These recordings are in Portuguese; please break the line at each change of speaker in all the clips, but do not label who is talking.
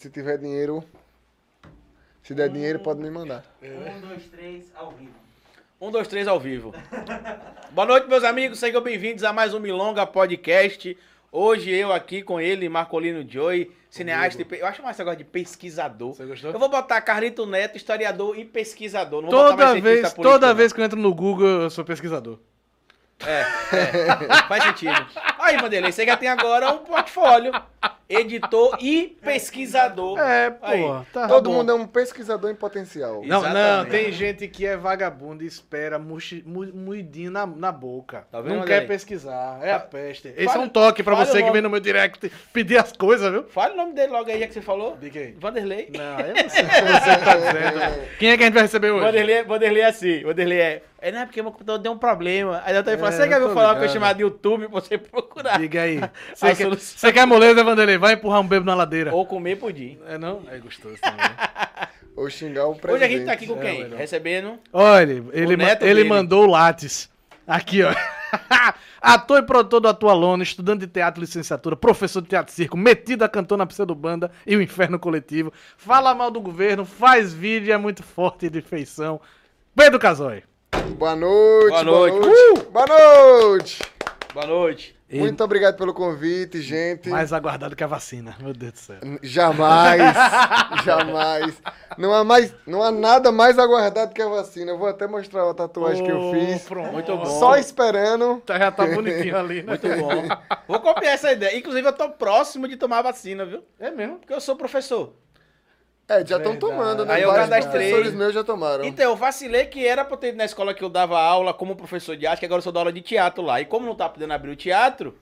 Se tiver dinheiro, se der dinheiro, pode me mandar.
Um, dois, três, ao vivo.
Um, dois, três, ao vivo. Boa noite, meus amigos. Sejam bem-vindos a mais um Milonga Podcast. Hoje eu aqui com ele, Marcolino Joy, cineasta. e pe- Eu acho mais esse negócio de pesquisador.
Você
Eu
gostou?
vou botar Carlito Neto, historiador e pesquisador. Não vou botar mais
Toda
cientista
vez,
político,
toda
não.
vez que eu entro no Google, eu sou pesquisador.
É, é, faz sentido. Aí, Mandelei, você já tem agora um portfólio. Editor e pesquisador.
É,
Aí.
pô, tá
Todo
bom.
mundo é um pesquisador em potencial.
Não, não,
Exatamente.
tem gente que é vagabunda e espera muxi- mu- moidinho na, na boca.
Tá vendo,
não quer
Andrei?
pesquisar. É a peste. Esse
fala-
é um toque pra
fala
você
o
que
nome.
vem no meu direct pedir as coisas, viu?
Fala o nome dele logo aí, já que você falou.
Diga aí.
Vanderlei.
Não, eu não sei o que você tá dizendo. Quem é que a gente vai receber hoje?
Vanderlei, Vanderlei é assim, Vanderlei é. É, não é porque meu computador deu um problema. Aí eu também falo,
É,
você quer
eu
me
tô
falar uma coisa
ligado.
chamada YouTube pra você procurar?
Diga aí. Ah,
A
Você quer,
solução.
você quer moleza, Vanderlei? Vai empurrar um bebo na ladeira.
Ou comer pudim.
É não? É gostoso também.
Ou xingar o
Hoje a
presidente.
gente tá aqui com quem?
É, melhor.
Recebendo.
Olha, ele, ma-
neto
ele
dele.
mandou o látis. Aqui, ó. Ator e produtor do Atualona, estudante de teatro e licenciatura, professor de teatro e circo, metido a cantor na pseudobanda e o inferno coletivo. Fala mal do governo, faz vídeo e é muito forte de feição. Pedro Casói.
Boa noite, boa
Boa noite. Uh!
noite. Boa noite.
Boa noite.
Muito obrigado pelo convite, gente.
Mais aguardado que a vacina, meu Deus do céu.
Jamais, jamais. Não há, mais, não há nada mais aguardado que a vacina. Eu vou até mostrar a tatuagem que eu
Ô,
fiz.
pronto.
Muito bom.
Só esperando.
Tá- Já tá bonitinho ali, né?
Muito bom. Vou copiar essa ideia. Inclusive, eu tô próximo de tomar a vacina, viu?
É mesmo.
Porque eu sou professor.
É, já estão
Verdade.
tomando, né?
Aí eu
Vários
cadastrei.
professores meus já tomaram.
Então, eu vacilei que era pra eu ter ido na escola que eu dava aula como professor de arte, que agora eu sou da aula de teatro lá. E como não tá podendo abrir o teatro,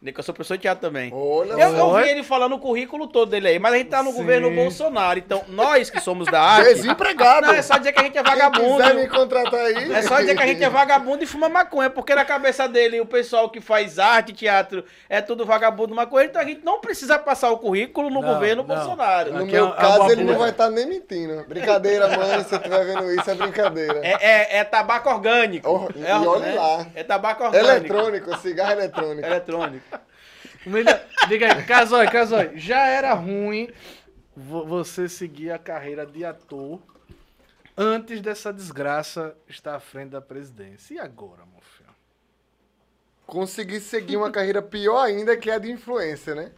nem que eu sou professor de teatro também.
Olha
Eu, eu
só.
vi ele falando o currículo todo dele aí, mas a gente tá no
Sim.
governo Bolsonaro, então nós que somos da arte.
Desempregado.
Não, é só dizer que a gente é
Quem
vagabundo.
quiser me contratar aí.
É só dizer que a gente é vagabundo e fuma maconha, porque na cabeça dele o pessoal que faz arte, teatro, é tudo vagabundo, maconha, então a gente não precisa passar o currículo no
Não,
governo
não.
Bolsonaro.
No
Aqui é
meu
uma- é
caso,
uma
ele não
boa.
vai estar nem mentindo. Brincadeira, mano. Se você estiver vendo isso, é brincadeira.
É, é- é tabaco orgânico.
Oh, e
é,
olha lá.
É tabaco orgânico.
Eletrônico, cigarro eletrônico.
Eletrônico.
Humilha... é- Diga aí, Casói, Casói, já era ruim vo- você seguir a carreira de ator antes dessa desgraça estar à frente da presidência. E agora, meu filho?
Consegui seguir uma carreira pior ainda, que é a de influência, né?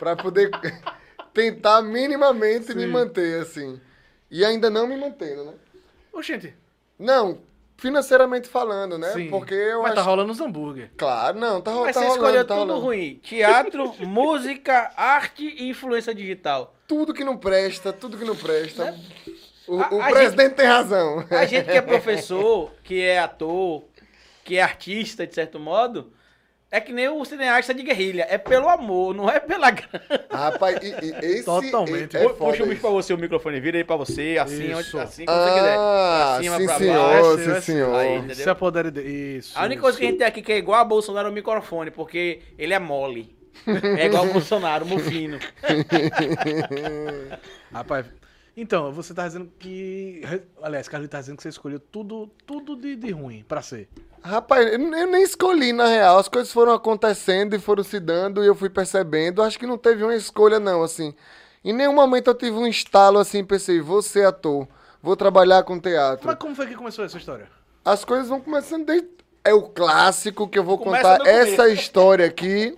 Pra poder tentar minimamente me
Sim.
manter, assim. E ainda não me mantendo, né?
Oxente,
Não, financeiramente falando, né?
sim.
Porque eu
Mas
acho...
tá rolando uns hambúrguer.
Claro, não, tá, ro-
Mas
tá
você
rolando,
escolheu
tá
tudo
rolando.
ruim. Teatro, música, arte e influência digital.
Tudo que não presta, tudo que não presta. O,
Né? A-
o
a
presidente tem razão.
A gente que é professor, que é ator, que é artista, de certo modo, é que nem o cineasta de guerrilha. É pelo amor, não é pela grana.
Rapaz, e, e- esse
Totalmente.
é
Pu-
foda
Puxa o bicho
isso.
pra você, o microfone vira aí pra você, assim,
Isso.
onde, assim como você quiser.
Ah,
Pra cima,
sim
pra né?
senhor,
baixo,
sim senhor.
Aí, entendeu?
Se apodere de... Isso.
A única coisa que a gente tem aqui que é igual a Bolsonaro é o microfone, porque ele é mole. É igual o Bolsonaro, mufino.
Rapaz... Então, você tá dizendo que... Aliás, Carlinhos tá dizendo que você escolheu tudo, tudo de, de ruim pra ser.
Rapaz, eu eu nem escolhi, na real. As coisas foram acontecendo e foram se dando e eu fui percebendo. Acho que não teve uma escolha, não, assim. Em nenhum momento eu tive um estalo assim, pensei, vou ser ator, vou trabalhar com teatro.
Mas como foi que começou essa história?
As coisas vão começando desde. É o clássico que eu vou
Começa
contar
no começo.
essa história aqui.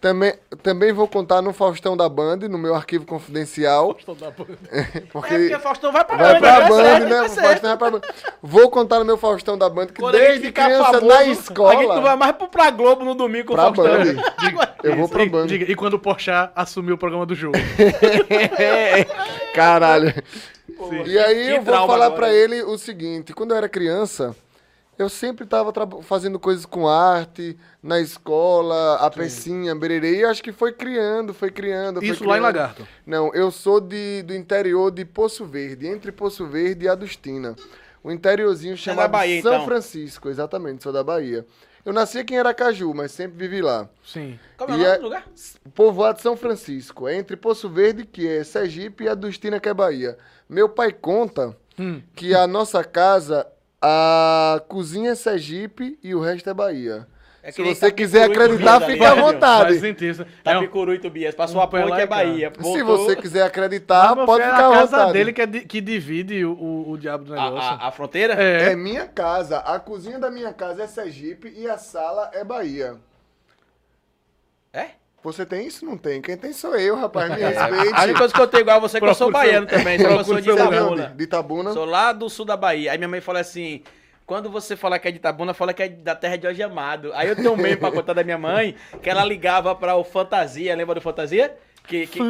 Também, também vou contar no Faustão da Band, no meu arquivo confidencial.
Porque... É porque o Faustão vai pra
Vai
onde?
pra Band,
certo,
né? O
tá certo.
Faustão vai pra Band. Vou contar no meu Faustão da Band que
Quando a gente
desde
ficar
criança
famoso,
na
A gente não vai
escola.
mais pro pra Globo no domingo com o
Pra
Faustão.
Band. Eu vou
Isso,
pra
e-
Band.
Diga, e quando o Porchat assumiu o programa do jogo?
Caralho.
Sim.
E aí
Que
eu vou
trauma
falar
agora.
pra ele o seguinte: quando eu era criança, eu sempre tava tra- fazendo coisas com arte, na escola, a pecinha, bererê, e eu acho que foi criando, foi criando. foi
Isso lá em
criando.
Lagarto.
Não, eu sou de, do interior de Poço Verde, entre Poço Verde e Adustina. O interiorzinho
é da
chamado
Bahia,
São
então?
Francisco, exatamente, sou da Bahia. Eu nasci aqui em Aracaju, mas sempre vivi lá.
Sim.
Como é o
E
nome
é-
do lugar?
O Povoado São Francisco, é entre Poço Verde, que é Sergipe, e Adustina, que é Bahia. Meu pai conta
Hum.
que a nossa casa, a cozinha é Sergipe e o resto é Bahia.
É
Se
nem
você quiser
Tapicuru e
acreditar,
Tobias
fica à
ali, né?
vontade.
Faz sentido. É um-
Tapicuru e Tobias. Passou
Um
a ponte
Pelé,
é Bahia.
Se
Voltou.
você quiser acreditar,
Mas
pode
é
ficar à
a casa
vontade.
dele que, é di- que divide o, o, o diabo do
A,
negócio.
a- a fronteira?
É.
É.
minha casa. A cozinha da minha casa é Sergipe e a sala é Bahia.
É?
Você tem isso? Não tem. Quem tem sou eu, rapaz. Me
A única
respeite.
coisa que eu tenho igual a você é que eu sou
Procura seu-
baiano também, só que eu sou
procura
de
seu
Você é de
Itabuna.
onde? De Itabuna?
Sou lá do sul da Bahia. Aí minha mãe fala assim: quando você falar que é de Itabuna, fala que é da terra de Jorge Amado. Aí eu tenho um meme pra contar da minha mãe, que ela ligava pra o Fantasia, lembra do Fantasia? Que, que
É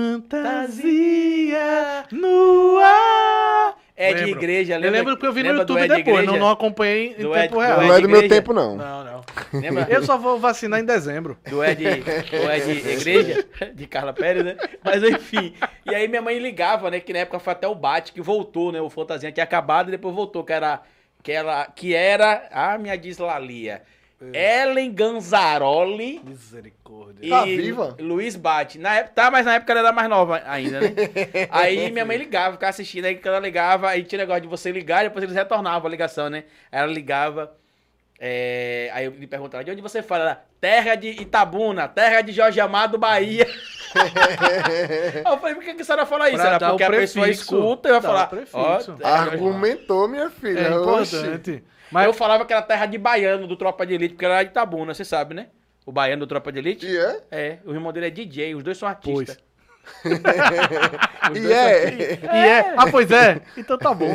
Fantasia no ar.
é de
Lembro.
igreja, lembra?
Eu lembro que eu vi no
Lembra do
YouTube
é de
depois,
igreja?
não, não acompanhei em
Do Ed-
tempo
do
real.
Não é do meu
igreja?
tempo, não.
Não, não.
Lembra?
Eu só vou vacinar em dezembro.
Do Ed, do Ed é Igreja, de Carla Pérez, né? Mas enfim. E aí minha mãe ligava, né? Que na época foi até o Bate, que voltou, né? O Fantasia tinha acabado e depois voltou, que era. Que era. Que era ah, minha dislalia. Ellen Ganzaroli
Misericórdia.
e
Tá viva?
Luiz Bate. Na época, tá, mas na época ela era mais nova ainda, né? Aí minha mãe ligava, ficava assistindo, aí quando ela ligava, aí tinha negócio de você ligar e depois eles retornavam a ligação, né? Aí ela ligava. é, Aí eu lhe perguntava, de onde você fala? Ela, terra de Itabuna, terra de Jorge Amado, Bahia. Aí eu falei, por que que a senhora fala isso?
Pra
Era
dar
porque
o
a pessoa
prefixo.
escuta e vai
Dá
falar.
o prefixo.
ó, terra de Jorge Amado.
Argumentou, minha filha.
É
Oxi.
importante. Mas
Eu falava que era terra de baiano do Tropa de Elite, porque ela era de Itabuna, você sabe, né? O baiano do Tropa de Elite.
E é?
É, o irmão dele é DJ, os dois são artistas.
E é?
E é. Ah, pois é. Então tá bom.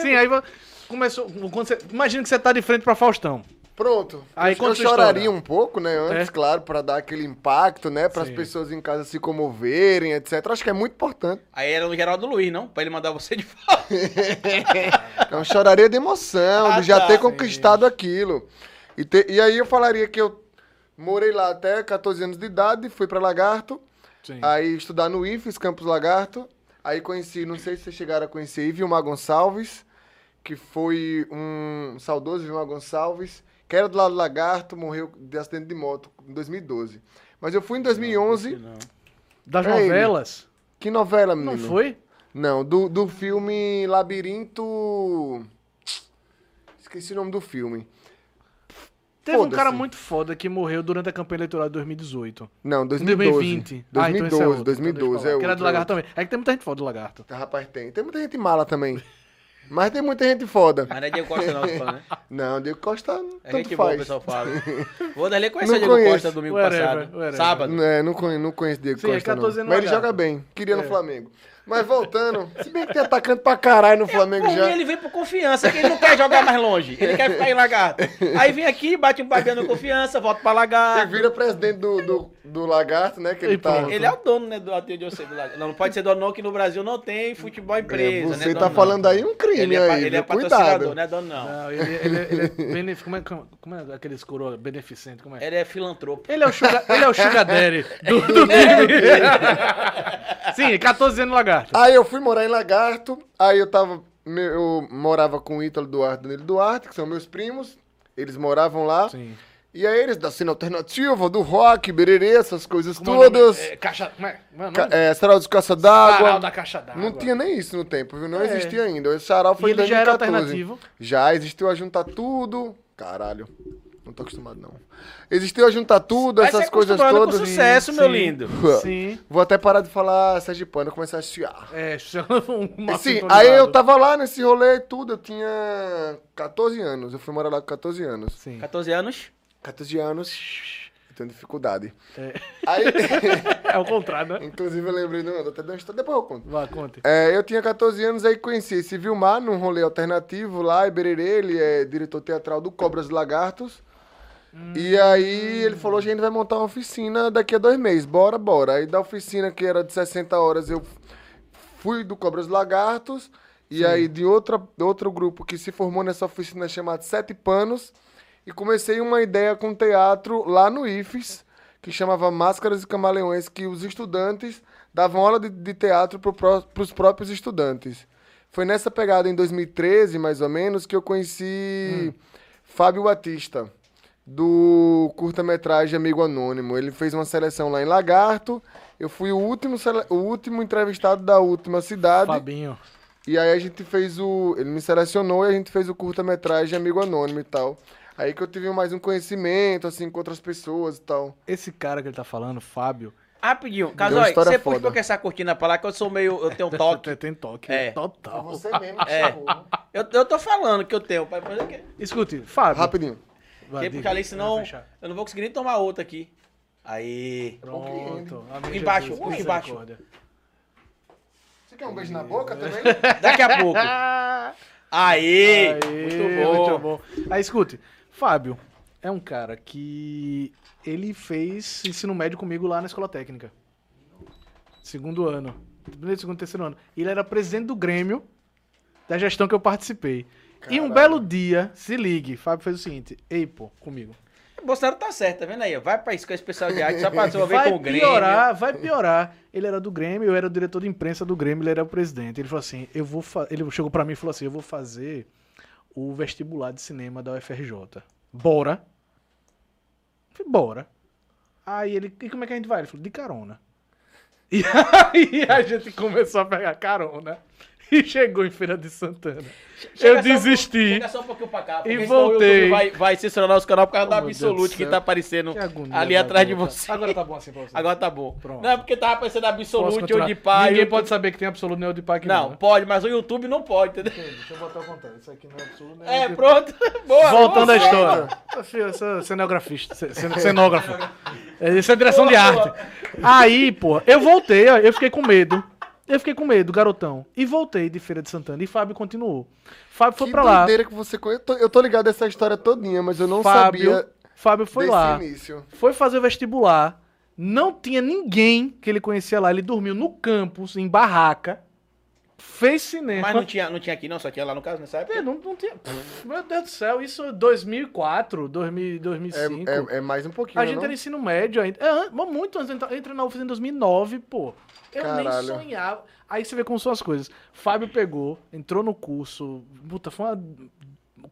Sim, aí vo- começou. quando você- imagina que você tá de frente pra Faustão.
Pronto.
Aí
Acho que
conta
eu
sua
choraria
história.
um pouco, né? Antes,
É.
claro, pra dar aquele impacto, né? Para as
Sim.
pessoas em casa se comoverem, etc. Acho que é muito importante.
Aí era o Geraldo Luiz, não? Pra ele mandar você de volta.
Não, Então, eu choraria de emoção,
Ah,
de já
tá.
ter conquistado aquilo. E, te- e aí eu falaria que eu morei lá até 14 anos de idade, fui pra Lagarto,
Sim.
aí estudar no IFES, Campus Lagarto. Aí conheci, não sei se vocês chegaram a conhecer, Ivilmar Gonçalves, que foi um saudoso Ivilmar Gonçalves, que era do lado do Lagarto, morreu de acidente de moto em 2012. Mas eu fui em 2011.
Das
é ele.
novelas.
Que novela,
Não
menino?
foi?
Não, do, do filme Labirinto. Esqueci o nome do filme.
Teve um
Foda-se.
cara muito foda que morreu durante a campanha eleitoral de 2018.
Não,
2020.
2012.
Ah, então
2012,
esse é outro, então deixa eu
2012.
falar.
é
Que era do
outro,
Lagarto também. É que tem muita gente foda do Lagarto.
é outro. Rapaz, tem. Tem muita gente mala também. Mas tem muita gente foda.
Mas não é Diego Costa, não, você fala, né?
Não, Diego Costa,
É
tanto
gente boa, o
faz.
pessoal fala. Vou dar conhecer
Não
o Diego
conheço.
Costa domingo
Whatever,
passado.
whatever.
Sábado.
Não, é, não, conheço, não conheço Diego
Sim, é
Costa, não.
14 anos É.
Mas ele
lagarto.
joga bem. Queria no Flamengo. Mas voltando, se bem que tem atacante pra caralho no Flamengo
Por mim,
já.
É ele vem por confiança, que ele não quer jogar mais longe. Ele quer ficar em lagarto. Aí vem aqui, bate um babiano no confiança, volta pra
Ele
lagarto.
vira presidente do, do, do Lagarto, né? Que ele
E
tá...
pronto.
Ele é o dono, né, do ateu de você do lagarto. Não, não pode ser dono não, que no Brasil não tem futebol
É,
empresa, né?
Você
dono
tá
não.
falando aí um crime
Ele é, pa-
aí,
ele é
viu? Cuidado.
patrocinador, não é dono não.
Não, ele, ele- ele é benef... como, é, como- como é aqueles coroa beneficente? Como é?
Ele é filantropo.
Ele é o Sugar, ele é o sugar Daddy do, do time. Sim, 14 anos lagarto.
Aí eu fui morar em Lagarto, aí eu tava. meu- Eu morava com o Ítalo Duarte e Danilo Duarte, que são meus primos. Eles moravam lá.
Sim.
E aí eles da cena alternativa, do rock, bererê, essas coisas
Como é o nome?
todas.
É, caixa. Como é? Como é o
Ca-
nome?
É, sarau de caça
Sarau
d'água.
da caixa d'água.
Não tinha nem isso no tempo, viu? Não
É.
existia ainda. O sarau foi
E
em
ele já era
2014.
alternativo.
Já existiu a juntar tudo. Caralho. Não tô acostumado, não. Existiu a juntar tudo,
Vai se
essas coisas
acostumando com
todas.
É
sucesso, meu
Sim.
lindo.
Sim.
Vou até parar de falar Sérgio Pano, começar a chiar.
É, um
Sim, aí eu tava lá nesse rolê e tudo, eu tinha 14 anos, eu fui morar lá com 14 anos.
Sim.
14 anos.
14 anos, eu tenho dificuldade.
É.
Aí,
É o contrário, né?
inclusive eu lembrei, não, eu até dei uma história, depois eu conto.
Vá, conte.
É, eu tinha 14 anos, aí conheci esse Vilmar num rolê alternativo lá, Ibererê, ele é diretor teatral do Cobras e Lagartos. E aí ele falou, gente, vai montar uma oficina daqui a dois meses, bora, bora. Aí da oficina, que era de 60 horas, eu fui do Cobras e Lagartos. E aí de outra, outro grupo que se formou nessa oficina chamada Sete Panos. E comecei uma ideia com teatro lá no IFES, que chamava Máscaras e Camaleões, que os estudantes davam aula de, de teatro para os próprios estudantes. Foi nessa pegada, em 2013, mais ou menos, que eu conheci Fábio Batista do curta-metragem Amigo Anônimo. Ele fez uma seleção lá em Lagarto. Eu fui o último, sele- o último entrevistado da última cidade.
Fabinho.
E aí a gente fez o. Ele me selecionou e a gente fez o curta-metragem Amigo Anônimo e tal. Aí que eu tive mais um conhecimento, assim, com outras pessoas e tal.
Esse cara que ele tá falando, Fábio,
Rapidinho, Casói,
história
você puxa
foda.
pra que essa cortina pra lá que eu sou meio. Eu tenho toque.
tem, tem toque. né?
É.
Foi
Total.
Você mesmo que
É.
chamou. né?
Eu, eu tô falando que eu tenho. pai, mas é que-
Escute, Fábio.
Rapidinho.
vai,
Tem
diga,
puxar ali, senão
vai fechar.
eu não vou conseguir nem tomar outra aqui. Aí.
Pronto. Amém,
Embaixo,
Jesus,
um embaixo.
misericórdia.
Você quer um beijo na boca também?
Daqui a pouco. Aí. muito bom.
Aí, escute, Fábio é um cara que ele fez ensino médio comigo lá na escola técnica. Segundo ano. Primeiro, segundo, terceiro ano. Ele era presidente do Grêmio da gestão que eu participei. E um
Caralho.
belo dia, se ligue, Fábio fez o seguinte: Ei, pô, comigo.
Bolsonaro tá certo, tá vendo aí? ó? Vai pra escola especial de arte só pra resolver
vai
com o Grêmio.
piorar, vai piorar. Ele era do Grêmio, eu era o diretor de imprensa do Grêmio, ele era o presidente. Ele falou assim, eu vou fa- ele chegou pra mim e falou assim, eu vou fazer o vestibular de cinema da UFRJ. Bora. Eu Falei, bora. Aí ele, e como é que a gente vai? Ele falou, de carona. E aí a gente começou a pegar carona e chegou em Feira de Santana.
Chega só
eu
um pouco-
desisti.
chega só um pouquinho pra cá, porque
E
senão o
voltei.
YouTube Vai, vai censurar nosso canal por causa da
Oh, meu Deus do
Absolute que
céu.
tá aparecendo
Que agonia,
ali
da
atrás de
boca.
você.
Agora tá bom assim pra você.
Agora tá bom.
Pronto.
Não, é porque tava aparecendo
Posso
Absolute ou
continuar?
de pai.
Ninguém
o
pode
YouTube-
saber que tem absoluto nem Odipac
Não,
né?
pode, mas o YouTube não pode, entendeu?
Deixa eu botar o contrário. Isso aqui não é absoluto
né?
nem
É, pronto. Boa.
Voltando à
boa,
história. é Filho, eu sou cenografista, ce- cen- cenógrafo. Isso é direção de arte. Aí, pô, eu voltei, ó, eu fiquei com medo. Eu fiquei com medo, garotão. E voltei de Feira de Santana. E Fábio continuou. Fábio foi
que
pra lá.
doideira que você conhece. Eu tô, eu tô ligado essa história todinha, mas eu não
Fábio,
sabia
Fábio foi
desse
lá.
início.
Foi fazer o vestibular. Não tinha ninguém que ele conhecia lá. Ele dormiu no campus, em barraca. Fez cinema.
Mas não tinha, não tinha aqui, não, só tinha lá no caso, nessa
É,
época.
não, não tinha. Pff, Meu Deus do céu, isso é 2004, 2000, 2005.
É, é- é mais um pouquinho,
a gente
não?
era ensino médio ainda. É, an- mas muito antes. Eu entrei na UFES em 2009, pô. Eu nem
Caralho.
sonhava. Aí você vê como são as coisas. Fábio pegou, entrou no curso. Puta, foi uma.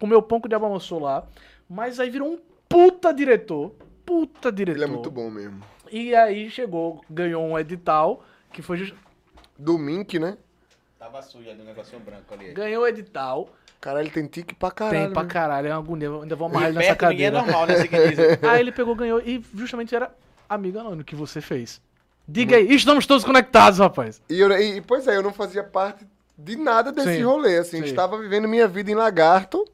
Comeu pão de abamoçou lá. Mas aí virou um puta diretor. Puta diretor.
Ele é muito bom mesmo.
E aí chegou, ganhou um edital, que foi just...
Do Mink, né?
Tava sujo ali, um negocinho branco ali.
Ganhou o edital.
Caralho, ele tem tique pra caralho.
Tem pra
né?
caralho, é uma agonia. eu Ainda vou amarrar
Mas
ele nessa
ninguém é
cadeira.
normal, né? Você que diz.
Aí ele pegou, ganhou e justamente era amigo anônimo que você fez.
Hum.
Diga aí, estamos todos conectados, rapaz.
E, eu- e- e, pois é, eu não fazia parte de nada desse
Sim,
rolê, assim.
sim.
Estava vivendo minha vida em Lagarto,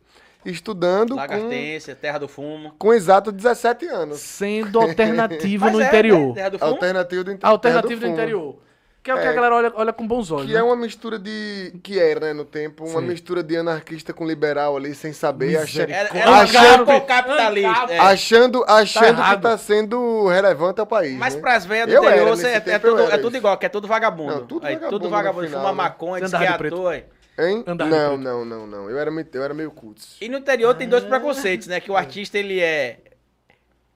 estudando com,
Lagartência, é Terra do Fumo.
com exato 17 anos.
Sendo alternativo
Mas
no
é, né?
interior.
Terra do Fumo.
Alternativo é, do inter-
Alternativo do
Terra Fumo,
interior. Que é o que a galera olha, olha com bons olhos.
Que
né?
é uma mistura de. Que era, né, no tempo, uma
Sim.
mistura de anarquista com liberal ali, sem saber, acha-
Misericórdia.
Era,
Co-
era um
Achando-
campo capitalista.
Ancap-
é.
achando, achando que
errado.
tá sendo relevante ao país.
Mas
né?
pras velhas do
Eu
interior,
era,
você é,
nesse
é
tempo eu
tudo,
era
é tudo
isso.
igual, que é tudo vagabundo.
Não, tudo
Aí,
vagabundo
tudo
no
vagabundo,
final,
fuma
né?
maconha, diz
Andar
que é
de preto.
ator.
Hein?
Andar de
Não,
preto.
não, não, não. Eu era, muito- eu era meio cultos.
E no interior tem
Ah.
dois preconceitos, né? Que o artista, ele é...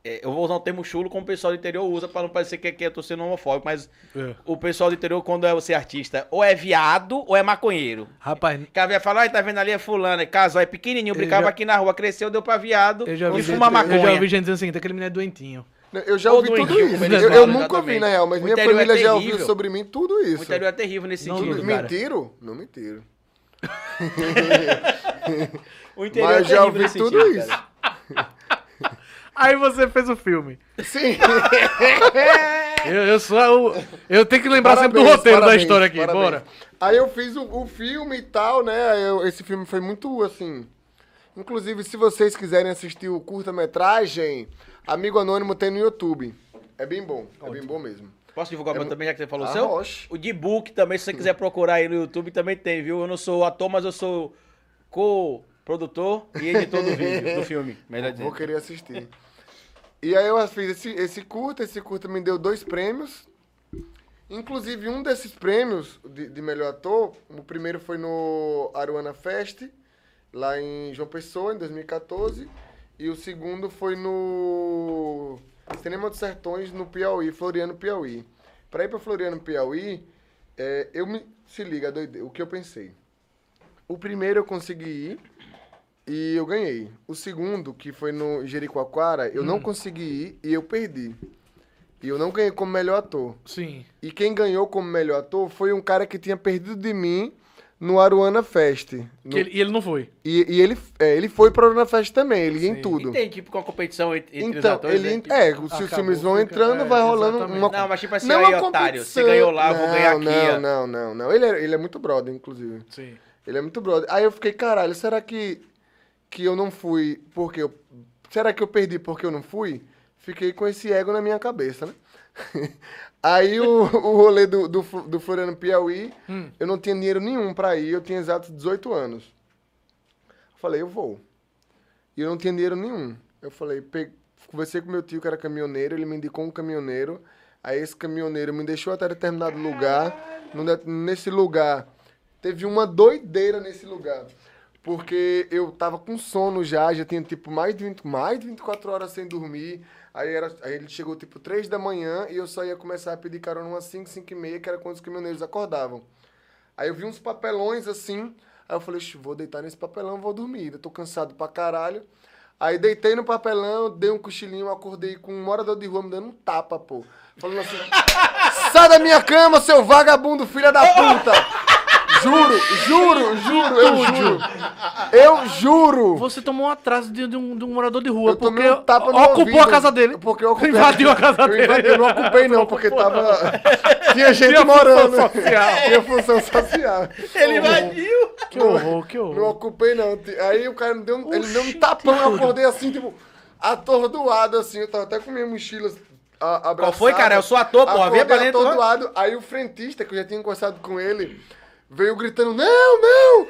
é, Eu vou usar um termo chulo, como o pessoal do interior usa, pra não parecer que, que eu tô sendo homofóbico, mas
um
É.
o pessoal do interior, quando é você artista, ou é viado ou é maconheiro.
Rapaz,
Que a velha fala, ai, tá vendo ali, é fulano, é casal, é pequenininho,
Eu
brincava
já-
aqui na rua, cresceu, deu pra viado
eu já vi
e
gente,
fuma maconha.
eu já ouvi gente dizendo o seguinte, aquele menino é doentinho.
Né, Eu já
Ou
ouvi
do
tudo
Henrique,
isso.
como
Eu,
eles
eu
falam,
nunca ouvi,
exatamente.
na real, mas
O
minha
interior é
família já ouviu
terrível.
sobre mim tudo
O
isso.
interior é terrível nesse
Não
sentido,
duvido,
cara.
Mentiro? Não mentiro.
O interior
Mas
é
já
terrível
ouvi
nesse
tudo
sentido,
isso.
cara.
Aí você fez o filme.
Sim.
Eu, eu sou o... Eu tenho que lembrar sempre do
Parabéns,
roteiro da
parabéns,
história aqui,
parabéns.
bora.
Aí eu fiz o, o filme e tal, né? Aí eu- esse filme foi muito, assim... Inclusive, se vocês quiserem assistir o curta-metragem, Amigo Anônimo tem no YouTube. É bem bom, é bem bom mesmo.
Posso divulgar o meu também, já que você falou o
Ah,
seu?
oxe.
O de book também, se você quiser procurar aí no YouTube, também tem, viu? Eu não sou ator, mas eu sou co-produtor e editor do vídeo, do filme. Melhor
Vou
dizendo.
querer assistir. E aí eu fiz esse, esse curta, esse curta me deu dois prêmios. Inclusive, um desses prêmios de, de melhor ator, o primeiro foi no Aruana Fest, lá em João Pessoa, em 2014. E o segundo foi no Cinema dos Sertões, no Piauí, Floriano Piauí. Pra ir pra Floriano Piauí, é, eu me. Se liga, doide- o que eu pensei. O primeiro eu consegui ir e eu ganhei. O segundo, que foi no Jericoacoara, eu
Hum.
não consegui ir e eu perdi. E eu não ganhei como melhor ator.
Sim.
E quem ganhou como melhor ator foi um cara que tinha perdido de mim no Aruana Fest. No-
Que ele- e ele não foi.
E, e ele, é, ele foi pro Aruana Fest também, ele ia em tudo.
E tem tipo uma competição ent- entre os
Então,
atores.
ele.
né?
ent- É, se os
acabou,
filmes vão
fica-
entrando,
é,
vai rolando
exatamente.
uma.
Não, mas tipo assim,
Não é
aí,
uma
otário, você
competição.
ganhou lá, eu vou ganhar aqui.
Não,
ó.
não, não, não. Ele é, ele é muito brother, inclusive.
Sim.
Ele é muito brother. Aí eu fiquei, caralho, será que, que eu não fui porque eu. Será que eu perdi porque eu não fui? Fiquei com esse ego na minha cabeça, né? Aí o, o rolê do, do, Fl- do Floriano Piauí, eu não tinha dinheiro nenhum pra ir, eu tinha exatos 18 anos. Falei, eu vou. E eu não tinha dinheiro nenhum. Eu falei, pe- conversei com meu tio que era caminhoneiro, ele me indicou um caminhoneiro. Aí esse caminhoneiro me deixou até determinado lugar. Num de- Nesse lugar, teve uma doideira nesse lugar. Porque eu tava com sono já, já tinha tipo mais de, 20, mais de 24 horas sem dormir. Aí, era, aí ele chegou tipo 3 da manhã e eu só ia começar a pedir carona umas 5, 5 e meia, que era quando os caminhoneiros acordavam. Aí eu vi uns papelões assim. Aí eu falei, "Ixi, vou deitar nesse papelão, vou dormir. Eu tô cansado pra caralho. Aí deitei no papelão, dei um cochilinho, acordei com um morador de rua me dando um tapa, pô. Falando assim: Sai da minha cama, seu vagabundo, filha da puta! Juro, juro, juro, eu juro. Eu juro.
Você tomou um atraso de, de um, de um morador de rua,
Eu
porque
tomei um tapa no
ocupou
ouvido,
a casa dele.
Porque eu ocupei.
Invadiu a casa
Eu, invadi-
dele.
eu não ocupei, não, porque tava. Tinha gente
Tinha função
morando.
social.
Tinha função social.
Ele invadiu!
Que horror, que
Não
horror.
ocupei, não. Ti- Aí o cara me deu um, ele me deu um
Oxi,
tapão, eu acordei assim, tipo, atordoado, assim. Eu tava até com minha mochila a- abraçada.
Qual foi, cara? Eu sou ator, porra. Vem pra
Acordei
dentro. né? ó.
atordoado. Aí o frentista, que eu já tinha conversado com ele, veio gritando, não, não!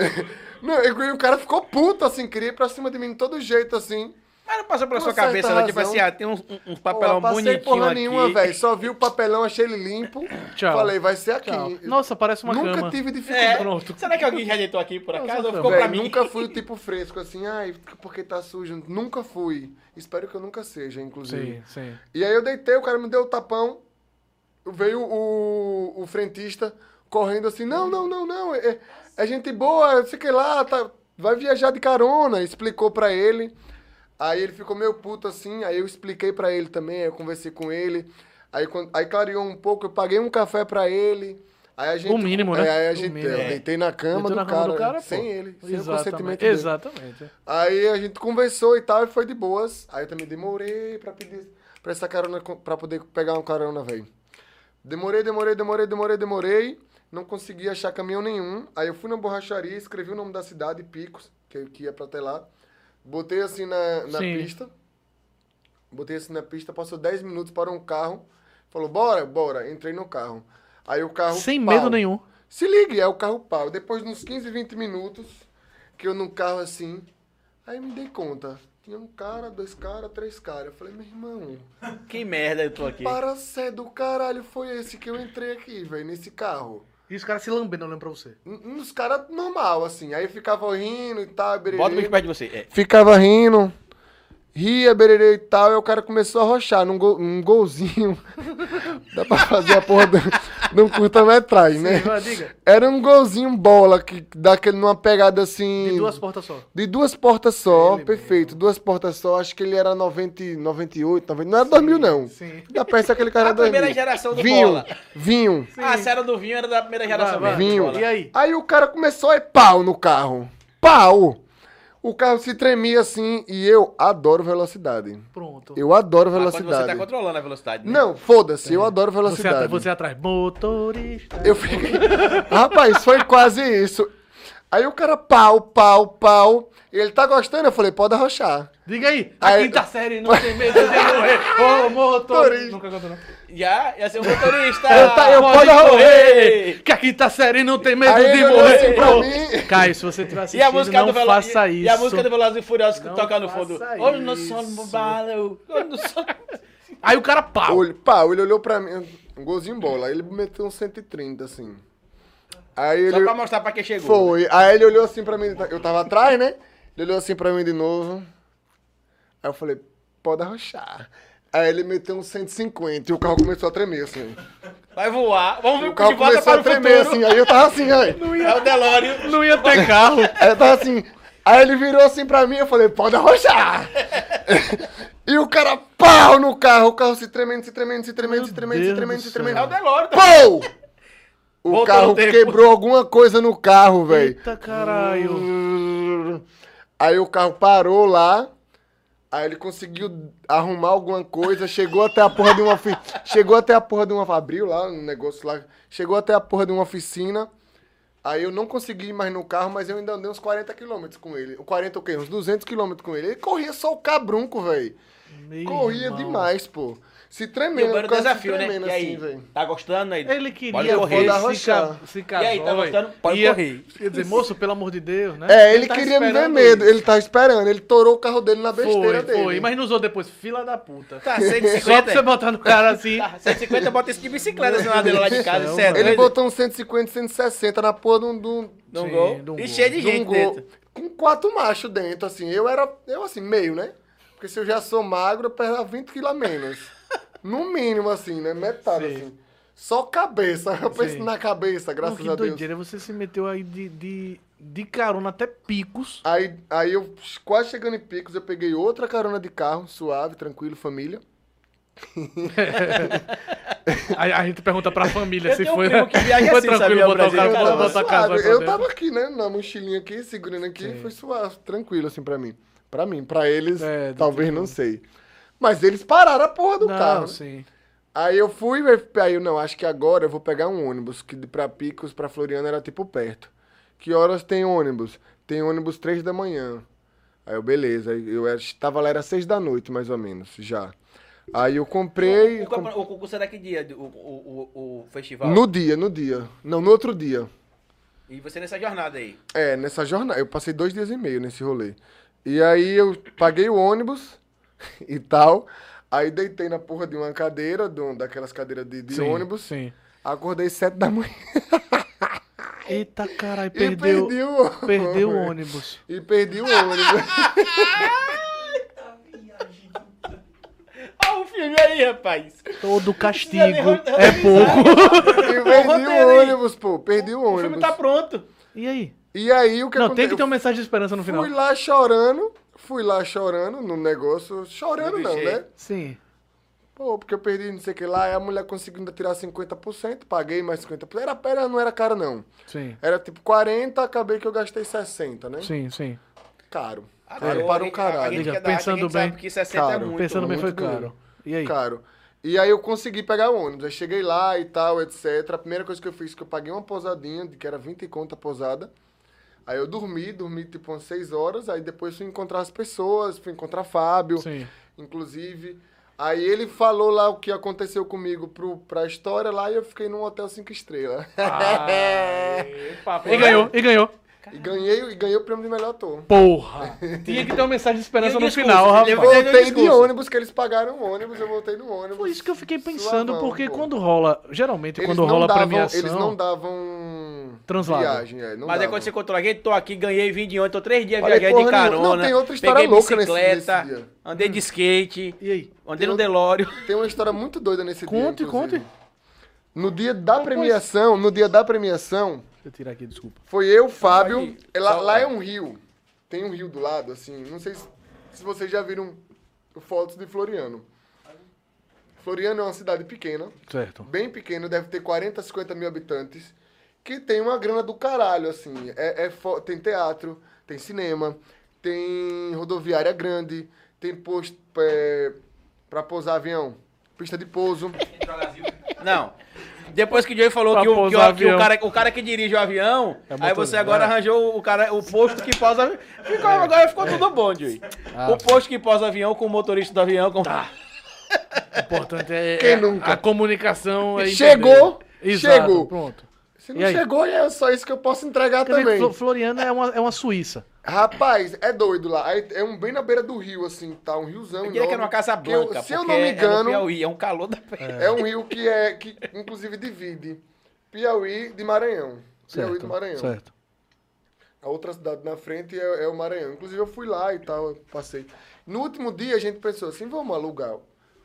não e o cara ficou puto, assim, queria ir pra cima de mim de todo jeito, assim.
Mas não passou pela
Com
sua
certa
cabeça, né? Tipo
tá razão.
assim, ah, tem uns um,
Papelão
papelão
passei
bonitinho
porra
aqui.
nenhuma, velho. Só vi o papelão, achei ele limpo.
Tchau.
Falei, vai ser aqui.
Tchau. Nossa, parece uma
Nunca
cama.
tive um dificuldade.
É.
Pronto.
Será que alguém já deitou aqui por acaso ou
Nossa,
ficou
Véi,
pra mim?
Nunca fui o tipo fresco, assim, ai, porque tá sujo. Nunca fui. Espero que eu nunca seja, inclusive.
Sim, sim.
E aí eu deitei, o cara me deu o tapão. Veio o, o frentista correndo assim, não, não, não, não. É, é gente boa, não sei o que lá, tá, vai viajar de carona. Explicou pra ele. Aí ele ficou meio puto assim, aí eu expliquei pra ele também, aí eu conversei com ele. Aí, quando, aí clareou um pouco, eu paguei um café pra ele. Aí a gente,
O mínimo, né?
é, Aí a
O
gente,
mínimo.
eu deitei na cama,
Deitou
do,
na
cara,
cama do cara, pô.
sem ele, sem o consentimento
Exatamente.
dele.
Exatamente.
Aí a gente conversou e tal, e foi de boas. Aí eu também demorei pra pedir pra essa carona, com- pra poder pegar uma carona, velho. Demorei, demorei, demorei, demorei, demorei. Não consegui achar caminhão nenhum. Aí eu fui na borracharia, escrevi o nome da cidade, Picos, que, que ia pra até lá. Botei assim na, na
Sim.
pista. Botei assim na pista, passou 10 minutos para um carro. Falou, bora, bora. Entrei no carro. Aí o carro.
Sem
pau.
medo nenhum.
Se ligue, é o carro pau. Depois de uns 15, 20 minutos, que eu num carro assim, aí me dei conta. Tinha um cara, dois caras, três caras. Eu falei, meu irmão,
Que merda eu tô aqui.
para ser do caralho foi esse que eu entrei aqui, velho, nesse carro.
E os caras se lambendo, eu lembro pra você.
Um- Uns caras normal, assim. Aí ficava rindo e tal, bererê.
Bota o bicho perto de você. É.
Ficava rindo, ria, bererê e tal. E o cara começou a rochar num, gol, num golzinho. Dá pra fazer a porra do, de um curta-metragem, né?
diga.
Era um golzinho bola, que dá aquele numa pegada assim.
De duas portas só.
de duas portas só,
Ele
perfeito. Duas portas só, acho que ele era 90, e- 98, 90, não era 2000 não.
Sim.
Da peça aquele cara
A
era 2000.
primeira geração do
vinho,
bola.
Vinho,
Ah, é se era do vinho, era da primeira geração mesmo.
Vai, vai.
vinho.
Bola. Ah,
E aí?
Aí o cara começou a ir pau no carro. Pau! O carro se tremia assim e eu adoro velocidade.
Pronto.
Eu adoro
Mas quando você
velocidade.
tá controlando a velocidade, né?
Não, foda-se, eu adoro
Você, atra-
velocidade.
você atrás, motorista.
Eu fiquei. Rapaz, foi quase isso. Aí o cara, pau, pau, pau. Ele tá gostando? Eu falei, pode arrochar.
Diga aí, a
Aí-
quinta série não tem medo de morrer. Ô, motorista.
Motorista.
Nunca conta, não.
Já ia ser um motorista.
Eu tá- eu
Pode
Pode
correr! Que a quinta série não tem medo
Aí
de
ele olhou
morrer.
assim pra
Pô,
mim.
Caio, se você tiver
E
assistindo,
a música
não
do Velo-
faça
e-
isso.
E a música do Velozes e Furiosos que
Não
toca no
faça
fundo.
isso.
Olha no sono, balo. Olha no sono.
Aí o cara pá.
Olho, pau, ele olhou pra mim, um golzinho bola. Aí ele meteu um 130, assim. Aí
Só
ele.
pra mostrar pra quem chegou.
Foi. Aí ele olhou assim pra mim. Eu tava atrás, né? Ele olhou assim pra mim de novo. Aí eu falei, pode arrochar. Aí ele meteu um 150 e o carro começou a tremer, assim.
Vai voar. Vamos ver
O
o que
carro
de volta
começou
para
a
o
tremer,
futuro.
assim. Aí eu tava assim, aí.
É o Delório.
Não ia ter carro.
Aí eu tava assim. Aí ele virou assim pra mim, eu falei, pode arrochar! e o cara, pau no carro, o carro se tremendo, se tremendo, se tremendo, se tremendo, se
Deus
tremendo,
do
tá?
se
céu.
tremendo.
É o Delório.
Pou! O
Voltou
carro
no tempo.
quebrou alguma coisa no carro, velho.
Eita caralho.
Aí o carro parou lá. Aí ele conseguiu arrumar alguma coisa, chegou até a porra de uma oficina. Chegou até a porra de uma. Abriu lá um negócio lá. Chegou até a porra de uma oficina. Aí eu não consegui ir mais no carro, mas eu ainda andei uns 40 km com ele. 40 o quê? Uns 200 km com ele. Ele corria só o cabrunco, velho.
Meu
Corria
irmão.
demais, pô. Se
E o
tremendo,
Bano
o cara se
desafio, né?
tremendo
E
assim,
aí,
velho.
tá gostando aí?
Ele
Pode
queria
correr.
Pô, da
se, ca
Rochelle.
se casar.
E aí, tá gostando? Pode
ia,
correr.
Ia dizer, moço, pelo amor de Deus, né?
É, ele
tá
queria me ver
esperando
medo.
isso.
Ele tava esperando. Ele torou o carro dele na besteira
Foi,
dele.
foi. Mas não usou depois, fila da puta.
Tá,
Só pra você
150.
botar no cara assim.
Tá, 150 bota esse de bicicleta assim, na ladeira lá de casa. Isso é
Ele
doido.
botou um 150, 160 na porra de um, de um,
Num
Sim,
gol.
num
E
gol.
cheio de
de um
gente né?
gol.
dentro.
Com quatro machos dentro, assim. Eu era, eu assim, meio, né? Porque se eu já sou magro, eu perdo 20 quilos a menos. no mínimo, assim, né? Metade,
Sim.
assim. Só cabeça. Eu penso
Sim.
na cabeça,
Não,
graças
que
a Deus.
doideira, você se meteu aí de, de, de carona até picos.
Aí, aí eu, quase chegando em Picos, eu peguei outra carona de carro, suave, tranquilo, família.
Aí a gente pergunta pra família
Eu
se
tenho um
foi. né?
primo que viaja
foi
assim,
tranquilo
sabia,
botar o
Brasil?
cara,
Eu
botar
tava,
botar a casa.
um suave.
pra
eu
dentro.
tava aqui, né? Na mochilinha aqui, segurando aqui, foi suave, tranquilo, assim, pra mim. Pra mim, pra eles,
É, do
talvez não sei. Mas eles pararam a porra do
Não,
carro. né?
sim.
Aí eu fui, aí eu não, acho que agora eu vou pegar um ônibus, que de- pra Picos, pra Floriano era tipo perto. Que horas tem ônibus? Tem ônibus três da manhã. Aí eu, beleza, aí eu era, tava lá, era seis da noite, mais ou menos, já. Aí eu comprei.
O,
com-
campe- o concurso é daqui dia, o, o, o, o festival.
No dia, no dia. Não, no outro dia.
E você nessa jornada aí.
É, nessa jornada. Eu passei dois dias e meio nesse rolê. E aí eu paguei o ônibus e tal. Aí deitei na porra de uma cadeira, de um- daquelas cadeiras de, de
sim,
ônibus.
Sim.
Acordei sete da manhã
Eita caralho,
e
perdeu.
perdi o ônibus.
Perdeu o ônibus.
E perdi o ônibus.
Olha o filme aí, rapaz.
Todo castigo
nem roda-
é pouco.
e perdi
roteiro aí.
o ônibus, pô. Perdi o
O filme
ônibus.
tá pronto.
E aí?
E aí o que
Não,
aconteceu?
tem que ter uma mensagem de esperança no final.
Fui lá chorando. Fui lá chorando no negócio. Chorando
Do
não,
jeito.
né?
Sim.
Pô, porque eu perdi não sei o que lá, aí a mulher conseguiu ainda tirar 50%, paguei mais 50%. Era, era, não era caro, não.
Sim.
Era tipo 40, acabei que eu gastei 60, né?
Sim, sim.
Caro.
Ah,
Caro
não,
para um
gente- A
caralho.
gente
Diga,
quer dar-
pensando
a gente
bem.
sabe que 60 é
Cara,
muito.
Pensando bem, foi
muito
caro. E aí?
Caro. E aí eu consegui pegar o ônibus. Aí cheguei lá e tal, etc. A primeira coisa que eu fiz que eu paguei uma pousadinha, de que era 20 conto a pousada. Aí eu dormi, dormi tipo umas 6 horas. Aí depois fui encontrar as pessoas, fui encontrar Fábio.
Sim.
inclusive. Aí ele falou lá o que aconteceu comigo pro, pra história lá e eu fiquei num hotel cinco estrelas.
Ah,
É,
E ganhou, e ganhou.
e, ganhei, e ganhei o prêmio de melhor ator.
Porra! Tinha que ter uma mensagem de
E
esperança
o
no
discurso?
final,
Ele
rapaz.
vai- ganhei
Voltei de
discurso.
ônibus, que eles pagaram o ônibus, eu voltei no ônibus.
Foi isso que eu fiquei pensando,
Suavão,
porque
pô.
quando rola, geralmente
Eles
quando
não
rola a
davam-
premiação,
Eles não davam
Translado.
viagem, é, não
Mas é
davam.
quando você encontrou alguém, tô aqui, ganhei, vim de ontem, tô três dias
Falei,
viajei
porra
de
nenhuma.
carona.
Não, tem outra história
peguei
louca nesse-
bicicleta,
nesse dia.
andei de skate,
E aí?
andei no
Tem um
Delório.
Tem uma história muito doida nesse
Conte,
dia. inclusive.
conte.
No dia da premiação, no dia da premiação,
Deixa eu tirar aqui, desculpa.
Foi eu, Fábio.
aqui.
é lá,
Só-
lá é um rio. Tem um rio do lado, assim. Não sei se, se vocês já viram fotos de Floriano. Floriano é uma cidade pequena,
Certo.
bem pequena, deve ter 40, 50 mil habitantes, que tem uma grana do caralho, assim. É, é fo- tem teatro, tem cinema, tem rodoviária grande, tem posto é, pra pousar avião, pista de pouso.
Não. Depois que o Joey falou
Pra
que, o, que,
pousar
o, que o
avião.
cara, o cara que dirige o avião,
É
aí
motorista,
você agora
é.
arranjou o, cara, o posto que pousa avião.
É.
Ficou- Agora ficou tudo bom, Joey.
Ah.
o posto que pousa avião com o motorista do avião. Com...
Tá.
O importante é,
Quem
é
nunca?
a comunicação. É entender.
Chegou,
Exato,
chegou.
Pronto.
Se
E
não
aí?
chegou, é só isso que eu posso entregar
Quer dizer que
também.
Flo- Floriana é uma, é uma Suíça.
Rapaz, é doido lá. Aí É um bem na beira do rio, assim, tá? Um riozão.
Eu queria que era uma casa
Que eu-
branca,
se eu
porque
não me
é no
engano, é,
Piauí, é um calor da pele.
um rio que é. que inclusive divide Piauí de Maranhão. Piauí
Certo.
é do Maranhão.
Certo.
A outra cidade na frente é, é o Maranhão. Inclusive eu fui lá e tal, eu passei. No último dia a gente pensou assim, vamos alugar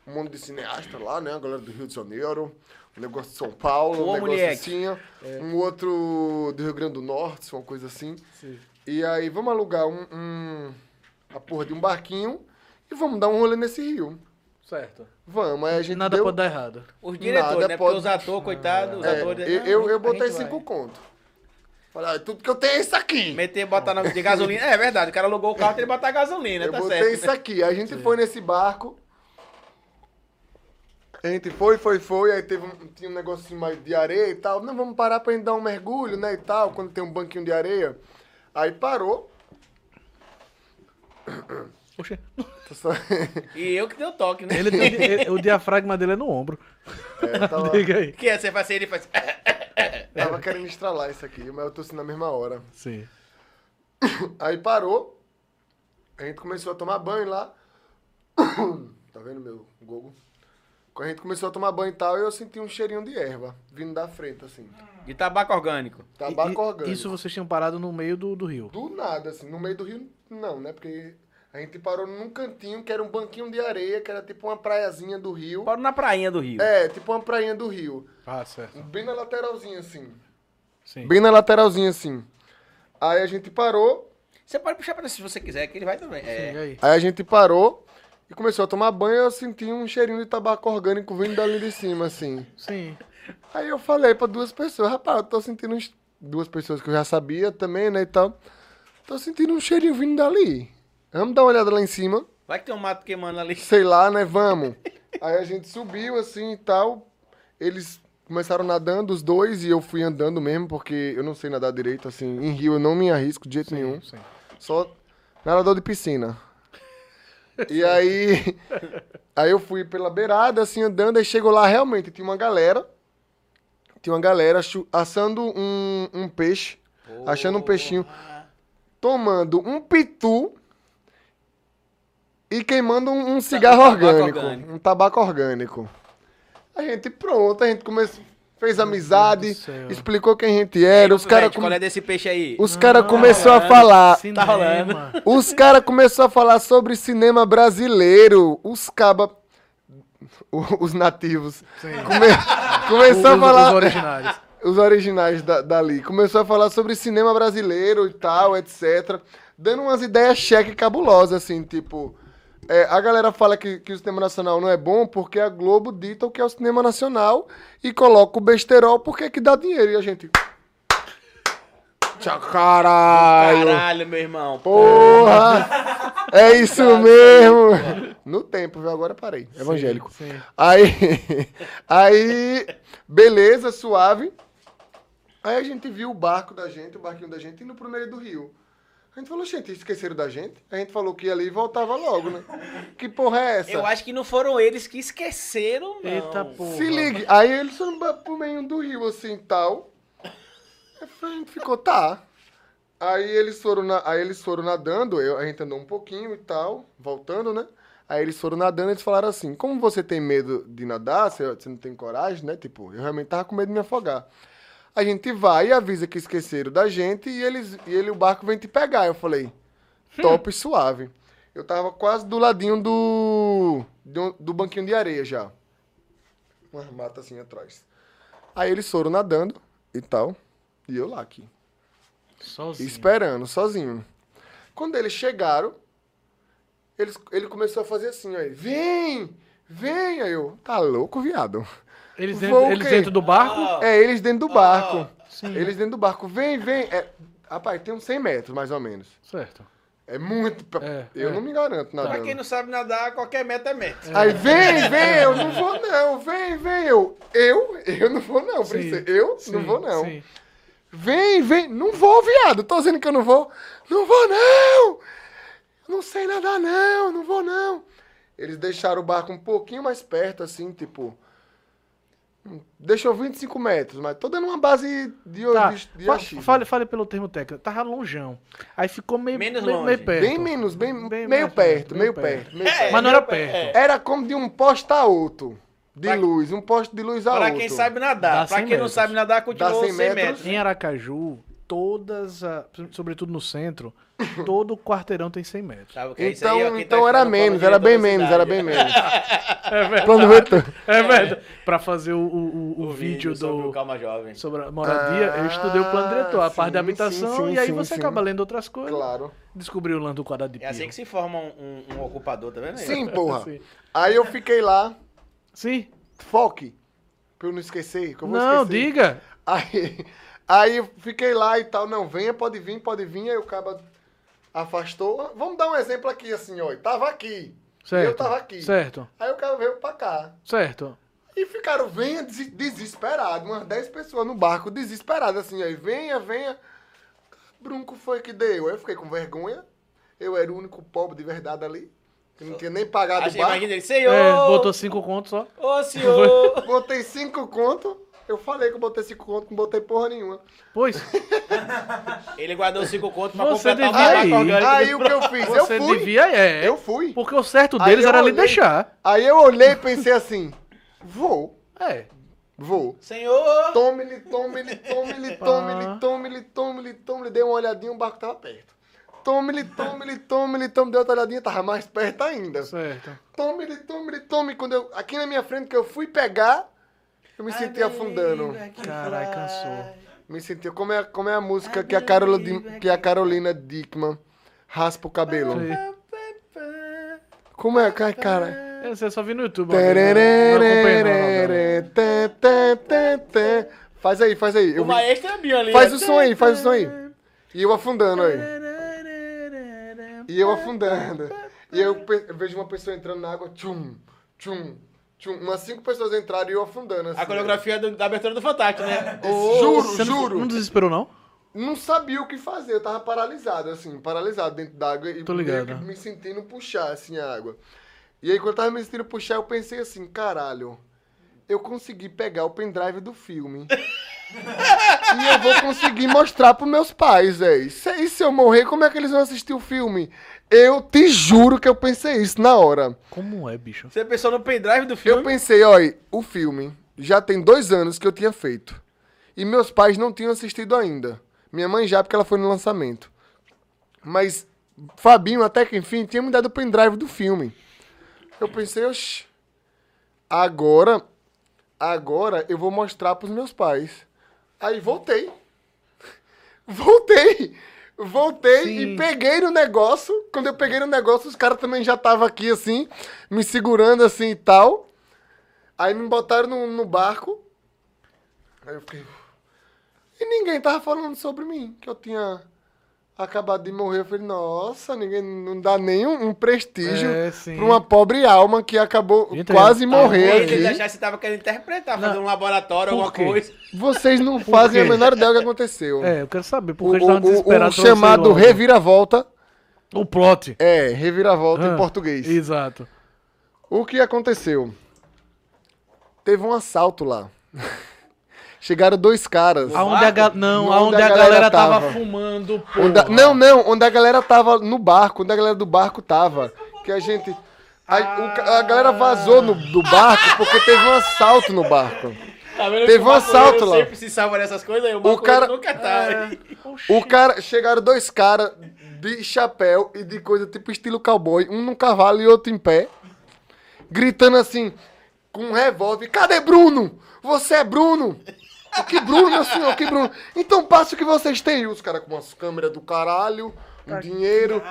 um monte de cineasta lá, né? A galera do Rio de Janeiro, um negócio de São Paulo,
Ô,
um negócio
moleque. É.
assim, ó, um outro do Rio Grande do Norte, uma coisa assim. E aí vamos alugar um, um- a porra de um barquinho e vamos dar um rolê nesse rio.
Certo.
Vamos, aí a gente
Nada
deu...
pode dar errado.
Os diretores,
Nada
né?
pode-
Porque os atores, coitados, os
É,
atores...
eu,
não,
eu,
né? a
eu
gente
botei
vai.
cinco conto. Falei, ah, tudo que eu tenho é isso aqui.
né? Meter, botar nome de gasolina. É verdade, o cara alugou o carro, tem que botar gasolina,
Eu
tá
botei
certo.
isso aqui. A
É.
gente foi nesse barco. A gente foi, foi, foi. Aí teve um, tinha um negocinho mais de areia e tal. Não, vamos parar pra gente dar um mergulho, né? E tal, quando tem um banquinho de areia. Aí parou.
Oxê.
Tô só-
E eu que dei o toque, né?
Ele, tem- ele- o diafragma dele é no ombro.
É, tava,
Diga aí.
Que é, você faz assim, ele faz...
tava querendo estralar isso aqui, mas eu tossi na mesma hora.
Sim.
Aí parou. A gente começou a tomar banho lá. tá vendo meu gogo? Quando a gente começou a tomar banho e tal, eu senti um cheirinho de erva vindo da frente, assim.
De tabaco orgânico.
Tabaco
E- e-
orgânico.
Isso vocês tinham parado no meio do, do rio.
Do nada, assim, no meio do rio, não, né? Porque a gente parou num cantinho que era um banquinho de areia, que era tipo uma praiazinha do rio.
Bora na prainha do Rio.
É, tipo uma prainha do rio.
Ah, certo.
Bem na lateralzinha, assim.
Sim.
Bem na lateralzinha, assim. Aí a gente parou,
Você pode puxar pra ele se você quiser, que ele vai também. É.
Sim, e aí?
aí a gente parou e começou a tomar banho. Eu senti um cheirinho de tabaco orgânico vindo dali de cima, assim.
Sim.
Aí eu falei pra duas pessoas, rapaz, eu tô sentindo uns- duas pessoas que eu já sabia também, né, e tal. Tô sentindo um cheirinho vindo dali. Vamos dar uma olhada lá em cima.
Vai que tem um mato queimando ali.
sei lá, né? Vamos. Aí a gente subiu assim e tal. Eles começaram nadando, os dois, e eu fui andando mesmo, porque eu não sei nadar direito, assim. Em rio eu não me arrisco de jeito nenhum.
Sim.
Só nadador de piscina. E aí. Aí eu fui pela beirada, assim, andando, aí chegou lá realmente, tinha uma galera. Tinha uma galera chu- assando um, um peixe, achando um peixinho,
Porra.
tomando um pitu e queimando um, um cigarro
tabaco
orgânico,
orgânico.
Um tabaco orgânico. A gente pronto, a gente começou, fez amizade,
do céu.
explicou quem a gente era, os caras
Gente, qual é Ah, desse peixe aí?
os cara começou a
rolando.
falar.
Cinema.
rolando.
Os caras começaram a falar sobre cinema brasileiro. Os caba. o- Os nativos. Come... Começou a
Os- Os
falar.
originários.
Os originais da, dali. Começou a falar sobre cinema brasileiro e tal, etc. Dando umas ideias cheque cabulosas, assim, tipo. é, a galera fala que, que o cinema nacional não é bom porque a Globo dita o que é o cinema nacional e coloca o besterol porque é que dá dinheiro. E a gente. Tchau, caralho!
Caralho, meu irmão.
Porra! É isso mesmo! No tempo, viu? Agora parei. Evangélico.
Sim.
Aí, aí, beleza, suave. Aí a gente viu o barco da gente, o barquinho da gente indo pro meio do rio. A gente falou, gente, esqueceram da gente? A gente falou que ia ali e voltava logo, né? Que porra é essa?
Eu acho que não foram eles que esqueceram, não.
Eita porra.
Se ligue. Aí eles foram ba- pro meio do rio, assim, tal. Aí A gente ficou, tá. Aí eles foram, na- aí eles foram nadando, eu, a gente andou um pouquinho e tal, voltando, né? Aí eles foram nadando e eles falaram assim, como você tem medo de nadar, você, você não tem coragem, né? Tipo, eu realmente tava com medo de me afogar. A gente vai e avisa que esqueceram da gente e, eles, e ele, o barco vem te pegar. Eu falei, top e suave. Eu tava quase do ladinho do, do, do banquinho de areia já umas matas assim atrás. Aí eles foram nadando e tal. E eu lá aqui.
Sozinho.
Esperando, sozinho. Quando eles chegaram, eles, ele começou a fazer assim, aí. Vem! Vem! Aí eu, tá louco, viado?
Eles,
Vou
dentro,
o
eles
quê?
dentro do barco?
Ah,
É eles dentro do barco.
Sim.
Eles dentro do barco. Vem, vem. É, rapaz, tem uns 100 metros, mais ou menos.
Certo.
É muito. pra-
É,
eu
é.
não me garanto
Pra
nadando.
quem não sabe nadar, qualquer meta é meta.
Aí vem, vem, eu não vou não, vem, vem, eu. Eu? Eu não vou não, princesa. Eu não
Sim,
vou não.
é. sim.
Vem, vem. Não vou, viado. Tô dizendo que eu não vou. Não vou, não. Não sei nadar, não. Não vou, não. Eles deixaram o barco um pouquinho mais perto, assim, tipo... hum, Deixou 25 metros, mas tô dando uma base de,
Tá.
de, de
Fa-
achismo.
Fale, fale pelo termo técnico. Tava longeão. Aí ficou meio,
Menos
meio,
longe.
meio perto.
Bem menos, bem,
Bem
meio
mais
perto,
perto,
meio
meio
perto.
perto.
meio perto.
Mas não era
É,
perto.
Era como de um poste a outro, de
Pra-
luz. Um poste de luz a
Pra
outro.
quem sabe nadar. pra
Dá 100
quem não
metros.
sabe nadar, continua
Dá 100
100 metros.
metros.
Em Aracaju, todas, a, sobretudo no centro, todo o quarteirão tem 100 metros.
Sabe o que é isso aí? Ó,
Então,
quem tá
então era
estudando
menos,
psicologia
era bem
da
menos,
cidade.
era bem menos.
É verdade.
Aproveitou.
É verdade. Pra fazer o, o, o- o
O
vídeo
sobre o
do,
Calma Jovem.
sobre a moradia, eu estudei o plano diretor, a
Ah,
parte da
sim,
habitação,
sim, sim,
e aí
sim,
você
sim.
acaba lendo outras coisas.
Claro.
Descobriu o lance do quadrado de
É
pio.
assim que se forma um, um- um ocupador, tá vendo? aí?
assim,
Sim, porra.
Sim.
Aí eu fiquei lá,
Sim?
foque, pra eu não esquecer, que eu vou
Não,
esquecer.
diga.
Aí, aí eu fiquei lá e tal, não, venha, pode vir, pode vir, aí o cara afastou. Vamos dar um exemplo aqui, assim, ó, tava aqui.
Certo.
Eu tava aqui.
Certo,
Aí o cara veio pra cá.
certo.
E ficaram, venha, des- desesperado, umas 10 pessoas no barco, desesperadas, assim, aí, venha, venha. Brunco foi que deu. Aí eu fiquei com vergonha, eu era o único pobre de verdade ali, que não tinha nem pagado
Aí
o
você
barco.
imagina ele,
É,
senhor!
botou cinco contos só.
Ô, senhor!
Botei 5 conto, eu falei que eu botei 5 conto, não botei porra nenhuma.
Pois,
ele guardou cinco contos pra
Você
completar o
devia
barco
ir.
orgânico.
Aí o que eu fiz? Eu
você
fui.
devia é.
Eu fui.
Porque o certo
Aí
deles
eu
era lhe
olhei.
deixar.
Aí eu olhei e pensei assim: vou,
É.
vou.
Senhor!
Tome-lhe, tome-lhe, tome-lhe, tome-lhe, tome-lhe, tome-lhe, tome-lhe. Dei uma olhadinha, o barco tava perto. Tome-lhe, tome-lhe, tome-lhe, tome. Dei outra olhadinha, tava mais perto ainda.
Certo.
Tome-lhe, tome-lhe, tome. Quando eu, aqui na minha frente que eu fui pegar, eu me senti afundando.
Caralho, cansou.
Me senti. Como é, como é a música que a, Carol,
é
Di- que a Carolina Dickman raspa o cabelo? Como é? Ai, cara.
Eu sei, só vi no YouTube. ó, Não acompanhei, não, não, não.
Tererê, tê, tê, tê, tê. Faz aí, faz aí. Eu
O
vi-
maestro é minha ali.
Faz
né?
o som aí, faz o som aí. E eu afundando aí. E eu afundando. E eu, pe- eu vejo uma pessoa entrando na água, tchum, tchum, tchum. Umas cinco pessoas entraram e eu afundando assim.
A coreografia do- da abertura do Fantástico, né?
Juro,
Você não-
juro.
Não
Não,
desesperou, não?
sabia o que fazer, eu tava paralisado, assim, paralisado dentro da água e
Tô
meio
ligado.
que me sentindo puxar, assim, a água. E aí, quando eu tava me sentindo puxar, eu pensei assim, caralho, eu consegui pegar o pendrive do filme. e eu vou conseguir mostrar pros meus pais, véi. Se- E se eu morrer, como é que eles vão assistir o filme? Eu te juro que eu pensei isso na hora.
Como é, bicho?
Você pensou no pendrive do
Eu
filme?
pensei, olha, o filme já tem dois anos que eu tinha feito. E meus pais não tinham assistido ainda. Minha mãe já, porque ela foi no lançamento. Mas Fabinho, até que enfim, tinha me dado o pendrive do filme. Eu pensei, oxi, agora, agora eu vou mostrar pros meus pais. Aí voltei. Voltei. Voltei
Sim.
e peguei no negócio. Quando eu peguei no negócio, os caras também já estavam aqui, assim, me segurando, assim, e tal. Aí me botaram no, no barco. Aí eu fiquei... E ninguém tava falando sobre mim, que eu tinha acabado de morrer. Eu falei, nossa, ninguém não dá nenhum um prestígio
É, sim.
pra uma pobre alma que acabou
Entendo.
quase
Tá
morrer
Eles
aqui.
acharam que você tava querendo interpretar,
Não.
fazer um laboratório,
Por
alguma
quê?
coisa.
Vocês não fazem a menor ideia do que aconteceu.
É, eu quero saber
O,
porque eles estavam
o- o- o
desesperados. pra
chamado
vocês logo.
reviravolta.
O plot.
É, reviravolta
Ah,
em português.
Exato.
O que aconteceu? Teve um assalto lá. Chegaram dois caras.
Aonde a, ga- não,
Onde
aonde a galera, tava, fumando, porra.
Onde a- não, não, onde a galera tava no barco, onde a galera do barco tava. Que a gente. A, o ca- a galera vazou no- do barco porque teve um assalto no barco.
Tá vendo?
Teve
que o
um assalto
maconheiro
lá.
sempre se salva nessas coisas aí. O, o
cara-
cara nunca tá. né?
O cara, chegaram dois caras de chapéu e de coisa tipo estilo cowboy, um num cavalo e outro em pé, gritando assim, com um revólver, cadê Bruno? Você é Bruno? Que Bruno, meu senhor, que Bruno? Então passa o que vocês têm. E os caras com umas câmeras do caralho, um dinheiro,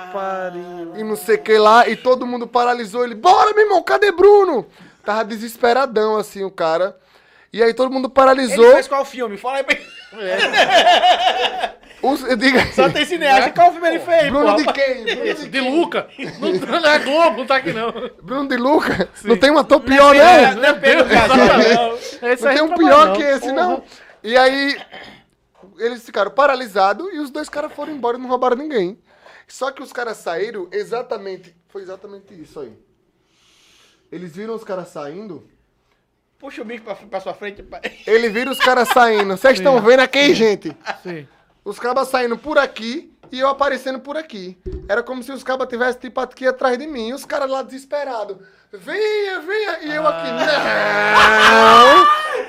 e não sei o que lá, e todo mundo paralisou ele. Bora, meu irmão, cadê Bruno? Tava desesperadão, assim, o cara. E aí todo mundo
Ele
paralisou.
fez qual filme? Fala aí pra mim.
Os, diga aí.
Só tem cineasta. Qual filme ele fez,
Bruno
Né? pô?
de quem? Bruno de
Esse, de Luca. Não, não é Globo, não tá aqui não.
Bruno de Luca? Não tem um ator pior,
É,
não?
não é Pedro Casal, não.
Esse
Não
aí
tem um
não
pior
trabalha,
que
não.
esse, não. E aí, eles ficaram paralisados e os dois caras foram embora e não roubaram ninguém. Só que os caras saíram exatamente. Foi exatamente isso aí. Eles viram os caras saindo.
Puxa o bicho pra, pra sua frente. pra-
Eles viram os caras saindo. Vocês estão vendo aqui, gente?
Sim.
Os cabas saindo por aqui E eu aparecendo por aqui. Era como se os cabas tivessem tipo aqui atrás de mim. E os caras lá desesperados. Venha, venha. E eu aqui, não.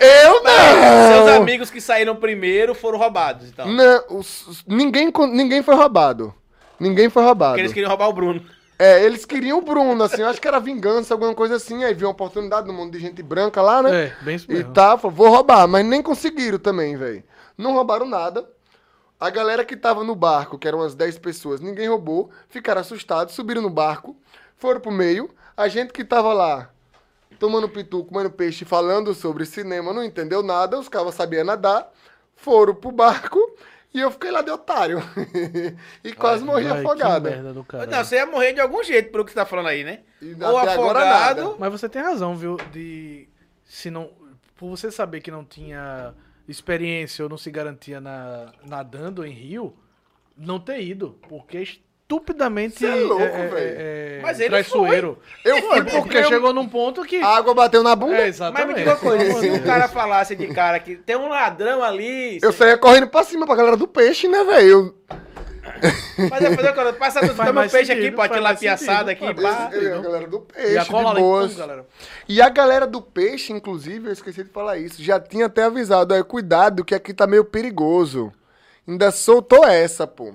Eu não.
Seus amigos que saíram primeiro foram roubados, então.
Não, os- os- ninguém, con- ninguém foi roubado. Ninguém foi roubado.
Porque eles queriam roubar o Bruno.
É, eles queriam o Bruno, assim, eu acho que era vingança, alguma coisa assim. Aí viu uma oportunidade no mundo de gente branca lá, né?
É, bem isso
E
mesmo.
tá, falou, vou roubar, mas nem conseguiram também, velho. Não roubaram nada. A galera que tava no barco, que eram umas 10 pessoas, ninguém roubou, ficaram assustados, subiram no barco, foram pro meio. A gente que tava lá tomando pitu, comendo peixe, falando sobre cinema, não entendeu nada, os caras sabiam nadar, foram pro barco e eu fiquei lá de otário. e quase morri
Ai, que
afogado.
merda do caralho.
Não, você ia morrer de algum jeito, pelo que você tá falando aí, né?
E
Ou
até agora
afogado.
Mas você tem razão, viu? De. Se não. Por você saber que não tinha experiência ou não se garantia na, nadando em rio, não ter ido. Porque é estupidamente.
Você é louco,
é,
velho.
é, é,
Mas ele
traiçoeiro.
Eu Ah, fui
Porque, chegou num ponto que.
A água bateu na bunda,
é,
Mas
exatamente.
me diga uma coisa, se
Pelo amor
o
de
cara falasse de cara que tem um ladrão ali,
eu saía correndo pra cima pra galera do peixe, né, velho?
mas eu fazer quando passa tudo,
Faz
toma um
mais
peixe
sentido,
aqui, pode
faz
tirar
mais
piaçada
sentido,
aqui,
pô,
pá.
mas-
Eu, a galera do
Deus. E a
peixe,
cola
de
lá em
boas.
tudo, galera.
E a galera do peixe, inclusive, eu esqueci de falar isso, já tinha até avisado, é, cuidado que aqui tá meio perigoso. Ainda soltou essa, pô.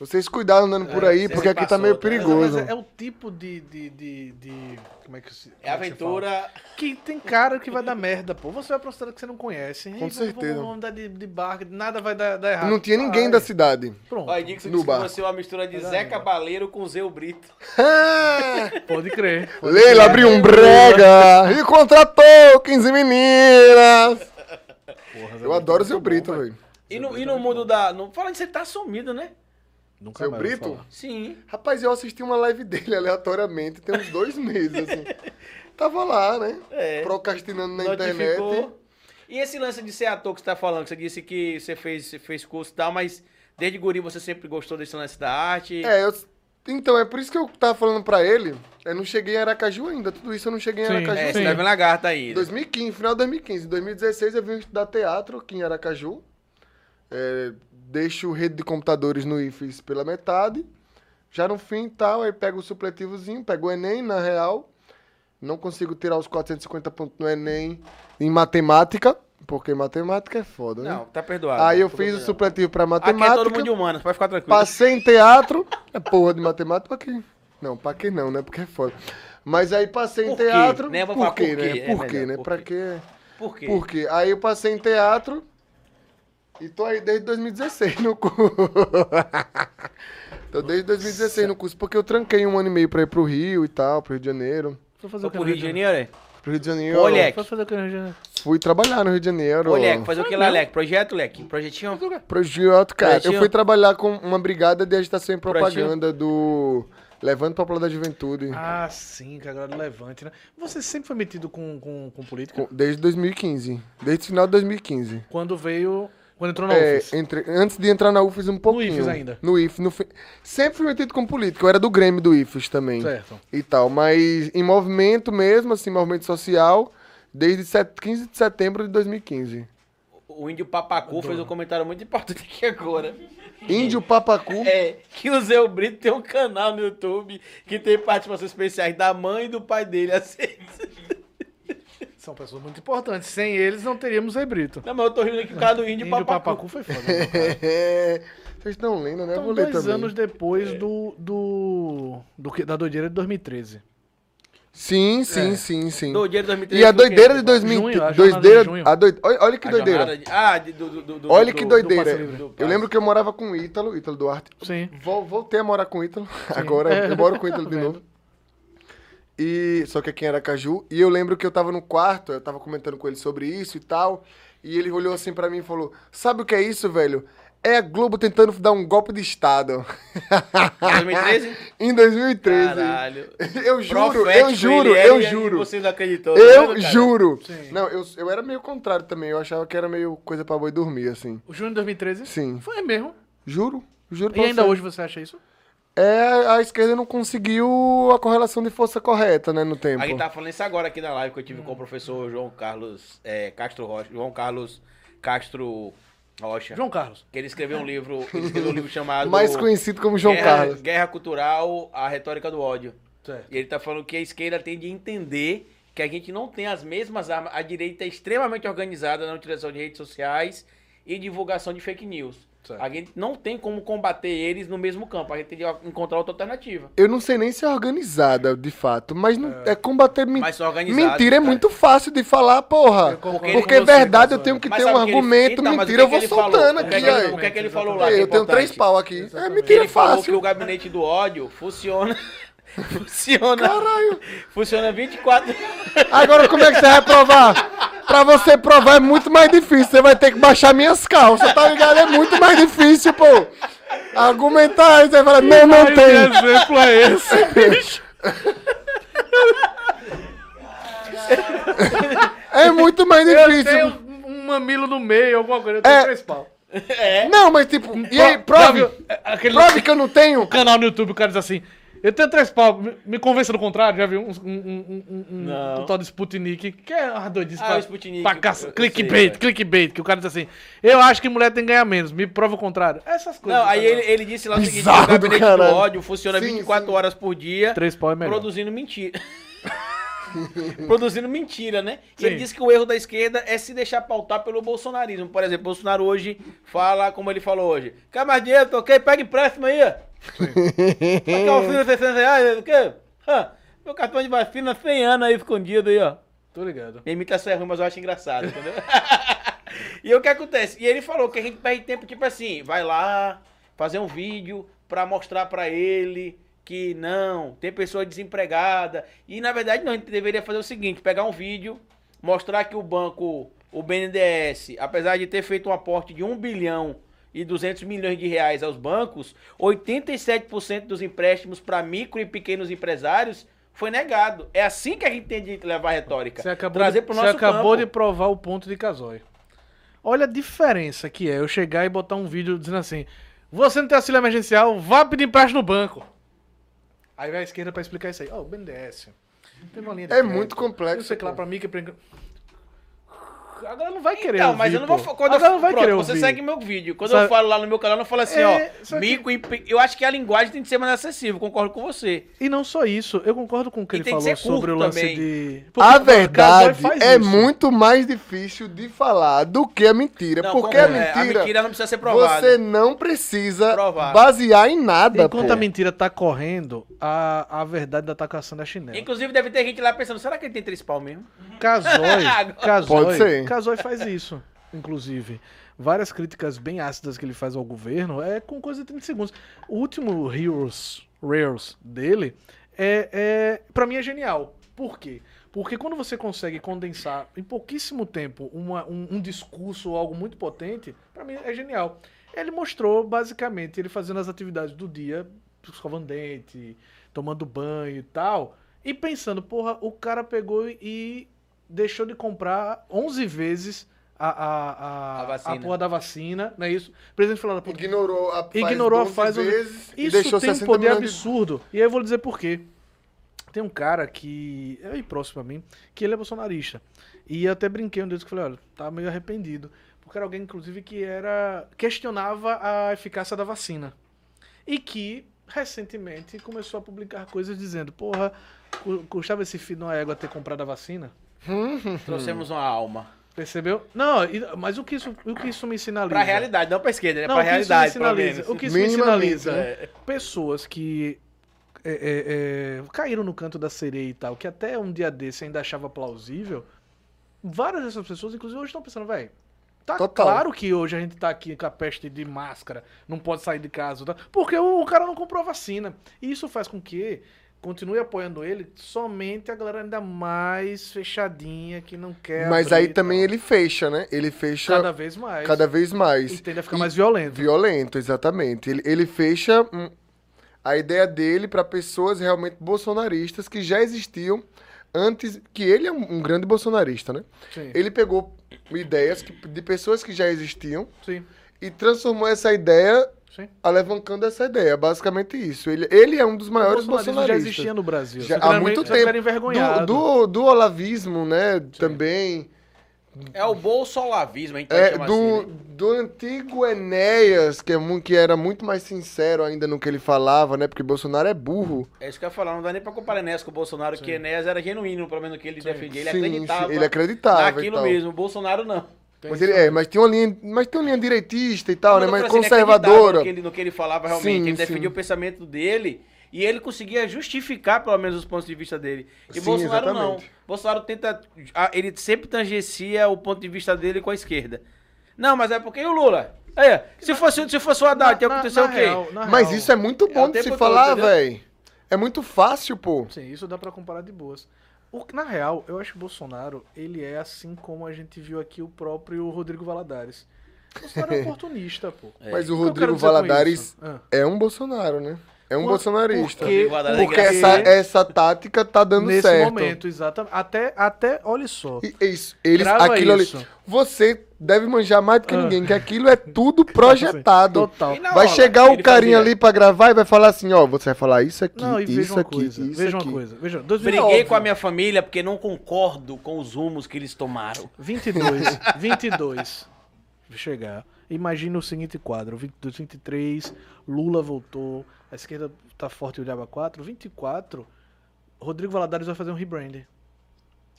Vocês cuidado andando por aí,
É, você
porque
se
aqui tá
passou,
meio
tá?
perigoso.
Mas é, é o tipo de. de, de, de- como é que se. como
É
que se
aventura.
fala? Que tem cara que vai dar merda, pô. Você vai pra uma cidade que você não conhece. Ei, vamos-
certeza.
Vamos, vamos dar de, de barco, nada vai dar,
é
dar
um
errado.
Não tinha ninguém da
cidade.
cidade.
Pronto.
Olha, Dixon
No
disse que
barco.
você é uma mistura de
Era
Zé
mesmo.
Cabaleiro com Zé Brito.
Pode crer. pode
é.
Leila
crer.
abriu um brega e contratou 15 meninas.
Porra, Zé
Eu adoro o
Brito é
Zio
muito
Brito,
bom,
velho.
E no, e
é
no mundo da. No, falando que você tá sumido, né?
Nunca
Seu
mais vou
Brito?
falar.
Sim.
Rapaz, eu assisti uma live dele aleatoriamente, tem uns dois meses, assim. Tava lá, né?
É.
Procrastinando na internet.
Notificou. E esse lance de ser ator que você tá falando, que você disse que você fez, você fez curso e tal, mas desde guri você sempre gostou desse lance da arte.
É, eu... Então, é por isso que eu tava falando pra ele, eu não cheguei em Aracaju ainda, tudo isso eu não cheguei em
Sim.
Aracaju.
É,
ainda.
você tá vendo lagarta aí. né?
2015, final de 2015. Em 2016 eu vim estudar teatro aqui em Aracaju. É, deixo rede de computadores no IFES pela metade. Já no fim e tal, aí pego o supletivozinho, pego o Enem, na real. Não consigo tirar os 450 pontos no Enem em matemática, porque matemática é foda, né?
Não, tá perdoado.
Aí eu
Tudo
fiz o
bem.
supletivo pra
Aqui
matemática.
é todo mundo de humano, pode ficar tranquilo.
Passei em teatro. É porra de matemática pra quê? Não, pra que não, né? Porque é foda. Mas aí passei em
Por quê,
teatro.
né? Vou
Por
falar
quê,
por quê,
né?
é
Por quê,
melhor,
né?
por
Pra
quê.
quê?
Por quê?
Por quê? Aí eu passei em teatro. E tô aí desde 2016 no curso. tô desde 2016 no curso, porque eu tranquei um ano e meio pra ir pro Rio e tal, pro Rio de Janeiro.
Foi fazer
Foi
o que
pro
no
Rio de Janeiro, é?
Pro Rio de Janeiro.
Olha, Janeiro?
Foi fazer o que no Rio de Janeiro?
Fui trabalhar no Rio de Janeiro.
Ô, Leque, fazer o que lá, Leque? Projeto, Leque? Projetinho?
Projeto, cara. Eu
Projetinho?
fui trabalhar com uma brigada de agitação e
Projetinho?
propaganda do Levando Popular da Juventude.
Ah, sim, que agora levante, né? Você sempre foi metido com, com, com política?
Com- Desde 2015. Desde o final de 2015.
Quando veio. Quando entrou na
É,
UFES.
entre, antes de entrar na UFES um pouquinho.
IFES ainda.
No IFES. No, fi- sempre fui metido com política. Eu era do Grêmio do IFES também.
Certo.
E tal. Mas em movimento mesmo, assim, movimento social, desde set- 15 de setembro de 2015.
O índio Papacu fez um comentário muito importante aqui agora.
Índio Papacu.
É, que o Zé Brito tem um canal no YouTube que tem participações especiais da mãe e do pai dele. assim.
São pessoas muito importantes. Sem eles não teríamos Zé Brito.
Não, mas eu tô rindo aqui por causa do índio,
Índio
Papacu.
Papacu foi foda. né, cara?
É. Vocês estão lendo, né? Eu
Então,
vou ler
dois
também.
anos depois do, do, do que- da doideira de 2013. É.
Sim, sim, sim, sim.
Doideira de 2013.
E a doideira de
Junho, a
2013.
jornada de
doideira-
junho.
a doide- Olha olha que
A
doideira.
jornada de- Ah, de- do, do, do- do-
Olha
do-
que
do-
doideira.
Passe Livre.
Eu lembro que eu morava com o Ítalo, Ítalo Duarte.
Sim.
Vol- voltei a morar com o Ítalo. Agora eu moro com o Ítalo de
Tá
novo. E, só que aqui em Aracaju. E eu lembro que eu tava no quarto, eu tava comentando com ele sobre isso e tal. E ele olhou assim pra mim e falou: Sabe o que é isso, velho? É a Globo tentando dar um golpe de Estado.
2013?
em 2013.
Caralho.
Eu juro, eu
Profético
juro,
ele
eu
é, e
juro.
Você não acreditou. tá vendo,
Eu
cara?
juro.
Sim.
Não, eu, eu era meio contrário também. Eu achava que era meio coisa pra boi dormir, assim.
O junho de 2013?
Sim.
Foi mesmo.
Juro, juro
E
pra
ainda
você.
hoje você acha isso?
É, a esquerda não conseguiu a correlação de força correta, né, no tempo.
A gente tava falando isso agora aqui na live que eu tive com o professor João Carlos é, Castro Rocha. João Carlos Castro Rocha.
João Carlos.
Que ele escreveu um livro, ele escreveu um livro chamado
Mais conhecido como João
Guerra,
Carlos.
Guerra Cultural, a retórica do ódio.
Certo.
E ele tá falando que a esquerda tem de entender que a gente não tem as mesmas armas. A direita é extremamente organizada na utilização de redes sociais e divulgação de fake news.
Certo.
A gente não tem como combater eles no mesmo campo. A gente tem de encontrar outra alternativa.
Eu não sei nem se é organizada, de fato, mas não, é combater men-
Mas organizado.
mentira é
tá?
muito fácil de falar, porra.
Eu concordo
Porque,
com
é
você,
verdade, eu
Cassandra.
tenho que
Mas
ter um
sabe o que ele-
argumento,
Então, mas
mentira, eu
o que
vou
é que ele falou?
soltando
O que é
aqui,
que ele-
aí.
O que é que ele
aí.
falou lá?
Eu
que é
tenho três
importante?
pau aqui. É
Exatamente.
mentira
ele falou que
fácil.
o gabinete do ódio funciona. funciona.
Caralho.
Funciona 24.
Agora como é que você vai provar? Pra você provar é muito mais difícil. Você vai ter que baixar minhas calças, tá ligado? É muito mais difícil, pô. Argumentar, aí você fala, não, não
Que
tem.
exemplo é esse?
É muito mais
Eu
difícil.
tenho um mamilo no meio, alguma coisa. Eu tenho
É.
três pau.
Não, mas tipo, e aí, prove.
Prove- é, Aquele
Prove que eu não tenho.
canal no YouTube, o cara diz assim. Eu tenho três pau, me- me convença do contrário, já viu um, um, um, um,
Não.
um tal de Sputnik, que é uma doidice
Ah,
pra,
o Sputnik,
pra
eu-
caça,
eu sei,
clickbait,
velho.
clickbait, que o cara diz assim, eu acho que mulher tem que ganhar menos, me prova o contrário. Essas coisas.
Não, aí
cara.
ele, ele disse lá o seguinte:
Bizarro
o
do
gabinete do,
caralho.
ódio funciona
Sim,
24
sim.
horas por dia,
Três pau é melhor.
produzindo mentira. produzindo mentira, né? E
Sim.
ele disse que o erro da esquerda é se deixar pautar pelo bolsonarismo. Por exemplo, Bolsonaro hoje fala como ele falou hoje: quer mais dinheiro, toquei, pega empréstimo aí. ó. Pra que auxílio 600 reais, o quê? Hã? Meu cartão de vacina 100 anos aí escondido aí, ó.
Tô ligado.
Minha imitação é ruim, mas eu acho engraçado, entendeu? e o que acontece? E ele falou que a gente perde tempo, tipo assim, vai lá, fazer um vídeo pra mostrar pra ele que não, tem pessoa desempregada. E na verdade não, a gente deveria fazer o seguinte, pegar um vídeo, mostrar que o banco, o BNDES, apesar de ter feito um aporte de 1 bilhão e 200 milhões de reais aos bancos, 87% dos empréstimos pra micro e pequenos empresários foi negado. É assim que a gente tem de levar a retórica.
Você acabou,
trazer
de,
pro
você
nosso
acabou de
campo.
provar o ponto de Casói. Olha a diferença que é eu chegar e botar um vídeo dizendo assim: você não tem auxílio emergencial, vá pedir empréstimo no banco. Aí vai a esquerda pra explicar isso aí. Ó, o BNDES. Tem uma linha de
É
crédito,
muito complexo,
Não sei o que lá
pô.
pra mim que. Agora não vai querer.
Então, mas
ouvir,
eu não vou.
pô.
fa- Quando eu,
Agora não vai
pronto,
querer.
você
ouvir.
segue meu vídeo. Quando
Sabe-
eu falo lá no meu canal, eu não falo assim,
É, só
ó.
que-
Mico e. pe- Eu acho que a linguagem tem que ser mais acessível, concordo com você.
E não só isso, eu concordo com o
E
que ele
tem que
falou
ser curto
sobre o lance
também.
de.
A
Porque, mano, Casói
verdade
faz
é
isso.
muito mais difícil de falar do que a mentira.
Não,
porque a
concordo, é,
mentira,
a mentira não precisa ser provada.
você não precisa
Provada.
basear em nada,
Enquanto
pô.
a mentira tá correndo, a, a verdade ainda tá caçando a chinela.
Inclusive, deve ter gente lá pensando, será que ele tem três pau mesmo?
Casói,
Agora-
Pode
Casói,
ser.
Casói faz isso, inclusive. Várias críticas bem ácidas que ele faz ao governo é com coisa de 30 segundos. O último Heroes, Rails dele, é, é para mim é genial. Por quê? Porque quando você consegue condensar em pouquíssimo tempo uma- um, um discurso ou algo muito potente, pra mim é genial. Ele mostrou basicamente ele fazendo as atividades do dia, escovando dente, tomando banho e tal, e pensando, porra, o cara pegou e deixou de comprar 11 vezes a, a, a,
A vacina.
porra da vacina, não é isso? O presidente falou, "Puta,
Ignorou a faz
Ignorou a
12
faz- um-
vezes e
isso
deixou
tem um
60
poder
milhões de-
absurdo. E aí eu vou dizer por quê. Tem um cara que é aí próximo a mim, que ele é bolsonarista. E eu até brinquei um dia que eu falei, olha, tá meio arrependido. Porque era alguém, inclusive, que era questionava a eficácia da vacina. E que, recentemente, começou a publicar coisas dizendo, porra, cu- custava esse filho de uma égua ter comprado a vacina?
Uhum.
Trouxemos uma alma.
Percebeu? Não, e- mas o que isso, o que isso me sinaliza?
Pra realidade, não pra esquerda, né?
Não,
pra
o que isso me
realidade, pelo
sinaliza?
menos.
O que isso me
Minimamente,
sinaliza? é
né?
pessoas que é, é, é, caíram no canto da sereia e tal, que até um dia desse ainda achava plausível, várias dessas pessoas, inclusive, hoje estão pensando, velho. Tá
Total.
claro que hoje a gente tá aqui com a peste de máscara, não pode sair de casa, tá? porque o, o cara não comprou a vacina. E isso faz com que continue apoiando ele somente a galera ainda mais fechadinha, que não quer.
Mas
abrir
aí
e
também
tal.
ele fecha, né? Ele fecha
Cada
cada,
vez Então. mais.
vez
E
mais.
tende a ficar
E-
mais violento.
Violento, exatamente. Ele, ele fecha hum, a ideia dele para pessoas realmente bolsonaristas que já existiam antes. Que ele é um, um grande bolsonarista, né?
Sim.
Ele pegou ideias que- de pessoas que já existiam
Sim.
e transformou essa ideia,
Sim.
alavancando essa ideia. É Basicamente isso. Ele, ele é um dos maiores
o bolsonarismo já
bolsonaristas.
existia no Brasil.
Já-
só que
há
era
muito
meio- só que
tempo.
Era envergonhado.
Do, do, do olavismo, né? Também.
É o bolsolavismo, a gente pode
É,
chamar
do,
assim, né?
do antigo Enéas, que, é, mu- que era muito mais sincero ainda no que ele falava, né? Porque Bolsonaro é burro.
É isso que eu ia falar, não dá nem pra comparar Enéas com o Bolsonaro, que Enéas era genuíno, pelo menos no que ele defendia. Ele
Sim,
acreditava
sim, ele acreditava e
naquilo
tal.
mesmo, o Bolsonaro não.
Tem
Mas,
isso
ele, é, mas, tem uma linha, mas tem uma linha direitista e tal, né?
Quando eu
Mas
falo assim, ele acreditava
conservadora.
No que, ele, no que ele falava realmente,
Sim,
ele defendia
sim.
o pensamento dele e ele conseguia justificar pelo menos os pontos de vista dele. E
Sim,
Bolsonaro não.
exatamente.
Bolsonaro tenta. ah, Ele sempre tangencia o ponto de vista dele com a esquerda. Não, mas é porque e o Lula? Aí, ó, se, fosse, se fosse o Haddad, ia acontecer o quê?
Mas isso é muito bom
o
de se
tempo todo,
falar,
entendeu?
velho. É muito fácil, pô.
Sim, isso dá pra comparar de boas. O que, na real, eu acho que o Bolsonaro, ele é assim como a gente viu aqui o próprio Rodrigo Valadares. O Bolsonaro é oportunista, pô.
É.
Mas o
O que eu
Rodrigo
quero dizer com
Valadares
isso? Ah.
é um Bolsonaro, né? É um
Por-
bolsonarista.
Porque,
Rodrigo Valadares é
Porque
engraçado.
essa, essa tática tá dando
nesse
certo.
momento, exatamente. Até, até, olha só.
E- é isso, eles,
Grava
aquilo
isso.
ali. Você deve manjar mais do que
Ah.
ninguém, que aquilo é tudo projetado.
Total.
E na
Vai
aula,
chegar o
ele
carinha
fazia,
ali pra gravar e vai falar assim, ó, você vai falar isso aqui,
Não, e veja
isso
uma
aqui,
coisa.
isso
Veja
aqui.
uma coisa. Veja, 2009,
Briguei com a minha família porque não concordo com os rumos que eles tomaram.
22, 22. Vou chegar. Imagina o seguinte quadro: 22, 23, Lula voltou, a esquerda tá forte e o Diaba 4. 24, Rodrigo Valadares vai fazer um rebranding.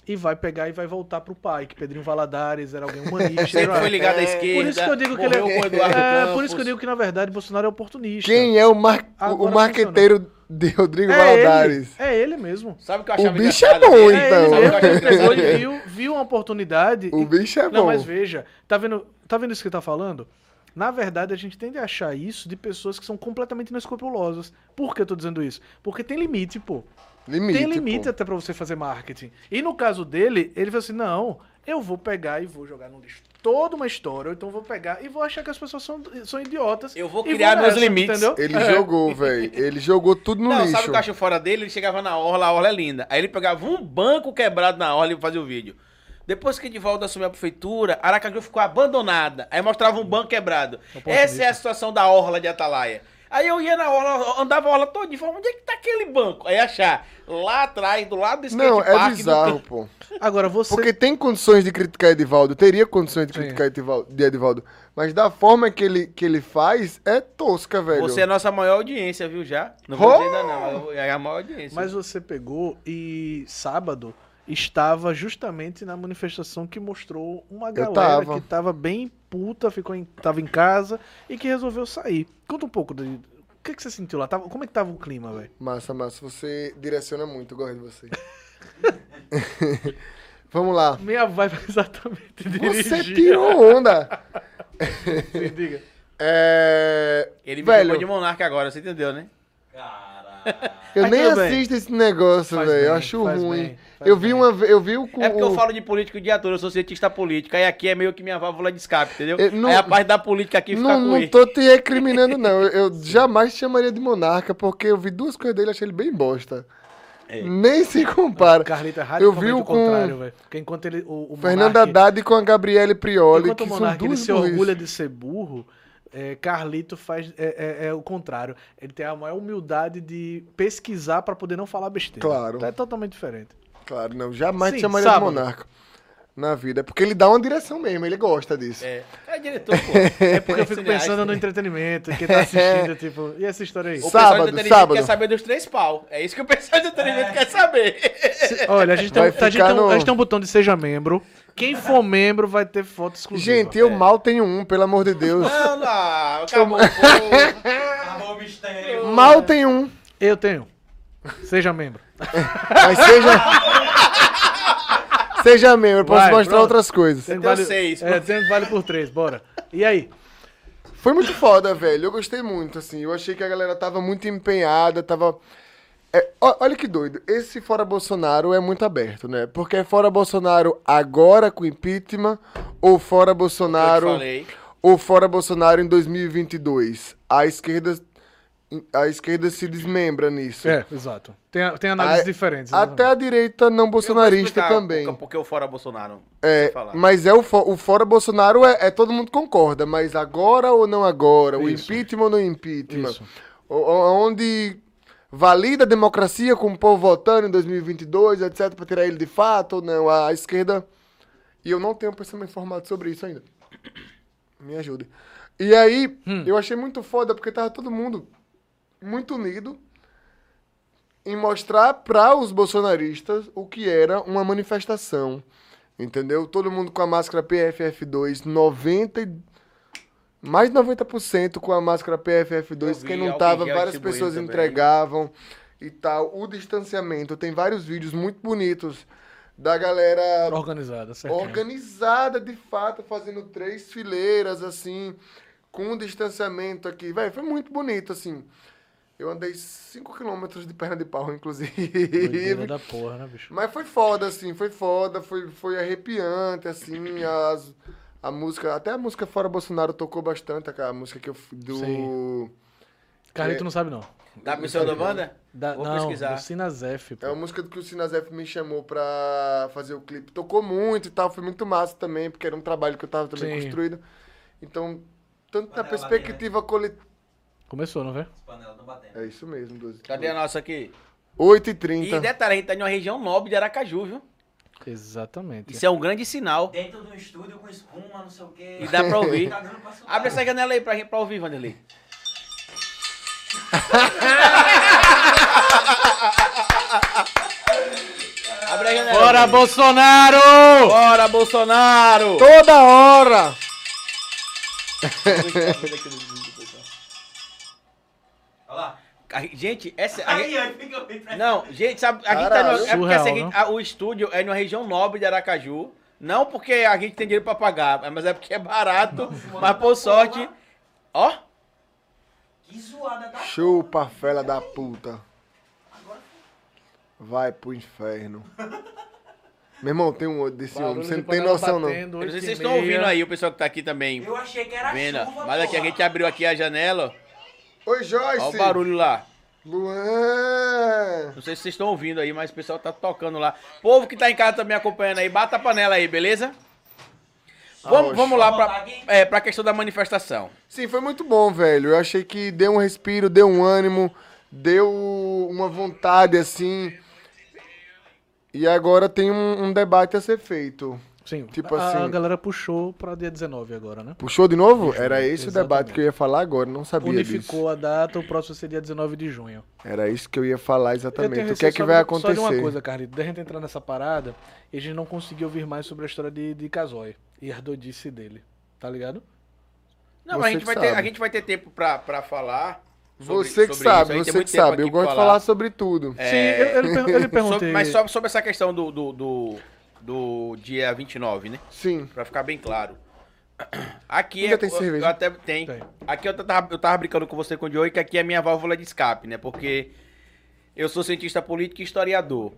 E vai pegar e vai voltar pro pai, que Pedrinho Valadares era alguém humanista.
Sempre
era-
foi ligado à esquerda.
Por isso que eu digo que ele
morreu com
é.
o Eduardo
é, por isso
Campos.
que eu digo que, na verdade, Bolsonaro é oportunista.
Quem é o, mar... o
Agora
marqueteiro de Rodrigo
é ele,
Valadares?
é ele mesmo.
Sabe o que eu achava
O bicho é
engraçado
bom,
dele?
hein?
É,
Então.
Sabe o que eu achava
ele mesmo.
engraçado
Ele
dele?
viu, viu uma oportunidade
O
e
bicho é
Não,
bom.
mas veja, tá vendo, tá vendo isso que ele tá falando? Na verdade, a gente tende a achar isso de pessoas que são completamente inescrupulosas. Por que eu tô dizendo isso? Porque tem limite, pô.
Limite,
tem limite
pô.
até pra você fazer marketing. E no caso dele, ele falou assim: não, eu vou pegar e vou jogar no lixo toda uma história, ou então vou pegar e vou achar que as pessoas são, são idiotas.
Eu vou
e
criar meus
nessa,
limites.
Ele
É.
jogou, velho. Ele jogou tudo no
não,
lixo.
sabe o que eu acho fora dele? Ele chegava na orla, a orla é linda. Aí ele pegava um banco quebrado na orla e fazia o vídeo. Depois que Edivaldo assumiu a prefeitura, Aracaju ficou abandonada. Aí mostrava um banco quebrado. Essa é a situação da orla de Atalaia. Aí eu ia na orla, andava a orla toda e falava, onde é que tá aquele banco? Aí achar, lá atrás, do lado do skate
Não, é
park, do
bizarro,
can-
pô.
Agora você.
Porque tem condições de criticar Edivaldo, teria condições de criticar Edivaldo, de Edivaldo. Mas da forma que ele, que ele faz, é tosca, velho.
Você é a nossa maior audiência, viu, já? Não vou
Oh!
dizer ainda não, é a maior audiência.
Mas você pegou e sábado estava justamente na manifestação que mostrou uma galera
tava.
que estava bem puta, ficou em, tava em casa e que resolveu sair. Conta um pouco de, o que, que você sentiu lá? Tava- como é que tava o clima, velho?
Massa, massa. Você direciona muito, eu gosto de você. Vamos lá.
Minha vibe é exatamente
Você
dirigir.
tirou onda.
Sim, diga.
É...
Ele me
Velho.
chamou de monarca agora, você entendeu, né?
Caralho.
Eu
Mas
nem
tudo bem.
assisto esse negócio,
Faz
velho. Eu
bem,
acho
faz
ruim.
bem, faz
eu vi
bem.
uma vez, eu vi o... cu-
É porque eu falo de política o dia todo, eu sou cientista político. Aí aqui é meio que minha válvula de escape, entendeu?
Eu não-
Aí a parte da política aqui fica
Não,
com
não
ele.
tô te recriminando, não. Eu, eu jamais te chamaria de monarca, porque eu vi duas coisas dele e achei ele bem bosta.
É.
Nem se compara.
Carlita é
eu vi
radicalmente
o
o
com-
contrário, velho. Porque enquanto ele. O, o
Fernando
Monark-
Haddad com a Gabriele Prioli,
Enquanto
que
o
são
Monark ele
duas
se
burrice.
orgulha de ser burro, é, Carlito faz é, é- é o contrário. Ele tem a maior humildade de pesquisar pra poder não falar besteira.
Claro.
Então é totalmente diferente.
Claro, não, jamais te
Sim,
chamaria
sábado.
de monarca na vida. É porque ele dá uma direção mesmo, ele gosta disso.
É. É diretor, pô. É
Porque eu fico pensando no entretenimento, quem tá
É.
assistindo, tipo, e essa história aí?
O pessoal
Sábado,
do entretenimento
sábado.
quer saber dos três pau. É isso que o pessoal do entretenimento quer saber.
Se- Olha, a gente, tem,
Vai
um- a, gente
ficar
tem um,
no-
a gente tem um botão de seja membro. Quem for membro vai ter foto exclusiva.
Gente, eu mal tenho um, pelo amor de Deus.
Não, não. Acabou. pô.
Acabou o mistério.
mal tenho um.
eu tenho. Seja membro.
Mas seja. seja membro, eu posso
Vai,
mostrar
pronto.
outras coisas.
Tem
tenho seis,
É,
mano.
tem vale por três, bora. E aí?
Foi muito foda, velho. Eu gostei muito, assim. Eu achei que a galera tava muito empenhada, tava. É, ó- olha que doido. Esse fora Bolsonaro é muito aberto, né? Porque é fora Bolsonaro agora com impeachment ou fora Bolsonaro.
Eu te falei.
Ou fora Bolsonaro em 2022. A esquerda, a esquerda se desmembra nisso.
É, exato. Tem, tem análises
A-
diferentes.
Até a direita não bolsonarista
Eu vou explicar
também.
por- Porque eu fora Bolsonaro.
É,
Vou falar.
mas é o, fo- o fora Bolsonaro é, é todo mundo concorda, mas agora ou não agora? O
Isso.
impeachment ou não impeachment?
Isso.
O- o- onde valida a democracia com o povo votando em 2022, etc., para tirar ele de fato ou não? A, esquerda E eu não tenho um pensamento formado sobre isso ainda. Me ajude. E aí,
Hum.
eu achei muito foda, porque tava todo mundo muito unido em mostrar para os bolsonaristas o que era uma manifestação. Entendeu? Todo mundo com a máscara PFF2, 90 e- mais de 90% com a máscara PFF2,
Eu
quem
vi
não
álcool
tava,
em gel
várias
distribuindo
pessoas
também.
entregavam e tal. O distanciamento, tem vários vídeos muito bonitos da galera
Organizada, certo?
organizada de fato, fazendo três fileiras assim, com um distanciamento aqui. Véi, foi muito bonito assim. Eu andei 5 km de perna de pau, inclusive.
Doideira da porra, né, bicho?
Mas foi foda, assim, foi foda, foi, foi arrepiante, assim, as, a música, até a música Fora Bolsonaro tocou bastante, a música que eu, f- do...
Sim. Carlito não sabe, não.
Da missão da banda?
Da,
Vou
é, não,
pesquisar. um
do Sinazef, pô.
É uma música que o Sinazef me chamou pra fazer o clipe. Tocou muito e tal, foi muito massa também, porque era um trabalho que eu tava também
Sim.
construído. Então, tanto na
Panela ali,
perspectiva coletiva...
Começou, não vê?
As panelas estão tá batendo.
É isso mesmo, 12.
Cadê a nossa aqui? E
8h30.
detalhe, a gente tá em uma região nobre de Aracaju, viu?
Exatamente.
Isso é um grande sinal.
Dentro de um estúdio com espuma, não sei o quê.
E dá pra ouvir.
Tá dando pra soltar.
Abre essa janela aí pra, gente- pra ouvir, Vanderlei. Abre a janela.
Bora, Bolsonaro!
Bora, Bolsonaro!
Toda hora!
Olha lá.
A gente- Gente, essa. a
Aí,
gente-
aí fica bem pra
Não, gente, sabe. A gente tá
Caralho.
numa- é porque
Surreal,
assim, a gente- a- o estúdio é numa região nobre de Aracaju. Não porque a gente tem dinheiro pra pagar, mas é porque é barato. mas por sorte. Ó,
Que zoada tá? da
Chupa, fela da puta. Vai pro inferno. Meu irmão, tem um outro desse homem, você não tem noção não.
eu não sei se vocês estão ouvindo aí o pessoal que tá aqui também.
Eu achei que era
Vendo,
chuva,
mas aqui a
porra.
gente abriu aqui a janela, ó.
Oi,
Ó o
Joyce!
barulho lá.
Luan!
Não sei se vocês estão ouvindo aí, mas o pessoal tá tocando lá. Povo que tá em casa também acompanhando aí, bata a panela aí, beleza? Vamos,
Aonde?
vamos lá pra,
Vamos lá,
é, pra questão da manifestação.
Sim, foi muito bom, velho. Eu achei que deu um respiro, deu um ânimo, deu uma vontade, assim. E agora tem um, um debate a ser feito.
Sim,
Tipo
a, a
assim-
galera puxou pra dia 19 agora, né?
Puxou de novo? Era esse o
Exatamente.
debate que eu ia falar agora, não sabia
Unificou a data, o próximo seria 19 de junho.
disso. Era isso que eu ia falar
Eu
exatamente. O
tenho
que é
receio
que
só
vai
de-
acontecer?
Só de uma coisa, Carlito, da gente entrar nessa parada, e a gente não conseguiu ouvir mais sobre a história de, de Casoy e a doidice dele, tá ligado?
Não, mas a
Você
gente,
que
vai ter, a
sabe.
gente vai ter tempo pra, pra falar. sobre-
você que
sobre isso.
sabe,
A gente tem
você
muito
que
tempo
sabe.
aqui
Eu
pra
gosto de falar sobre tudo.
Sim, eu, eu, lhe per- eu lhe
Sobre-
perguntei.
mas É. só sobre essa questão do, do, do, do dia 29, né?
Sim.
Pra ficar bem claro. Aqui
Ainda
é-
tem
eu-
cerveja?
eu até tem.
Tem.
Aqui eu tava, eu tava brincando com você com o Joey que aqui é a minha válvula de escape, né? Porque eu sou cientista político e historiador.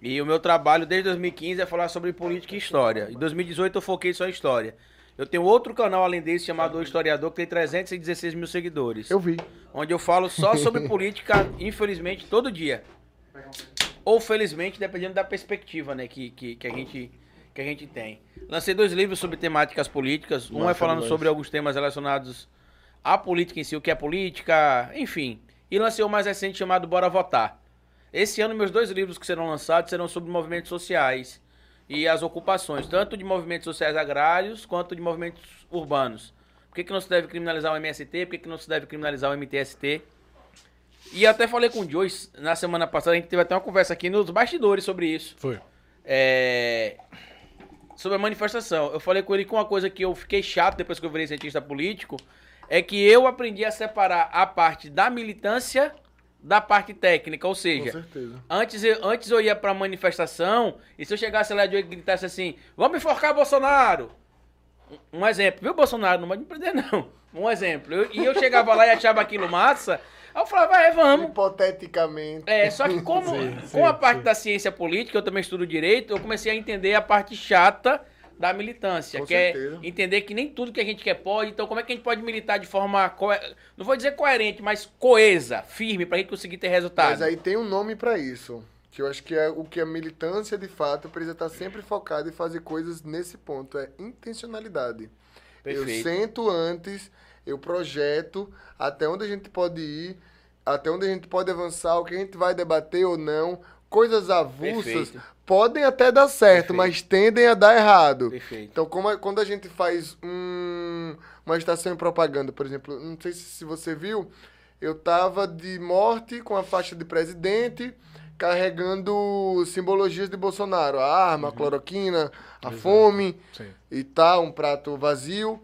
E o meu trabalho desde 2015 é falar sobre política e história. Em 2018 eu foquei só em história. Eu tenho outro canal além desse chamado O Historiador que tem 316 mil seguidores
Eu vi.
onde eu falo só sobre política, infelizmente, todo dia. Ou felizmente, dependendo da perspectiva, né, que, que, que a, gente, que a gente tem. Lancei dois livros sobre temáticas políticas. Um é
Massa
falando
demais.
sobre alguns temas relacionados à política em si, o que é política, enfim. E lancei o mais recente chamado Bora Votar. Esse ano, meus dois livros que serão lançados serão sobre movimentos sociais e as ocupações, tanto de movimentos sociais agrários quanto de movimentos urbanos. Por que, que não se deve criminalizar o MST? Por que, que não se deve criminalizar o MTST? E eu até falei com o Joyce na semana passada, a gente teve até uma conversa aqui nos bastidores sobre isso.
Foi.
É, Sobre a manifestação. Eu falei com ele que uma coisa que eu fiquei chato depois que eu virei cientista político é que eu aprendi a separar a parte da militância da parte técnica, ou
Com
seja,
certeza.
Antes eu, antes eu ia pra manifestação, e se eu chegasse lá de hoje e gritasse assim, vamos enforcar Bolsonaro! Um- Um exemplo, viu, Bolsonaro? Não pode me prender, não. Um exemplo. Eu- e eu chegava lá e achava aquilo massa, aí eu falava, é, vamos.
Hipoteticamente.
É, só que como
Sim, sim,
com a parte
sim.
da ciência política, eu também estudo direito, eu comecei a entender a parte chata da militância,
Com
que
certeza.
é entender que nem tudo que a gente quer pode, então como é que a gente pode militar de forma, coe- não vou dizer coerente, mas coesa, firme, pra gente conseguir ter resultado.
Mas aí tem um nome pra isso. Que eu acho que é o que a militância, de fato, precisa estar sempre focada e fazer coisas nesse ponto. É intencionalidade.
Perfeito.
Eu sento antes, eu projeto até onde a gente pode ir, até onde a gente pode avançar, o que a gente vai debater ou não, coisas avulsas
Perfeito.
podem até dar certo,
Perfeito.
mas tendem a dar errado.
Perfeito.
Então, como a- quando a gente faz um- uma estação em propaganda, por exemplo, não sei se, se você viu, eu tava de morte com a faixa de presidente, carregando simbologias de Bolsonaro, a arma, a cloroquina, a fome
Sim.
e tal, um prato vazio.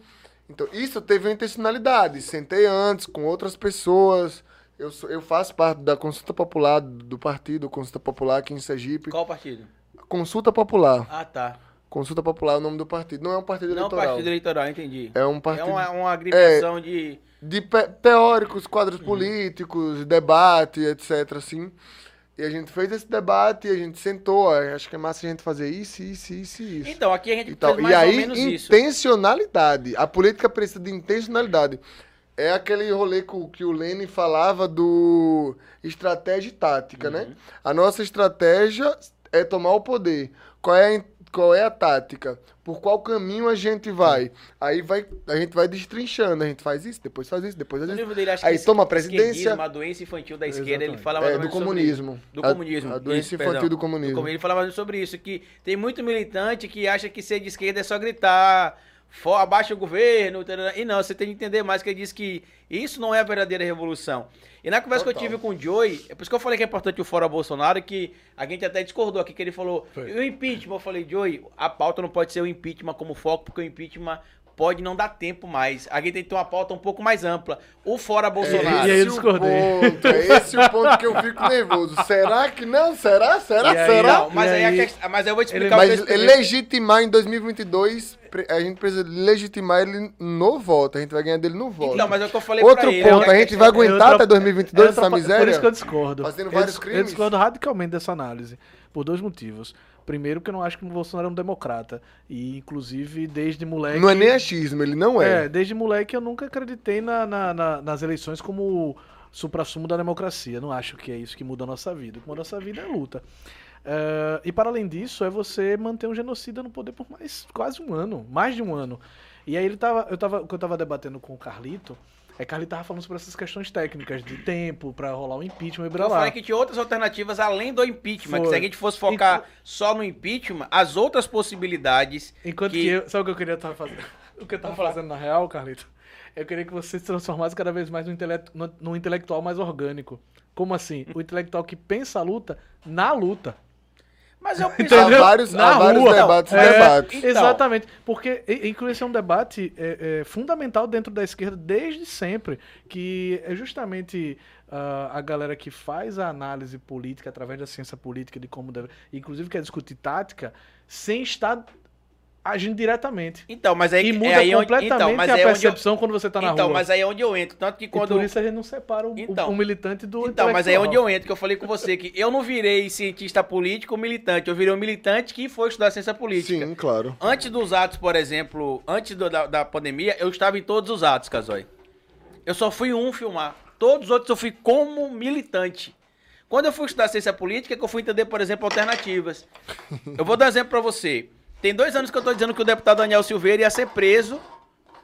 Então, isso teve uma intencionalidade. Sentei antes com outras pessoas. Eu, sou- eu faço parte da Consulta Popular, do partido Consulta Popular aqui em Sergipe.
Qual partido?
Consulta Popular.
Ah, tá.
Consulta Popular é o nome do partido. Não é um partido
Não
eleitoral.
partido eleitoral, entendi.
É um
É
partido É,
uma, uma agremiação de.
de pe- teóricos, quadros políticos, debate, etc, assim. E a gente fez esse debate, a gente sentou, ó, acho que é massa a gente fazer isso, isso, isso e isso.
Então, aqui a gente
E, tal.
fez
e
mais ou
aí,
menos isso.
intencionalidade. A política precisa de intencionalidade. É aquele rolê co- que o Lenin falava do estratégia e tática,
Uhum.
né? A nossa estratégia é tomar o poder. Qual é a, in- qual é a tática? Por qual caminho a gente vai? Aí vai, a gente vai destrinchando. A gente faz isso, depois faz isso, depois faz
No
isso.
livro dele, acho
Aí
que
toma a
esquerdismo,
presidência.
A doença infantil da esquerda, ele
Exatamente.
fala mais
É,
ou
do
menos sobre isso.
comunismo.
Do
A-
comunismo.
A, doença
Isso,
infantil
perdão.
do
Do
comunismo.
comunismo. Ele falava mais sobre isso, que tem muito militante que acha que ser de esquerda é só gritar, for, abaixa o governo, tarará. e não, você tem que entender mais que ele diz que isso não é a verdadeira revolução. E na conversa que eu
Total.
tive com o Joey, é por isso que eu falei que é importante o Fora Bolsonaro, que a gente até discordou aqui, que ele falou,
Foi.
"E o impeachment, eu falei, Joey, a pauta não pode ser o impeachment como foco, porque o impeachment... Pode não dar tempo mais. A gente tem que ter uma pauta um pouco mais ampla. O fora Bolsonaro.
E aí eu
é o
discordei.
ponto, é esse o ponto que eu fico nervoso. Será que não? Será? Será?
E aí,
será?
Não, mas
E
aí, a
aí-
questão- mas aí eu vou te
Ele-
explicar
Mas
o que eu
ele legitimar em 2022, pre- a gente precisa legitimar ele no voto. A gente vai ganhar dele no voto.
Não, mas é o que eu falei
Outro
pra ele.
ponto,
é
a
uma
gente
questão-
vai aguentar
outra-
até 2022
é outra
essa
pa-
miséria?
Por isso que eu discordo.
Fazendo
eu,
vários
dis- eu
crimes?
discordo radicalmente dessa análise, por dois motivos. Primeiro, que eu não acho que o Bolsonaro é um democrata. E, inclusive, desde moleque...
Não é nem achismo, ele não é.
É, desde moleque eu nunca acreditei na- na- na- nas eleições como supra-sumo da democracia. Não acho que é isso que muda a nossa vida. O que muda a nossa vida é a luta. Eh, e para além disso, é você manter um genocida no poder por mais quase um ano, mais de um ano. E aí ele tava, eu tava, o que eu tava debatendo com o Carlito, é que Carlito tava falando sobre essas questões técnicas de tempo para rolar o impeachment e blá
Eu
blá.
falei que tinha outras alternativas além do impeachment. Que
Foi. Então-
se a gente fosse focar só no impeachment, as outras possibilidades.
Enquanto que...
que-
eu. Sabe o que eu queria estar fazendo? O que eu tava fazendo na real, Carlito? Eu queria que você se transformasse cada vez mais num, intele- no- num intelectual mais orgânico. Como assim? O intelectual que pensa a luta na luta.
Mas eu penso.
Entendeu? vários- há vários debates
É.
e debates.
Então,
Exatamente. Porque, i- inclusive, esse é um debate é, é, fundamental dentro da esquerda desde sempre, que é justamente ah, a galera que faz a análise política através da ciência política, de como deve... Inclusive, quer discutir tática, sem estar agindo diretamente.
Então, mas aí
E muda
é aí onde-
completamente
então, mas
a
aí é onde eu-
percepção quando você tá na
então,
rua.
mas aí é onde eu entro. Tanto que
E
quando.
por isso a gente não separa o, o-
Então.
o militante do
Então, mas aí é onde
intelectual.
eu entro, que eu falei com você, que eu não virei cientista político militante, eu virei um militante que foi estudar ciência política.
Sim, claro.
Antes dos atos, por exemplo, antes do- da, da pandemia, eu estava em todos os atos, Casói. Eu só fui em um filmar. Todos os outros eu fui como militante. Quando eu fui estudar ciência política, é que eu fui entender, por exemplo, alternativas. Eu vou dar um exemplo pra você. Tem dois anos que eu tô dizendo que o deputado Daniel Silveira ia ser preso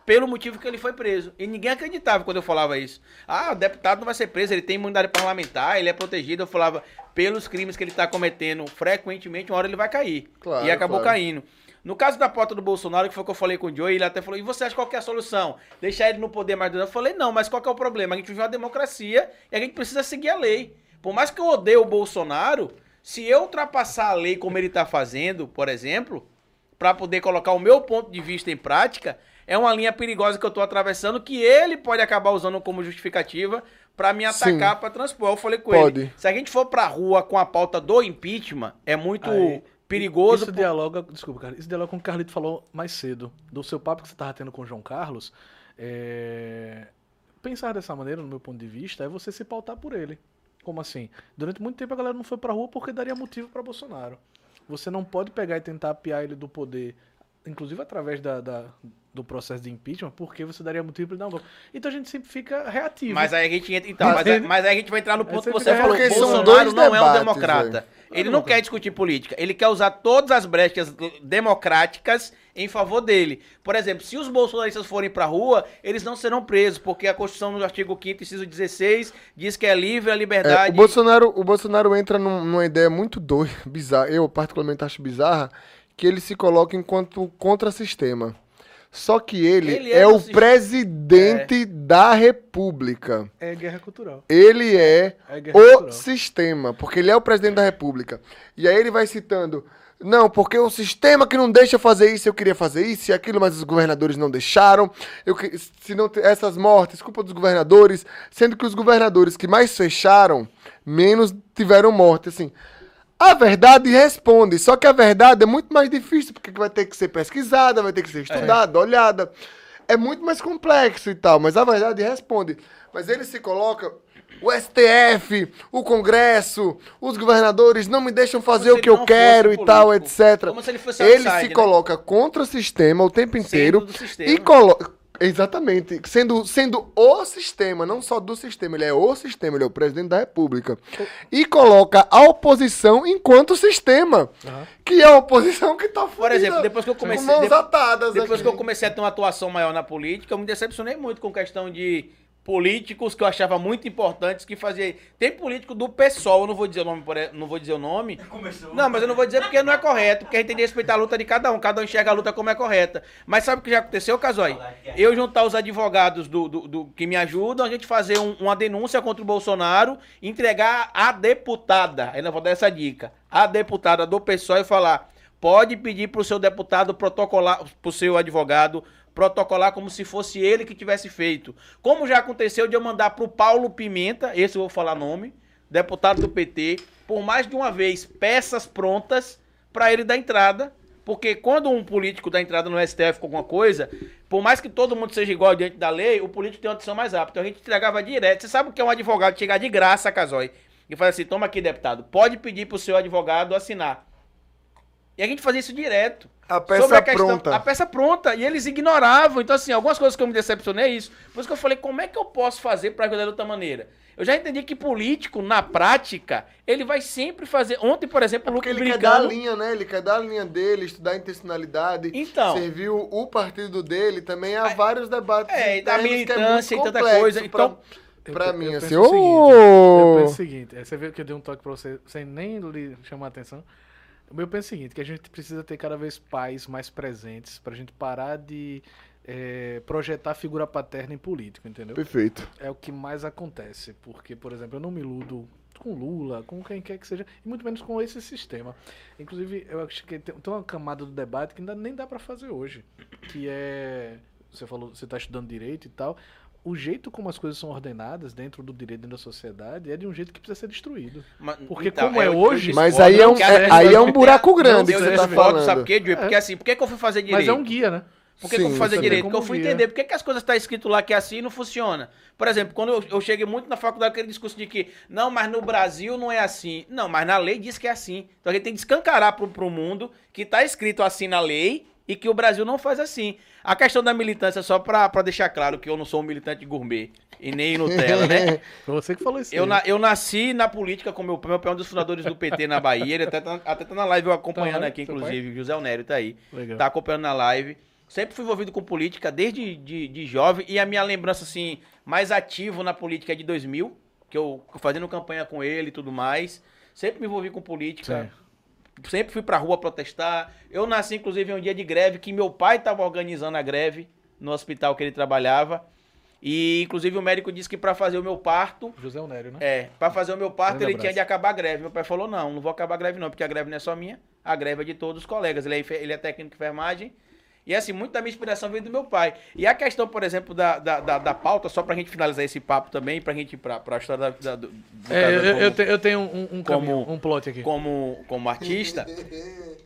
pelo motivo que ele foi preso. E ninguém acreditava quando eu falava isso. Ah, o deputado não vai ser preso, ele tem imunidade parlamentar, ele é protegido. Eu falava, pelos crimes que ele tá cometendo frequentemente, uma hora ele vai cair.
Claro,
e acabou
claro.
caindo. No caso da pauta do Bolsonaro, que foi o que eu falei com o Joey, ele até falou, e você acha qual que é a solução? Deixar ele no poder mais durante? Eu falei, não, mas qual que é o problema? A gente vive uma democracia e a gente precisa seguir a lei. Por mais que eu odeie o Bolsonaro, se eu ultrapassar a lei como ele tá fazendo, por exemplo, para poder colocar o meu ponto de vista em prática, é uma linha perigosa que eu tô atravessando que ele pode acabar usando como justificativa para me
Sim.
atacar, para transpor. Eu falei com
Pode.
ele, se a gente for pra rua com a pauta do impeachment, é muito
Aí,
perigoso.
Isso dialoga, desculpa, cara, isso dialoga com o que o Carlito falou mais cedo, do seu papo que você tava tendo com o João Carlos. é, Pensar dessa maneira, no meu ponto de vista, é você se pautar por ele. Como assim? Durante muito tempo a galera não foi pra rua porque daria motivo pra Bolsonaro. Você não pode pegar e tentar apiar ele do poder inclusive através da, da- do processo de impeachment, porque você daria motivo pra ele dar um golpe. Então a gente sempre fica reativo.
Mas aí a gente entra, então, mas, aí- mas aí a gente vai entrar no ponto que
sempre
você
é,
falou.
porque são
Bolsonaro
dois
não é um
debates, né?
democrata. Ele não quer discutir política. Ele quer usar todas as brechas democráticas em favor dele. Por exemplo, se os bolsonaristas forem pra rua, eles não serão presos, porque a Constituição no artigo 5º, inciso 16, diz que é livre a
É, o,
liberdade.
Bolsonaro, o Bolsonaro entra num- numa ideia muito doida, bizarra, eu particularmente acho bizarra, que ele se coloca enquanto contra-sistema. Só que ele,
Ele é
é,
do
o
sistema. É.
presidente da república.
É guerra cultural.
Ele é
É guerra
o
cultural.
sistema, porque ele é o presidente da república. E aí ele vai citando, não, porque o sistema que não deixa eu fazer isso, eu queria fazer isso e aquilo, mas os governadores não deixaram. Eu, que- se não te- essas mortes, culpa dos governadores, sendo que os governadores que mais fecharam, menos tiveram morte, assim. A verdade responde, só que a verdade é muito mais difícil, porque vai ter que ser pesquisada, vai ter
É.
que ser estudada, olhada. É muito mais complexo e tal, mas a verdade responde. Mas ele se coloca. O STF, o Congresso, os governadores não me deixam fazer
se
o que
ele
eu
não
quero e
fosse
tal,
político.
etc.
Como se ele fosse outside,
se
né?
coloca contra o sistema o tempo inteiro
do sistema.
e coloca. Exatamente. Sendo, sendo o sistema, não só do sistema, ele é o sistema, ele é o presidente da República. E coloca a oposição enquanto sistema. Que é a oposição que tá
Por
fudida,
exemplo, depois que eu comecei.
Com mãos
de-
atadas
Depois
aqui.
que eu comecei a ter uma atuação maior na política, eu me decepcionei muito com questão de políticos que eu achava muito importantes que fazia. Tem político do PSOL, eu não vou dizer o nome, por e- não vou dizer o nome.
Começou.
Não, mas eu não vou dizer porque não é correto, porque a gente tem que respeitar a luta de cada um, cada um enxerga a luta como é correta. Mas sabe o que já aconteceu, Casói?
é.
Eu juntar os advogados do, do- do- que me ajudam, a gente fazer um- uma denúncia contra o Bolsonaro, entregar a deputada, ainda vou dar essa dica, a deputada do PSOL e falar, pode pedir pro seu deputado protocolar, pro seu advogado protocolar como se fosse ele que tivesse feito. Como já aconteceu de eu mandar pro Paulo Pimenta, esse eu vou falar nome, deputado do PT, por mais de uma vez, peças prontas para ele dar entrada. Porque quando um político dá entrada no STF com alguma coisa, por mais que todo mundo seja igual diante da lei, o político tem uma decisão mais rápida. Então a gente entregava direto. Você sabe o que é um advogado chegar de graça, Casói, e falar assim: toma aqui, deputado, pode pedir pro seu advogado assinar. E a gente fazia isso direto.
A peça pronta.
A peça pronta. E eles ignoravam. Então, assim, algumas coisas que eu me decepcionei é isso. Por isso que eu falei, como é que eu posso fazer pra ajudar de outra maneira? Eu já entendi que político, na prática, ele vai sempre fazer. Ontem, por exemplo, o
É Porque
Lucas
ele quer dar a
brincando.
linha, né? Ele quer dar a linha dele, estudar a intencionalidade.
Então.
Serviu o partido dele também a vários debates.
é, e da
internos que é
militância
muito
e tanta
complexo
coisa, então-
Pra, pra
Eu- eu
mim,
penso
assim.
o seguinte,
"Ô!"
Eu penso o seguinte, é, você viu que eu dei um toque pra você sem nem lhe chamar a atenção. Eu penso o seguinte, que a gente precisa ter cada vez pais mais presentes pra gente parar de eh, projetar figura paterna em político, entendeu?
Perfeito.
É o que mais acontece, porque, por exemplo, eu não me iludo com Lula, com quem quer que seja, e muito menos com esse sistema. Inclusive, eu acho que tem, tem uma camada do debate que ainda nem dá pra fazer hoje, que é, você falou, você tá estudando direito e tal, o jeito como as coisas são ordenadas dentro do direito, dentro da sociedade, é de um jeito que precisa ser destruído.
Mas- então,
Porque como é
eu- eu
hoje-
Mas
discordo,
aí é
eu
um,
quero-
é- aí é um buraco grande
eu
que você tá
discordo,
falando.
Sabe por quê, Diogo? Porque assim, por que, que eu fui fazer direito?
É. Mas é um guia, né?
Por que, que eu
Sim,
fui fazer
isso é
direito?
bem
Porque eu fui
comum, né?
entender por que, que as coisas estão escrito lá que é assim e não funciona. Por exemplo, quando eu, eu cheguei muito na faculdade, aquele discurso de que, não, mas no Brasil não é assim. Não, mas na lei diz que é assim. Então a gente tem que escancarar pro, pro mundo que tá escrito assim na lei e que o Brasil não faz assim. A questão da militância, só pra, pra deixar claro que eu não sou um militante gourmet e nem Nutella, né?
Foi você que falou isso.
Eu,
aí.
na- eu nasci na política com meu pai, meu pai é um dos fundadores do PT na Bahia, ele até tá, até tá na live eu acompanhando
Tá,
aqui,
seu pai?
inclusive, José Onério tá aí
Legal.
tá acompanhando na live. Sempre fui envolvido com política desde de, de jovem e a minha lembrança assim mais ativo na política é de 2000, que eu fazendo campanha com ele e tudo mais. Sempre me envolvi com política.
Sim.
Sempre fui pra rua protestar. Eu nasci, inclusive, em um dia de greve que meu pai estava organizando a greve no hospital que ele trabalhava. E, inclusive, o médico disse que pra fazer o meu parto,
José Onério, né?
é, pra fazer o meu parto,
Grande
ele
abraço.
tinha de acabar a greve. Meu pai falou: não, não vou acabar a greve, não, porque a greve não é só minha, a greve é de todos os colegas. Ele é, enfe- ele é técnico de enfermagem. E assim, muito da minha inspiração veio do meu pai. E a questão, por exemplo, da, da, da, da pauta, só pra gente finalizar esse papo também, pra gente ir pra, pra história da, da, do, do Casa
É, eu, eu- eu
como-
te- eu tenho um, um, caminho,
Como-
um plot aqui.
como, como artista,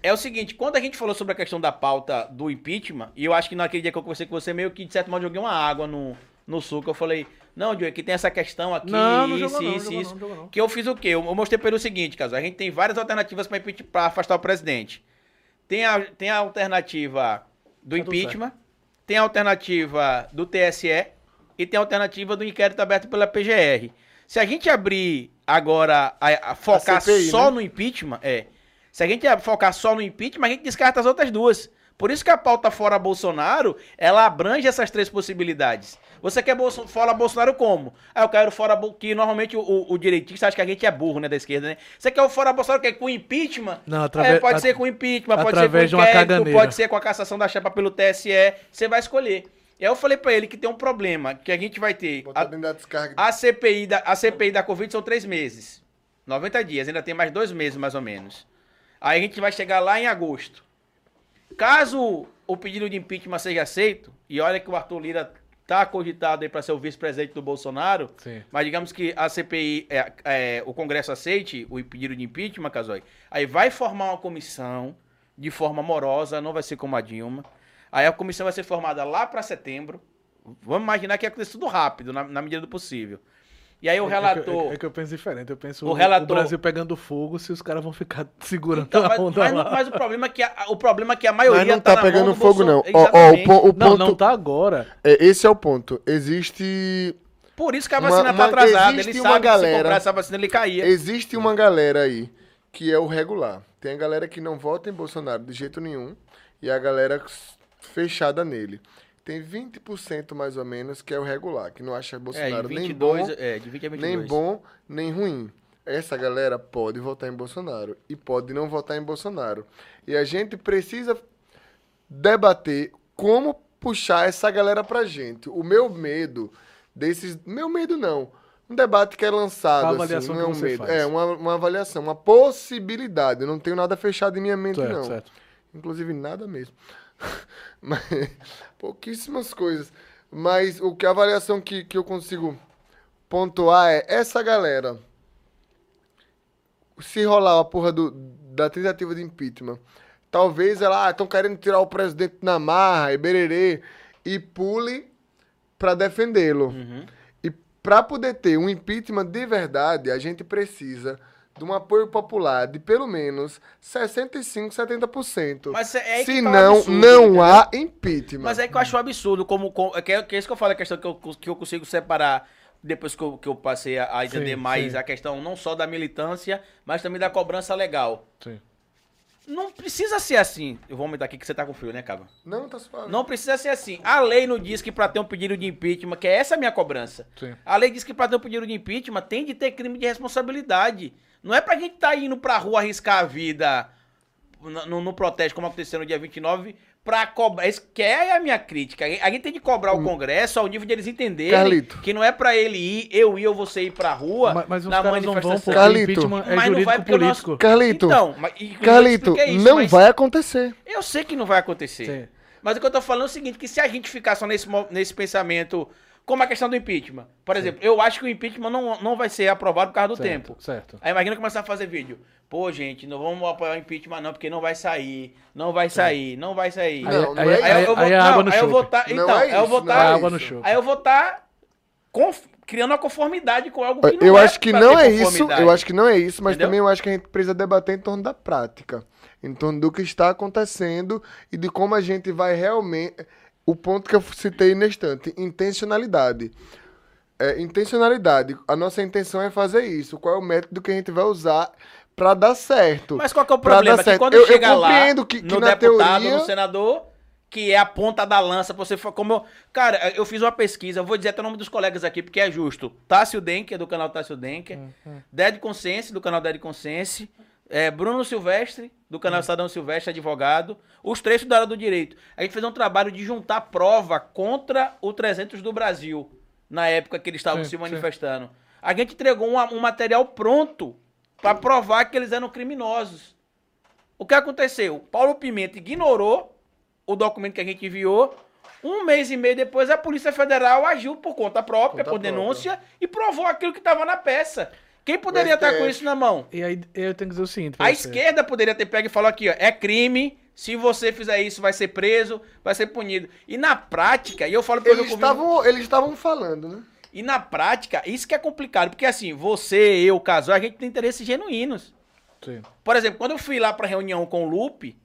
é o seguinte, quando a gente falou sobre a questão da pauta do impeachment, e eu acho que naquele dia que eu conversei com você, meio que, de certo modo, joguei uma água no, no suco, eu falei, não, Diogo, que tem essa questão aqui,
Não, não
isso,
jogou não,
isso,
jogou
isso.
não, jogou não.
Que eu fiz o quê? Eu eu mostrei pelo seguinte, caso a gente tem várias alternativas para afastar o presidente. Tem a, tem a alternativa do
Tá tudo
impeachment, tem a alternativa do TSE e tem a alternativa do inquérito aberto pela PGR. Se a gente abrir agora, a, a focar
A CPI,
só
né?
no impeachment, é. Se a gente focar só no impeachment, a gente descarta as outras duas. Por isso que a pauta fora Bolsonaro, ela abrange essas três possibilidades. Você quer Bolso- fora Bolsonaro como? Ah, eu quero fora Bolsonaro, que normalmente o, o, o direitista acha que a gente é burro, né, da esquerda, né? Você quer o fora Bolsonaro que com impeachment?
Não, através-
É, pode
at-
ser com impeachment, pode ser com
através de uma
inquérito,
caganeira.
pode ser com a cassação da chapa pelo TSE, você vai escolher. E aí eu falei pra ele que tem um problema, que a gente vai ter...
Botar
A,
dentro da descarga.
a CPI da, a CPI da Covid são três meses. 90 dias, ainda tem mais dois meses, mais ou menos. Aí a gente vai chegar lá em agosto. Caso o pedido de impeachment seja aceito, e olha que o Arthur Lira tá cogitado aí para ser o vice-presidente do Bolsonaro,
Sim.
mas digamos que a CPI, é, é, o Congresso aceite o pedido de impeachment, Casói, aí vai formar uma comissão de forma amorosa, não vai ser como a Dilma. Aí a comissão vai ser formada lá para setembro. Vamos imaginar que acontece tudo rápido, na, na medida do possível. E aí o
É que, eu- é
relator.
que eu penso diferente. Eu penso
O
o,
relator-
o Brasil pegando fogo se os caras vão ficar segurando
Então,
a
mas,
onda
mas
lá.
não- mas o problema é que a, o problema é que a
Mas
maioria
não tá,
na mão
pegando
do
fogo, não.
Bolsonaro.
Ó, ó, o,
Exatamente.
pon- o
não,
ponto.
não tá agora.
é, esse é o ponto. Existe.
Por isso que a
Uma-
vacina tá
uma-
atrasada. Ele
existe
sabe
uma
que se
galera-
comprar essa vacina ele caía.
Existe uma galera aí que é o regular. Tem a galera que não vota em Bolsonaro de jeito nenhum e a galera s- fechada nele. Tem 20% mais ou menos que é o regular, que não acha
É, de
Bolsonaro nem
22,
bom,
é, de 20 a 22.
nem bom, nem ruim. Essa galera pode votar em Bolsonaro e pode não votar em Bolsonaro. E a gente precisa debater como puxar essa galera pra gente. O meu medo desses. Meu medo não. Um debate que é lançado.
A
assim,
avaliação
não é
que
um
você
medo.
faz.
É, uma, uma avaliação, uma possibilidade. Eu não tenho nada fechado em minha mente,
Certo,
não.
certo.
Inclusive, nada mesmo. Mas, pouquíssimas coisas. Mas o que a avaliação que, que eu consigo pontuar é essa galera. Se rolar a porra do, da tentativa de impeachment, talvez ela, ah, estão querendo tirar o presidente na marra e bererê, e pule pra defendê-lo.
Uhum.
E pra poder ter um impeachment de verdade, a gente precisa de um apoio popular de pelo menos 65, 70%.
Mas é aí que
Se
tá o
não,
absurdo,
não
entendeu?
há impeachment.
Mas é que eu acho um absurdo, como, como- é que é que é isso que eu falo, a questão que eu, cons- que eu consigo separar depois que eu, que eu passei a, a entender
Sim,
mais
sim.
a questão não só da militância, mas também da cobrança legal.
Sim.
Não precisa ser assim. Eu vou aumentar aqui que você tá com frio, né, Cava?
Não, tá suave.
Não precisa ser assim. A lei não diz que pra ter um pedido de impeachment, que é essa a minha cobrança.
Sim.
A lei diz que pra ter um pedido de impeachment tem de ter crime de responsabilidade. Não é pra gente tá indo pra rua arriscar a vida no, no- no protesto, como aconteceu no dia 29, pra cobrar. Isso que é a minha crítica. A gente tem de cobrar o Congresso ao nível de eles entenderem
Hum. Carlito.
que não é pra ele ir, eu ir ou você ir pra rua
Mas, mas os
na
caras não vão
manifestação.
porque
Carlito.
impeachment é
Mas não vai porque o
jurídico-político.
nosso-
Carlito,
Então, mas- e-
Carlito,
eu expliquei isso,
não
mas
vai acontecer.
Eu sei que não vai acontecer.
Sim.
Mas o que eu tô falando é o seguinte, que se a gente ficar só nesse, mo- nesse pensamento, como a questão do impeachment. Por exemplo, eu acho que o impeachment não, não vai ser aprovado por causa do
certo,
tempo.
Certo.
Aí imagina começar a fazer vídeo. Pô, gente, não vamos apoiar o impeachment não, porque não vai sair, não vai sair, não vai sair.
Não, não é
aí, eu,
aí é água
vou,
no
não, aí eu
chope.
vou tá, então,
não é
aí
isso,
eu vou
não
Aí
é
é
tá,
água no
isso.
chope.
aí eu vou tá conf- criando uma conformidade com algo que não
Eu
é
acho que
pra
não
ter
é isso,
conformidade.
eu acho que não é isso, mas
Entendeu?
também eu acho que a gente precisa debater em torno da prática, em torno do que está acontecendo e de como a gente vai realmente o ponto que eu citei na estante, intencionalidade. É, intencionalidade. A nossa intenção é fazer isso. Qual é o método que a gente vai usar pra dar certo?
Mas qual que é o
Pra dar
problema? Que
certo.
quando
Eu- eu
chega lá
compreendo que- que
no
na
deputado,
teoria-
no senador, que é a ponta da lança, pra você fa- como eu, cara, eu fiz uma pesquisa, eu vou dizer até o nome dos colegas aqui porque é justo. Tássio Denker do canal Tássio Denker, Dead Conscience do canal Dead Conscience, é, Bruno Silvestre do
Hum.
canal Estadão Silvestre, advogado, os três da área do direito. A gente fez um trabalho de juntar prova contra o 300 do Brasil na época que eles estavam se
Sim, sim.
manifestando. A gente entregou uma- um material pronto pra provar que eles eram criminosos. O que aconteceu? Paulo Pimenta ignorou o documento que a gente enviou. Um mês e meio depois, a Polícia Federal agiu por conta própria,
Conta
por
própria.
denúncia, e provou aquilo que estava na peça. Quem poderia
O
estar com
STF.
isso na mão?
E aí eu tenho que dizer o
é,
seguinte. pra
A
você.
esquerda poderia ter pego e falou aqui, ó, é crime, se você fizer isso, vai ser preso, vai ser punido. E na prática, e eu falo pelo
Eles estavam, eles estavam falando, né?
e na prática, isso que é complicado, porque assim, você, eu, Casal, a gente tem interesses genuínos.
Sim.
Por exemplo, quando eu fui lá pra reunião com o Lupe,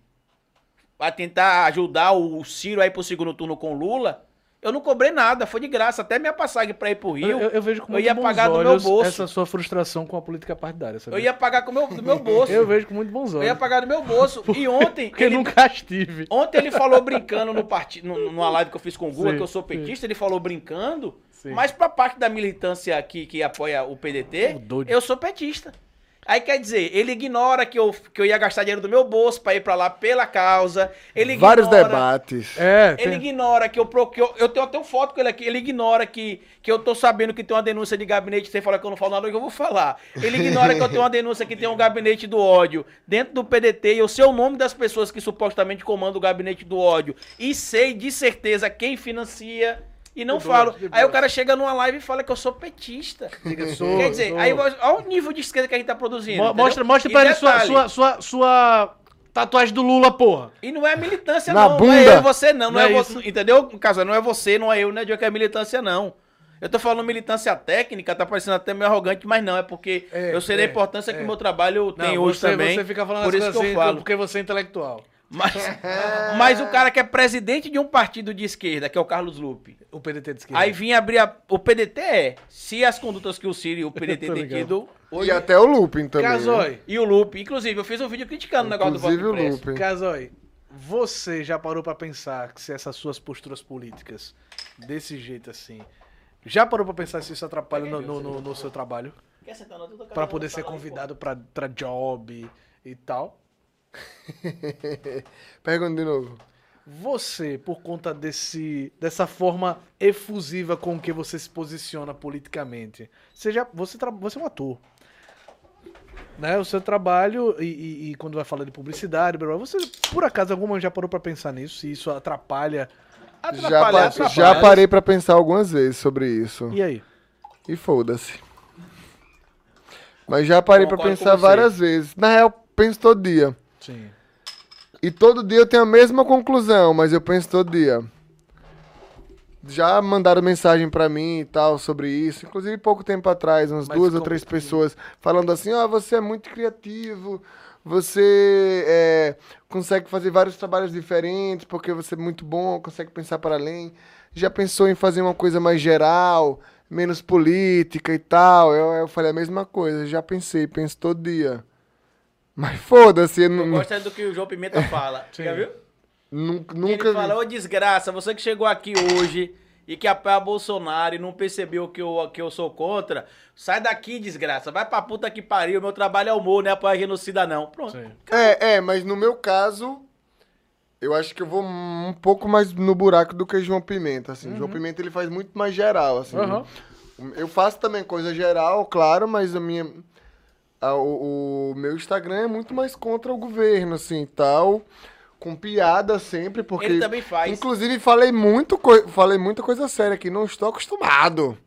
pra tentar ajudar o Ciro aí pro segundo turno com Lula, eu não cobrei nada, foi de graça. Até minha passagem pra ir pro Rio, eu,
vejo
eu
com muito
ia
bons
pagar do meu
olhos
bolso.
essa sua frustração com a política partidária. sabia?
ia pagar com o meu, do meu bolso.
Eu vejo com muito bons
Eu
olhos.
ia pagar do meu bolso. E ontem.
Porque
ele-
nunca estive.
Ontem ele falou brincando no parti... nu- numa live que eu fiz com o Guga,
Sim,
que eu sou petista, ele falou brincando,
Sim.
mas pra parte da militância aqui que apoia o PDT,
Mudou de-
eu sou petista. Aí quer dizer, ele ignora que eu, que eu ia gastar dinheiro do meu bolso pra ir pra lá pela causa. Ele
Vários
ignora,
debates.
É,
Ele
tem-
ignora que eu, pro- que eu. Eu tenho até uma foto com ele aqui. Ele ignora que, que eu tô sabendo que tem uma denúncia de gabinete. Você fala que eu não falo nada, que eu vou falar. Ele ignora que eu tenho uma denúncia que tem um gabinete do ódio dentro do PDT. E eu sei o nome das pessoas que supostamente comandam o gabinete do ódio. E sei de certeza quem financia. E não falo.
um
Aí o cara chega numa live e fala que eu sou petista.
sou,
Quer dizer,
sou.
aí olha o nível de esquerda que a gente tá produzindo.
Mo-
entendeu?
mostra, mostra
E
pra ele sua,
detalhe,
sua, sua, sua tatuagem do Lula, porra.
E não é militância,
Na
não.
bunda.
Não é eu e você, não. Não,
Não
é,
é
vo-
isso.
Entendeu, Casa? Não é você, não é eu, não é Diogo, que é militância, não. Eu tô falando militância técnica, tá parecendo até meio arrogante, mas não, é porque
É,
eu sei da
é,
importância que
é.
o meu trabalho tem
Não,
hoje
você,
também.
Você fica falando
por
as
isso que
coisas
eu
assim,
falo.
porque você é intelectual.
Mas, mas o cara que é presidente de um partido de esquerda, que é o Carlos Lupe,
O PDT de esquerda.
aí vinha abrir a... O PDT é, se as condutas que o Ciro e o PDT
Tô
têm
ligado.
tido...
E até o Lupin também. Né?
Casói,
E o Lupe, inclusive, eu fiz um vídeo criticando o negócio do voto
Inclusive o
impresso.
Lupin.
Casói, você já parou pra pensar que se essas suas posturas políticas desse jeito assim, já parou pra pensar se isso atrapalha no, no- no- no seu trabalho?
Quer sentar na outra
Pra
cadeira?
poder
Tá
ser
lá, pô.
convidado pra, pra job e tal?
Pergunta de novo.
Você, por conta desse, dessa forma efusiva com que você se posiciona politicamente, você, já, você, tra- você é um ator. Né? O seu trabalho, e, e- e quando vai falar de publicidade, blá, blá, você, por acaso, alguma já parou pra pensar nisso? Se isso atrapalha?
Já,
Atrapalha,
pa-
atrapalha.
já parei pra pensar algumas vezes sobre isso.
E aí?
E foda-se. Mas já parei pra
Concordo
pensar
com você.
várias vezes. Na real, penso todo dia.
Sim.
E todo dia eu tenho a mesma conclusão, mas eu penso todo dia. Já mandaram mensagem pra mim e tal sobre isso. Inclusive, pouco tempo atrás, umas
Mas
duas ou
como
três
que-
pessoas falando assim: ó, você é muito criativo, você é, consegue fazer vários trabalhos diferentes porque você é muito bom, consegue pensar para além. Já pensou em fazer uma coisa mais geral, menos política e tal? Eu, eu falei a mesma coisa, já pensei, penso todo dia. Mas foda-se, eu
Eu
nu-
gosto é do que o João Pimenta fala. Já viu?
nun-
Nunca
nunca.
Ele fala, ô desgraça, você que chegou aqui hoje e que apoia Bolsonaro e não percebeu que eu, que eu sou contra, sai daqui, desgraça. Vai pra puta que pariu, meu trabalho é humor, não é apoiar genocida, não. Pronto.
Sim.
É, é, mas no meu caso, eu acho que eu vou um pouco mais no buraco do que João Pimenta, assim. João Pimenta, ele faz muito mais geral, assim.
Uhum. Aham.
Eu faço também coisa geral, claro, mas a minha... a- o, o meu Instagram é muito mais contra o governo, assim, e tal. Com piada sempre, porque...
Ele também faz.
Inclusive, falei, muito coi- falei muita coisa séria aqui. Não estou acostumado.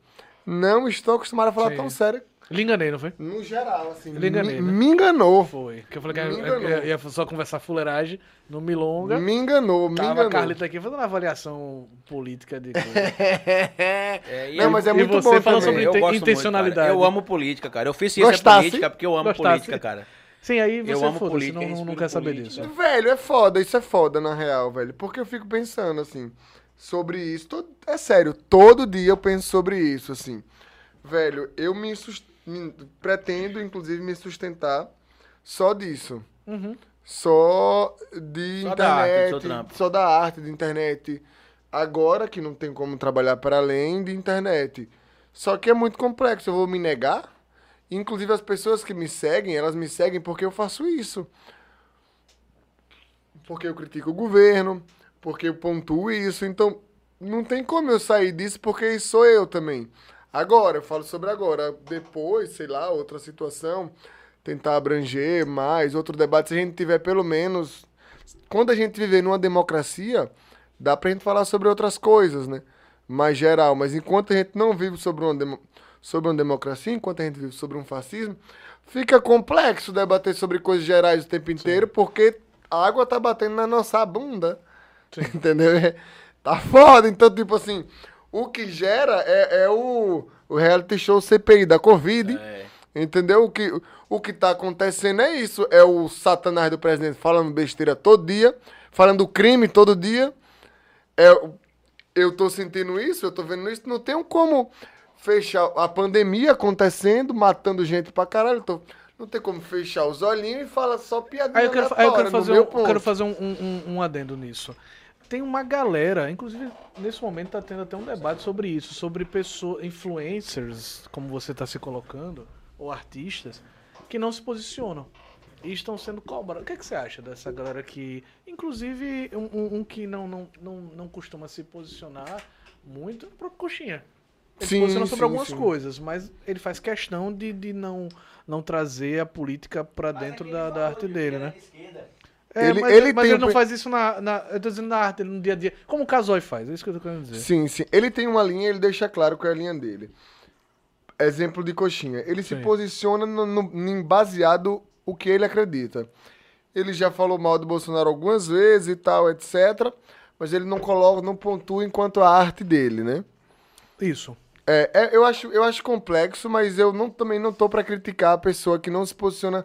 Não estou acostumado a falar
Sim.
tão sério.
Lhe enganei, não foi?
No geral, assim.
Ele
me,
enganei, né?
me enganou.
Foi. Que eu falei que
Me
eu- eu- eu ia só conversar fuleiragem no Milonga.
Me enganou, me
Tava a
enganou.
Carlita aqui fazendo uma avaliação política de coisa.
É, e
Não,
eu-
mas é
e
muito
você
bom
falando
também.
sobre
eu
inten-
gosto muito,
intencionalidade.
cara. eu amo política, cara. Eu fiz ciência
Gostasse?
política porque eu amo
Gostasse?
política, cara.
Sim, aí
Eu
você
amo
foda-se,
política,
não, não, não
respiro
quer saber
política.
disso. é.
Velho, é foda, isso é foda na real, velho. Porque eu fico pensando, assim, sobre isso. Todo- é sério, todo dia eu penso sobre isso, assim. Velho, eu me, sus- me- pretendo, inclusive, me sustentar só disso.
Uhum.
Só de internet.
Só da arte, do seu trampo.
Só da arte, de internet. Agora que não tem como trabalhar para além de internet. Só que é muito complexo, eu vou me negar. Inclusive as pessoas que me seguem, elas me seguem porque eu faço isso. Porque eu critico o governo, porque eu pontuo isso. Então, não tem como eu sair disso porque sou eu também. Agora, eu falo sobre agora. Depois, sei lá, outra situação, tentar abranger mais, outro debate. Se a gente tiver pelo menos. Quando a gente viver numa democracia, dá pra gente falar sobre outras coisas, né? Mais geral. Mas enquanto a gente não vive sobre uma, demo- sobre uma democracia, enquanto a gente vive sobre um fascismo, fica complexo debater sobre coisas gerais o tempo inteiro, porque a água tá batendo na nossa bunda. Entendeu? É- Tá foda. Então, tipo assim, o que gera é, é o, o reality show CPI da Covid.
É.
Entendeu? O que, o que tá acontecendo é isso. É o satanás do presidente falando besteira todo dia, falando do crime todo dia. É, eu tô sentindo isso, eu tô vendo isso, não tenho como fechar a pandemia acontecendo, matando gente pra caralho. Tô, não tem como fechar os olhinhos e falar só piadinha.
Aí eu quero, aí eu
aleatória,
quero
no
fazer, um,
meu
eu quero
ponto.
fazer um, um- um- um adendo nisso. Tem uma galera, inclusive nesse momento tá tendo até um debate sobre isso, sobre pessoas, influencers, como você tá se colocando, ou artistas, que não se posicionam e estão sendo cobrados. O que, é que você acha dessa galera que, inclusive, um, um- um que não, não, não, não costuma se posicionar muito é o próprio Coxinha. Ele se
Sim,
posiciona sobre
sim,
algumas
sim.
coisas, mas ele faz questão de, de não, não trazer a política pra dentro da, da arte dele, né? É,
Ele-
mas
ele
ele, mas
tem
ele
um
não
pe-
faz isso na, na- Eu tô dizendo na arte, ele no dia a dia. Como o Casoy faz, é isso que eu tô querendo dizer.
Sim, sim. Ele tem uma linha, ele deixa claro qual é a linha dele. Exemplo de coxinha. Ele se
Sim.
posiciona no, no- em baseado o que ele acredita. Ele já falou mal do Bolsonaro algumas vezes e tal, etc. Mas ele não coloca, não pontua enquanto a arte dele, né?
Isso.
É, é, eu, acho, eu acho complexo, mas eu não- também não tô pra criticar a pessoa que não se posiciona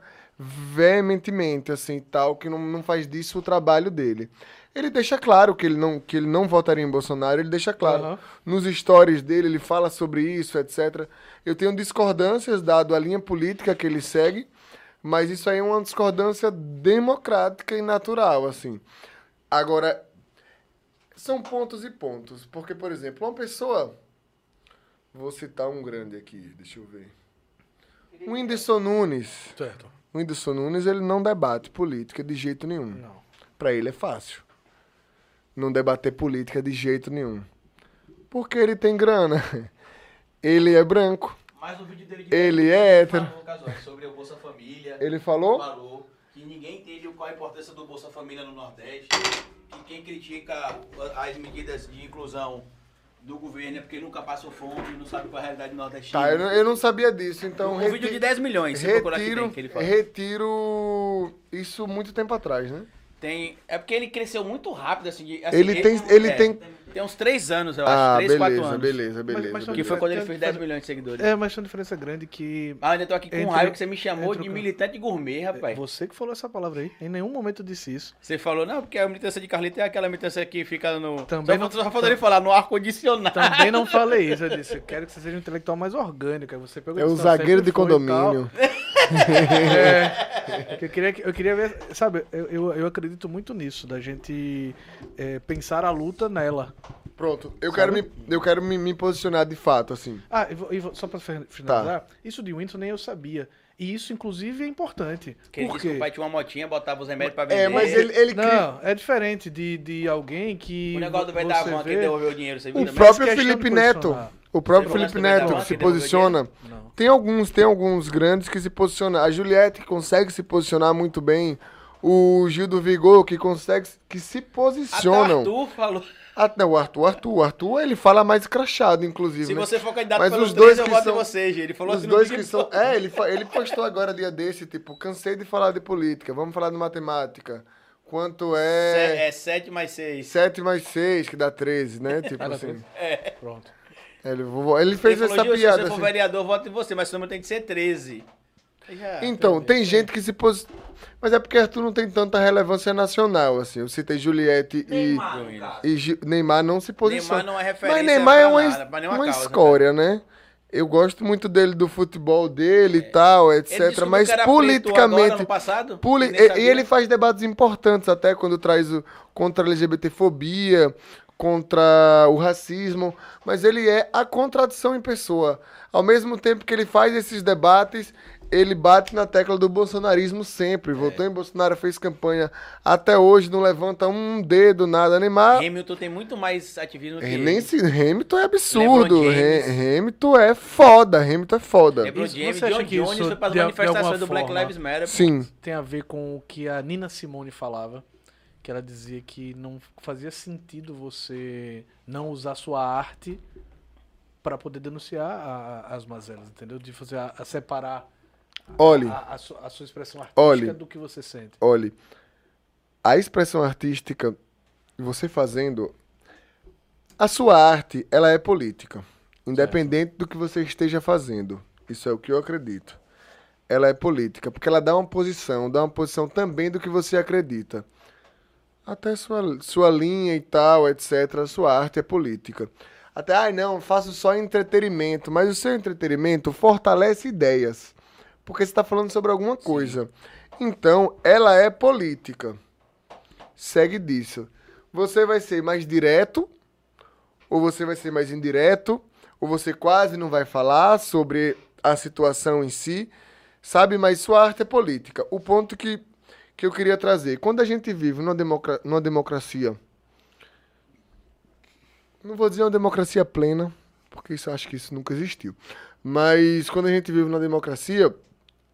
veementemente, assim, tal, que não, não faz disso o trabalho dele. Ele deixa claro que ele não, que ele não votaria em Bolsonaro, ele deixa claro.
Aham.
Nos stories dele, ele fala sobre isso, etc. Eu tenho discordâncias dado a linha política que ele segue, mas isso aí é uma discordância democrática e natural, assim. Agora, são pontos e pontos. Porque, por exemplo, uma pessoa. Vou citar um grande aqui, deixa eu ver. O Whindersson Nunes.
Certo.
O Whindersson Nunes, ele não debate política de jeito nenhum.
Não.
Pra ele é fácil. Não debater política de jeito nenhum. Porque ele tem grana. Ele é branco.
um
Mas o vídeo dele de
Ele é hétero.
falou, Casói, sobre o Bolsa Família.
Ele falou?
falou que ninguém entende qual a importância do Bolsa Família no Nordeste, que quem critica as medidas de inclusão do governo é porque nunca passou fome, não sabe qual é a realidade nordestina.
Tá, eu, não- eu não sabia disso, então.
um
reti-
vídeo de 10 milhões, se procurar que tem,
retiro,
que ele fala.
retiro isso muito tempo atrás, né?
Tem, é porque ele cresceu muito rápido, assim. de- assim,
Ele tem- ele
é,
tem-
Tem uns 3 anos, eu acho.
Ah,
3, 4
beleza,
anos.
beleza, beleza,
mas-
Que
beleza.
foi quando ele fez 10 milhões de seguidores.
É, mas tem uma diferença grande que.
Ah, ainda tô aqui com
Entre-
raiva que você me chamou
entre o
de
que-
militante gourmet,
Ah,
rapaz.
Você que falou essa palavra aí. Em nenhum momento eu disse isso.
Você falou, não, porque a militância de Carlito é aquela militância que fica no.
Também
só,
não- tá-
só falta ele falar no ar-condicionado.
Também não falei isso. Eu disse, eu quero que você seja um intelectual mais orgânico. Aí você pegou e
É o
disse, não,
zagueiro de
sempre foi e tal. É,
condomínio.
Que Eu queria, que- eu queria ver, sabe, eu, eu, eu acredito muito nisso, da gente é, pensar a luta nela.
Pronto, eu quero,
Sabe?
me, eu quero me, me posicionar de fato, assim.
Ah, e vou- e vou- só pra fin- finalizar,
Tá.
isso de Winton nem eu sabia. E isso, inclusive, é importante.
Que ele
Por
disse que
quê?
o pai tinha uma motinha, botava os remédios pra vender.
É, mas ele, ele cria.
Não, é diferente de, de alguém que.
O negócio do
você
velho da van que
vê-
devolveu o dinheiro, você viu
O
também?
próprio
questão de
Felipe Neto.
posicionar.
O próprio
Você
Felipe
gosta também da
Neto
Loki,
que se
deu
posiciona.
Não.
Tem alguns, tem alguns grandes que se posicionam. A Juliette que consegue se posicionar muito bem. O Gil do Vigor que consegue. que se
Até o
posicionam.
Arthur falou.
Ah, não, o Arthur, o Arthur, o Arthur, ele fala mais crachado, inclusive.
Se
né?
você for candidato
Mas
pelos
os dois
três, eu
que
voto em
são-
você, gente. Ele falou
Os
assim
dois
no
que
Big
são.
Brother.
É, ele, fa- ele postou agora dia desse, tipo, cansei de falar de política, vamos falar de matemática. Quanto
Se-
é.
É 7 mais 6.
7 mais 6, que dá 13, né? Tipo assim.
Pronto.
Ele, vo- ele fez essa
Se
piada.
você for
assim.
vereador, eu voto em você, mas seu número tem que ser 13. Aí já-
Então, tem gente que se posiciona. Mas é porque Arthur não tem tanta relevância nacional, assim. Eu citei Juliette e.
Neymar, no caso.
E Gi- Neymar não se posiciona.
Neymar não é referência
Mas Neymar é
pra
uma,
nada, pra nenhuma
uma
causa,
escória, né? Eu gosto muito dele, do futebol dele e tal,
É. Ele
etc.
disse que o
Mas
cara é preto Agora,
politicamente.
no passado,
Poli-
eu nem
e,
sabia.
e ele faz debates importantes até quando traz o, contra a LGBTfobia, contra o racismo, mas ele é a contradição em pessoa. Ao mesmo tempo que ele faz esses debates, ele bate na tecla do bolsonarismo
É.
sempre. Votou em Bolsonaro, fez campanha até hoje, não levanta um dedo, nada, Neymar.
Hamilton tem muito mais ativismo que
É,
ele.
Nem se, Hamilton é absurdo.
LeBron James.
Re- Hamilton é foda. Hamilton é foda.
LeBron
Isso,
James,
você acha
John
que
Jones
isso
foi para as
de- de
manifestações
alguma
do Black
forma-
Lives Matter.
Sim.
Tem a ver com o que a Nina Simone falava, que ela dizia que não fazia sentido você não usar sua arte para poder denunciar a- a- as mazelas, entendeu? De fazer a, a separar
Olhe,
a, a sua, a sua expressão artística
Olhe.
do que você sente.
olhe. A expressão artística, você fazendo. A sua arte, ela é política. Independente do que você esteja fazendo. Isso é o que eu acredito. Ela é política, porque ela dá uma posição, dá uma posição também do que você acredita. Até sua, sua linha e tal, etc. Sua arte é política. Até, ai não, faço só entretenimento. Mas o seu entretenimento fortalece ideias. Porque você está falando sobre alguma coisa. Então, ela é política. Segue disso. Você vai ser mais direto, ou você vai ser mais indireto, ou você quase não vai falar sobre a situação em si. Sabe, mas sua arte é política. O ponto que, que eu queria trazer. Quando a gente vive numa, democra- numa democracia. Não vou dizer uma democracia plena, porque isso, eu acho que isso nunca existiu. Mas quando a gente vive na democracia,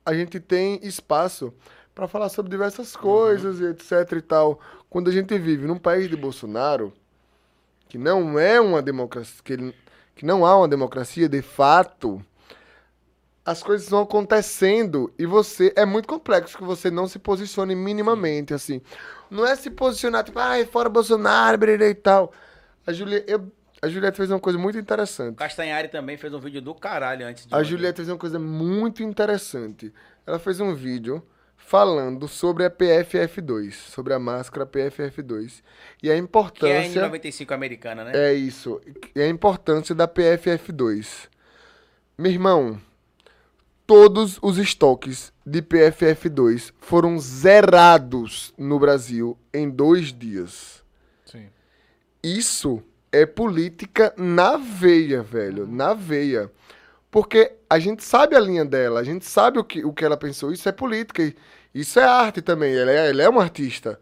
a gente tem espaço para falar sobre diversas coisas, e etc e tal. Quando a gente vive num país de Bolsonaro, que não é uma democracia, que, ele- que não há uma democracia de fato, as coisas vão acontecendo e você é muito complexo que você não se posicione minimamente assim. Não é se posicionar tipo, ai, fora Bolsonaro, brerê e tal. A Juliette, eu, a Juliette fez uma coisa muito interessante.
Castanhari também fez um vídeo do caralho antes de.
A Juliette fez uma coisa muito interessante. Ela fez um vídeo falando sobre a PFF2, sobre a máscara PFF2 e a
Que é a
importância
N95 americana, né?
é isso, e a importância da PFF2. Meu irmão, todos os estoques de PFF2 foram zerados no Brasil em dois dias.
Sim.
Isso é política na veia, velho. Na veia. Porque a gente sabe a linha dela, a gente sabe o que, o que ela pensou. Isso é política, e- isso é arte também. Ela é, ela é uma artista,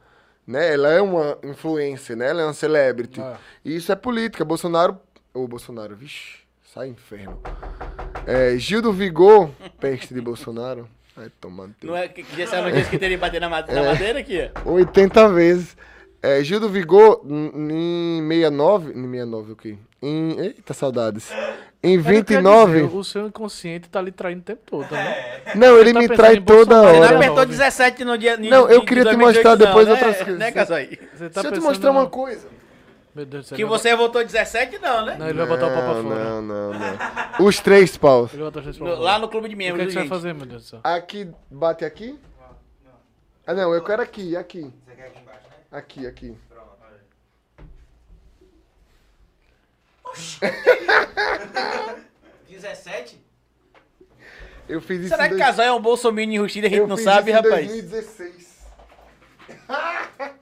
né? Ela é uma influencer, né? Ela é uma celebrity.
É.
E isso é política. Bolsonaro... Ô, Bolsonaro, vixe, sai inferno. É, Gil do Vigor, peste de Bolsonaro. Ai, tomando teu
Não é que que essa notícia que teria que bater na, ma-
É.
na madeira aqui? ó.
80 vezes. É, Gil do Vigor, n- em 69. Em 69, o quê? Em. Eita, saudades. Em
Mas eu queria
29.
dizer, o seu inconsciente tá lhe traindo o tempo todo, né?
É.
Não, ele
tá
me
pensando
trai
em
toda
Bolsonaro,
Ele tá
né?
hora.
apertou
Não,
17 no dia. no-
Não, eu
de
queria te
2018,
mostrar depois
não,
outras
né?
coisas.
Né, Casaí?
Você tá
Deixa eu te
pensando
mostrar uma
no-
coisa.
Meu Deus do céu,
Que
ele vai-
você votou 17, não, né?
Não, ele vai botar o papo pra fora.
Não, não, não. Os três paus.
Ele vai botar os três pra
No-
fora.
lá no clube de
O que, é
membros,
que você vai
gente.
fazer, meu Deus do céu?
Aqui, bate aqui? Ah, não, eu quero aqui, aqui.
Você quer aqui embaixo, né?
Aqui, aqui.
Pronto, olha aí. Oxi! 17?
Eu fiz isso
Será
em
que
dois-
Casal é um bolsominion enrustido e a gente
eu
não
fiz isso
sabe,
em
rapaz?
2016.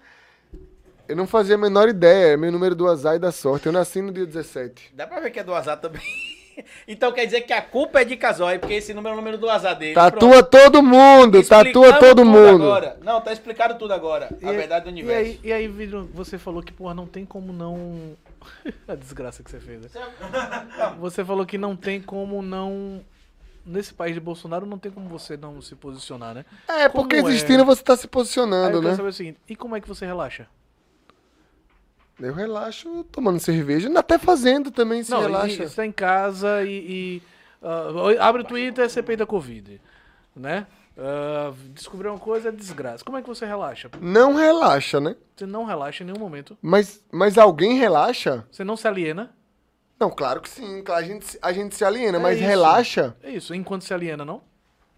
eu não fazia a menor ideia. É meu número do azar e da sorte. Eu nasci no dia 17.
Dá pra ver que é do azar também. Então quer dizer que a culpa é de Casói, porque esse número é o número do azar dele. Pronto.
Tatua todo mundo,
Explicamos
tatua todo
tudo
mundo.
agora. Não, tá explicado tudo agora. a
E-
verdade do
E aí,
universo.
e aí Vidro, você falou que, porra, não tem como não. a desgraça que você fez, né? Você falou que não tem como não. Nesse país de Bolsonaro não tem como você não se posicionar, né?
É,
Como
porque
é?
existindo você tá se
Aí eu
posicionando,
quero
né?
saber o seguinte, e como é que você relaxa?
Eu relaxo tomando cerveja, até fazendo também se
não, e-
relaxa.
e você tá em casa e. e, ah, abre o Twitter, é CPI da Covid, né? Ah, descobriu uma coisa é desgraça. Como é que você relaxa?
Não relaxa, né?
Você não relaxa em nenhum momento.
Mas, mas alguém relaxa?
Você não se aliena.
Não, claro que sim, claro, a gente, se- a gente se aliena,
É
mas
isso.
relaxa?
É isso, enquanto se aliena, não?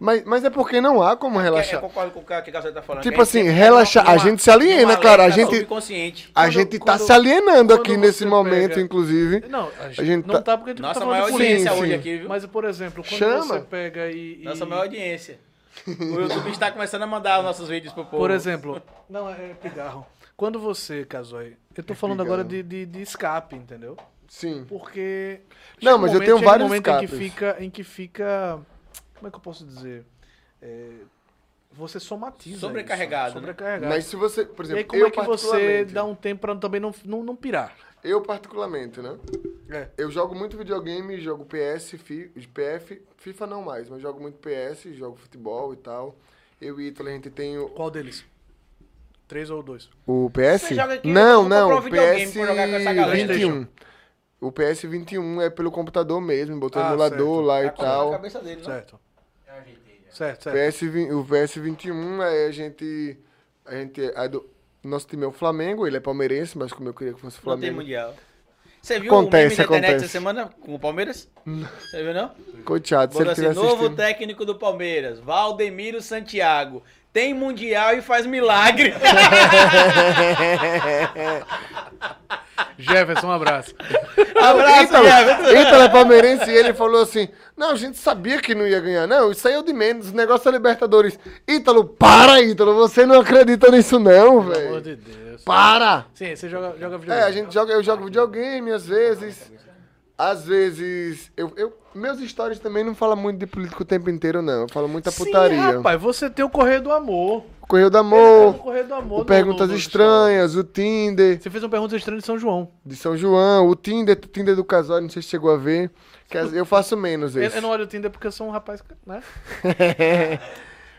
Mas, mas é porque não há como
É, Eu
relaxar.
concordo com o cara que Casói tá falando.
Tipo
que a gente
assim,
sempre
relaxa-
tá numa-
a gente se aliena,
numa
cara, a
alerta
gente-
subconsciente.
A
quando-
gente tá
quando-
se alienando aqui
quando
nesse
você
momento,
pega-
inclusive.
Não, a gente,
gente
não
tá-
tá porque a gente
Nossa
tá
maior
falando de política.
audiência
sim.
hoje aqui, viu?
Mas, por exemplo, quando
Chama.
você pega e. e-
Nossa maior audiência. O YouTube está começando a mandar os nossos vídeos pro povo.
Por exemplo. Não, é pigarro. Quando você, Casói, eu tô falando agora de,
É pigarro.
de, de escape, entendeu?
Sim.
Porque.
Não,
chega um
mas eu tenho
chega um
vários
momento em que
escapes.
fica Em que fica. Como é que eu posso dizer? É, você somatiza. isso.
Sobrecarregado, né?
Sobrecarregado.
Mas se você, por
e aí,
exemplo,
como
eu
é que você
particularmente-
dá um tempo pra também não, não, não pirar?
Eu particularmente, né?
É.
Eu jogo muito videogame, jogo PS, fi, PF, FIFA não mais, mas jogo muito PS, jogo futebol e tal. Eu e Ítalo, a gente tem o...
Qual deles? Três ou dois?
O PS?
Você joga aqui,
não,
eu vou comprar
não,
um
o
videogame
PS
pra jogar com essa galera.
21. O PS 21 é pelo computador mesmo, botou
Ah,
emulador
certo.
lá e
Tá cortando a
tal.
cabeça dele, não?
Certo.
Eu ajeitei já.
Certo, certo.
PS, vi- o PS 21 é a gente... A gente é do, nosso time é o Flamengo, ele é palmeirense, mas como eu queria que fosse
Não tem
Flamengo.
mundial. Você viu
Acontece,
o meme da internet
acontece.
essa semana com o Palmeiras? Você viu, não?
Coitado, se
Bora
ele
assim,
tiver
novo
assistindo.
técnico do Palmeiras, Valdemiro Santiago. Tem mundial e faz milagre.
Jefferson, um abraço.
É,
Abraço,
Ítalo,
Jefferson.
Ítalo é palmeirense e ele falou assim: Não, a gente sabia que não ia ganhar. Não, isso aí é o de menos. O negócio é Libertadores. Ítalo, para, Ítalo. Você não acredita nisso, não,
Pelo amor
velho.
de Deus.
Para!
Sim, você joga, joga
É,
videogame.
a gente joga, eu jogo videogame às vezes. Às vezes. Eu, eu- meus stories também não falam muito de político o tempo inteiro, não. Eu falo muita
Sim,
putaria.
rapaz, você tem o Correio do Amor.
Correio do
Você tem
Amor,
Correio do Amor.
o
no-
Perguntas
no- no-
Estranhas, o Tinder
Você fez uma pergunta estranha de São João.
de São João, o Tinder, o Tinder do Casório, não sei se chegou a ver. Que as- eu faço menos
Eu,
esse.
eu não olho o Tinder porque eu sou um rapaz, né?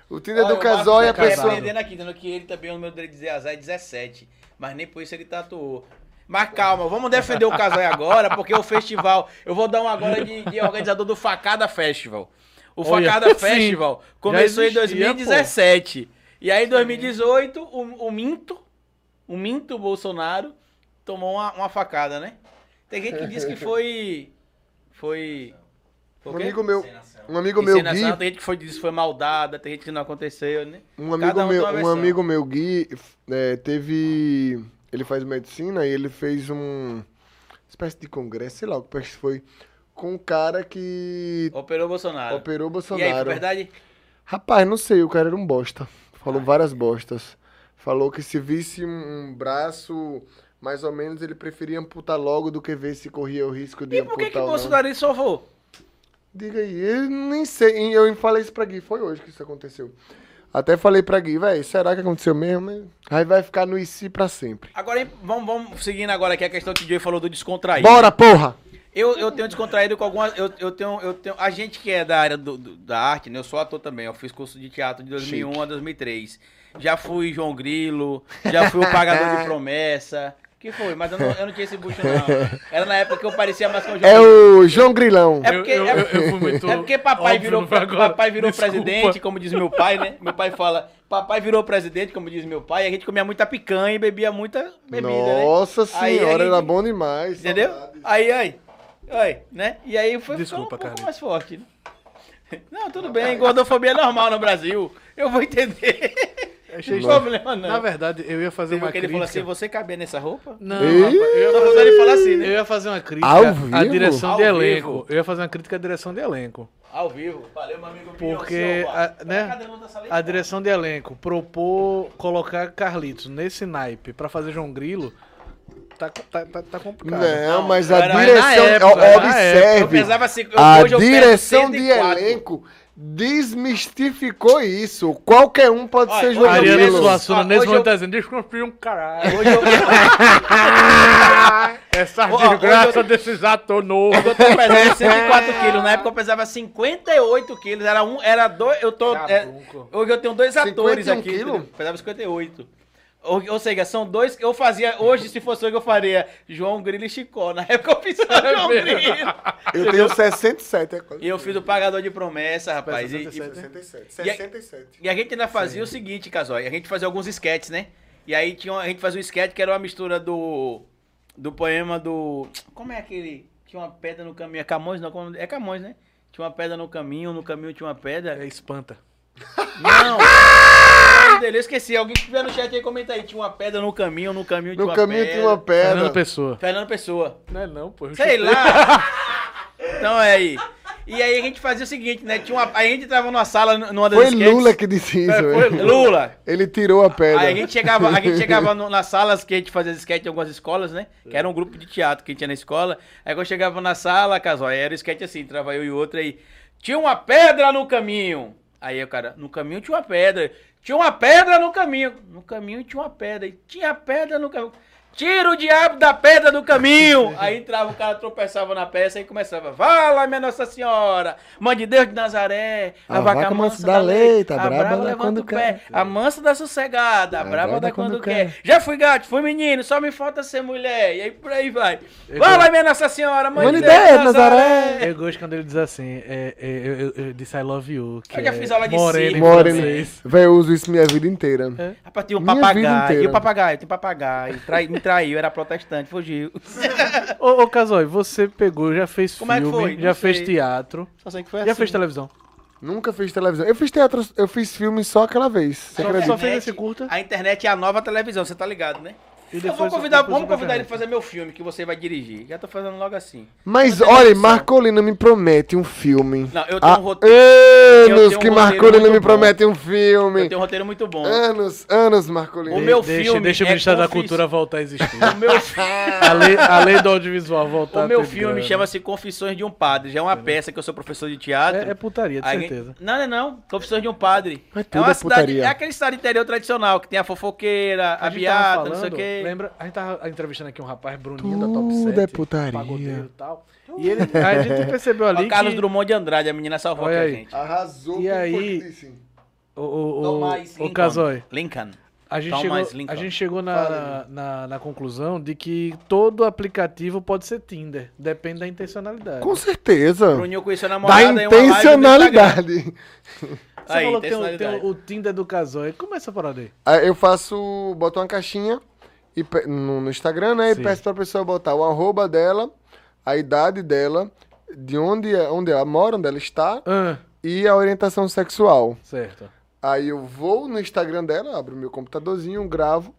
O Tinder
Olha,
do
o Marcos
Casório, a
tá
pessoa.
aprendendo.
aprendendo aqui, dando que ele também, o meu direito de dizer azar é 17. Mas nem por isso ele tatuou. Mas calma, vamos defender o Casói agora, porque o festival. Eu vou dar um agora de, de organizador do Facada Festival. O
Olha,
Facada
sim.
Festival começou em
existia,
2017. E aí, em 2018, o, o Minto, o Minto Bolsonaro, tomou uma, uma facada, né? Tem gente que diz que foi. Foi. foi
Um
o quê?
amigo meu,
Encenação.
um amigo meu Gui,
Encenação, tem gente que foi, diz que foi maldada, tem gente que não aconteceu, né?
um amigo
Cada um
meu,
tem uma
um
versão.
amigo meu Gui, é, teve, ele faz medicina e ele fez um espécie de congresso, sei lá, o que foi com um cara que
Operou Bolsonaro.
operou
E aí, foi
Bolsonaro.
verdade?
Rapaz, não sei, o cara era um bosta. Falou várias bostas. Falou que se visse um, um braço, mais ou menos, ele preferia amputar logo do que ver se corria o risco de
E por
amputar
que que
ou
o
não.
Bolsonaro salvou?
Diga aí, eu nem sei. e Eu falei isso pra Gui, foi hoje que isso aconteceu. Até falei pra Gui, véi, será que aconteceu mesmo? Aí vai ficar no IC pra sempre.
Agora, hein, vamos, vamos seguindo agora aqui a questão que o Joey falou do descontraído.
Bora, porra!
Eu, eu tenho descontraído com algumas... Eu, eu tenho, eu tenho... A gente que é da área do- do- da arte, né? Eu sou ator também. Eu fiz curso de teatro de 2001 a 2003. Já fui João Grilo, já fui o Pagador de Promessa. Que foi? Mas eu não, eu não tinha esse bucho, não. Era na época que eu parecia mais com o João
É
Grilo.
o João Grilão.
É porque,
eu, eu,
é-
eu fui muito
É porque papai
óbvio
virou,
agora.
papai virou
Desculpa.
presidente, como diz meu pai, né? Meu pai fala, papai virou presidente, como diz meu pai, a gente comia muita picanha e bebia muita bebida, né?
Nossa
Aí a
senhora,
gente-
era bom demais.
Entendeu?
saudades.
Aí, aí, aí, né? E aí foi ficando um
Desculpa,
pouco
Carlinhos.
mais forte, né? Não, tudo bem, gordofobia é normal no Brasil, eu vou entender. Não tem problema, não.
É, Na verdade, eu ia fazer
Você viu
uma
que ele
crítica.
falou assim, você cabia nessa roupa?
Não,
Ih!
rapaz, eu ia
Só
fazer-
quando ele fala assim, né?
Eu ia fazer uma crítica
Ao
à
vivo?
direção
Ao
de
vivo.
elenco. Eu ia fazer uma crítica à direção de elenco.
Ao vivo. Valeu, meu amigo
Porque,
Beyoncé, ó,
a,
tá
né,
cada um da sala aí,
a
ó.
direção de elenco propor colocar Carlitos nesse naipe pra fazer João Grilo, tá, tá, tá, tá complicado.
Não, mas
eu
a
era-
direção.
na época,
ó,
na época.
Eu
observe.
pesava assim, eu-
A
hoje eu peso
direção de
104.
elenco desmistificou isso. Qualquer um pode
Olha,
ser
olha,
João
A Ariana
Grilo.
Grilo.
Suassuna.
Suassuna
Ó,
nesse
Ah, hoje
momento
eu-
tá dizendo, desconfio um caralho.
Hoje eu,
Essa
Ó, hoje eu-
desgraça desses atores novos.
eu tô pesando 104 quilos. Na época eu pesava 58 quilos. Era um, era dois. Eu tô. é,
Chabuco.
hoje eu tenho dois atores
51
aqui.
quilo?
entendeu? Pesava 58. Ou, ou seja, são dois que eu fazia. Hoje, se fosse hoje, eu faria João Grilo e Chicó. Na época eu fiz o João Grilo.
Eu tenho 67. é quase-
E eu fiz o Pagador de Promessa, rapaz. e- e
67.
E aí-
67.
E a gente ainda fazia o seguinte, Casói, a gente fazia alguns esquetes, né? E aí tinha, uma- a gente fazia um esquete que era uma mistura do do poema do como é aquele tinha uma pedra no caminho, é Camões não, como- é Camões, né? Tinha uma pedra no caminho, no caminho tinha uma pedra.
É, Espanta.
Não. Ai, dele, Eu esqueci, alguém que estiver no chat aí comenta aí, tinha uma pedra no caminho, no caminho tinha
No
uma
caminho
pedra.
tinha uma pedra.
Fernando Pessoa.
Fernando Pessoa.
Não é não, pô. eu
Sei
chutei.
lá. Então é aí. E aí a gente fazia o seguinte, né? Tinha uma, a gente entrava numa sala numa das
Foi
esquetes.
Lula que disse isso,
É, foi
velho.
Lula.
Ele tirou a pedra.
Aí a gente chegava, a gente chegava no- nas salas que a gente fazia sketch em algumas escolas, né? Que era um grupo de teatro que tinha na escola. Aí quando chegava na sala, casói, era sketch assim, entrava eu e outro aí. Tinha uma pedra no caminho. Aí o cara, no caminho tinha uma pedra. Tinha uma pedra no caminho. No caminho tinha uma pedra. E tinha pedra no caminho. Tira o diabo da pedra do caminho! Aí entrava o cara, tropeçava na peça e começava. Vala, minha Nossa Senhora! Mãe de Deus de Nazaré! A, vaca, mansa da leita, a braba, né,
dá
levanta
quando
o pé,
quer.
a mansa da sossegada, a
A
braba
braba
da
dá
quando,
quando
quer. Já fui gato, fui menino, só me falta ser mulher. E aí por aí vai.
Eu
Vai
gosto.
lá, minha Nossa Senhora, mãe
Mãe
de
de
Deus,
Deus,
Nazaré.
Eu gosto quando ele diz assim, é, é, eu, eu, eu disse I love you. Que
Eu já
é
fiz aula de
moreno em
circo
Mora
francês.
Velho, eu uso isso minha vida inteira.
É.
Rapaz, tem um
Minha vida
papagaio,
inteira.
e o papagaio, tem papagaio. Trai, me traiu, era protestante, fugiu.
Ô, ô Casói, você pegou, já fez
Como é que
filme,
foi? Não
já fez
sei.
teatro,
Só sei que foi
já
assim.
fez televisão.
Nunca fiz televisão. Eu fiz teatro, eu fiz filme só aquela vez. Você
Só-
acredita?
só fez esse curta.
A internet é a nova televisão, você tá ligado, né?
E
eu vou
depois-
convidar,
depois
vamos
eu
convidar ele
pergunto.
pra fazer meu filme que você vai dirigir. Já tô fazendo logo assim.
Mas
Não tem
olha,
opção.
Marcolino me promete um filme.
Não, eu tenho um roteiro.
Anos
eu tenho um
que
roteiro
Marcolino
muito
me
bom.
promete um filme.
Eu tenho um roteiro muito bom.
Anos, anos, Marcolino.
O meu
deixa,
filme
Deixa o
é
Ministério da
confis-
Cultura voltar a existir.
O meu filme.
a, lei, a lei do audiovisual voltar
O meu
a ter
filme
grana.
chama-se Confissões de um Padre. Já é uma peça que eu sou professor de teatro.
É, é putaria, de
Aí alguém-
certeza.
Não, não, não. Confissões de um Padre.
Mas tudo é
cidade,
putaria.
é aquele estado interior tradicional, que tem a fofoqueira, a,
A gente tava
beata, não sei o
falando,
quê.
Lembra? A gente tava entrevistando aqui um rapaz, Bruninho, da Top 7.
Tudo é putaria.
Pagodeiro e tal. E ele, a gente percebeu
Ó,
ali
Carlos
que...
Drummond de Andrade, a menina salvou
Olha
aqui
aí.
a gente.
Arrasou.
E
quem foi
aí-
que disse?
O, o,
Toma
o,
aí,
o
Lincoln.
Casói,
Lincoln.
a gente,
Thomas
chegou,
Lincoln.
a gente chegou na, na, na conclusão de que todo aplicativo pode ser Tinder. Depende da intencionalidade.
Com certeza.
Bruninho conheceu a
Da
namorada em uma live do Instagram.
intencionalidade.
Você
Aí,
falou que tem, o- tem
intencionalidade.
o, o Tinder do Casói. Como é essa parada aí?
Aí Eu faço, boto uma caixinha e pe- no, no Instagram, né?
Sim.
E peço pra pessoa botar o arroba dela, a idade dela, de onde, é- onde ela mora, onde ela está
Ah,
e a orientação sexual.
certo.
Aí eu vou no Instagram dela, abro meu computadorzinho, gravo,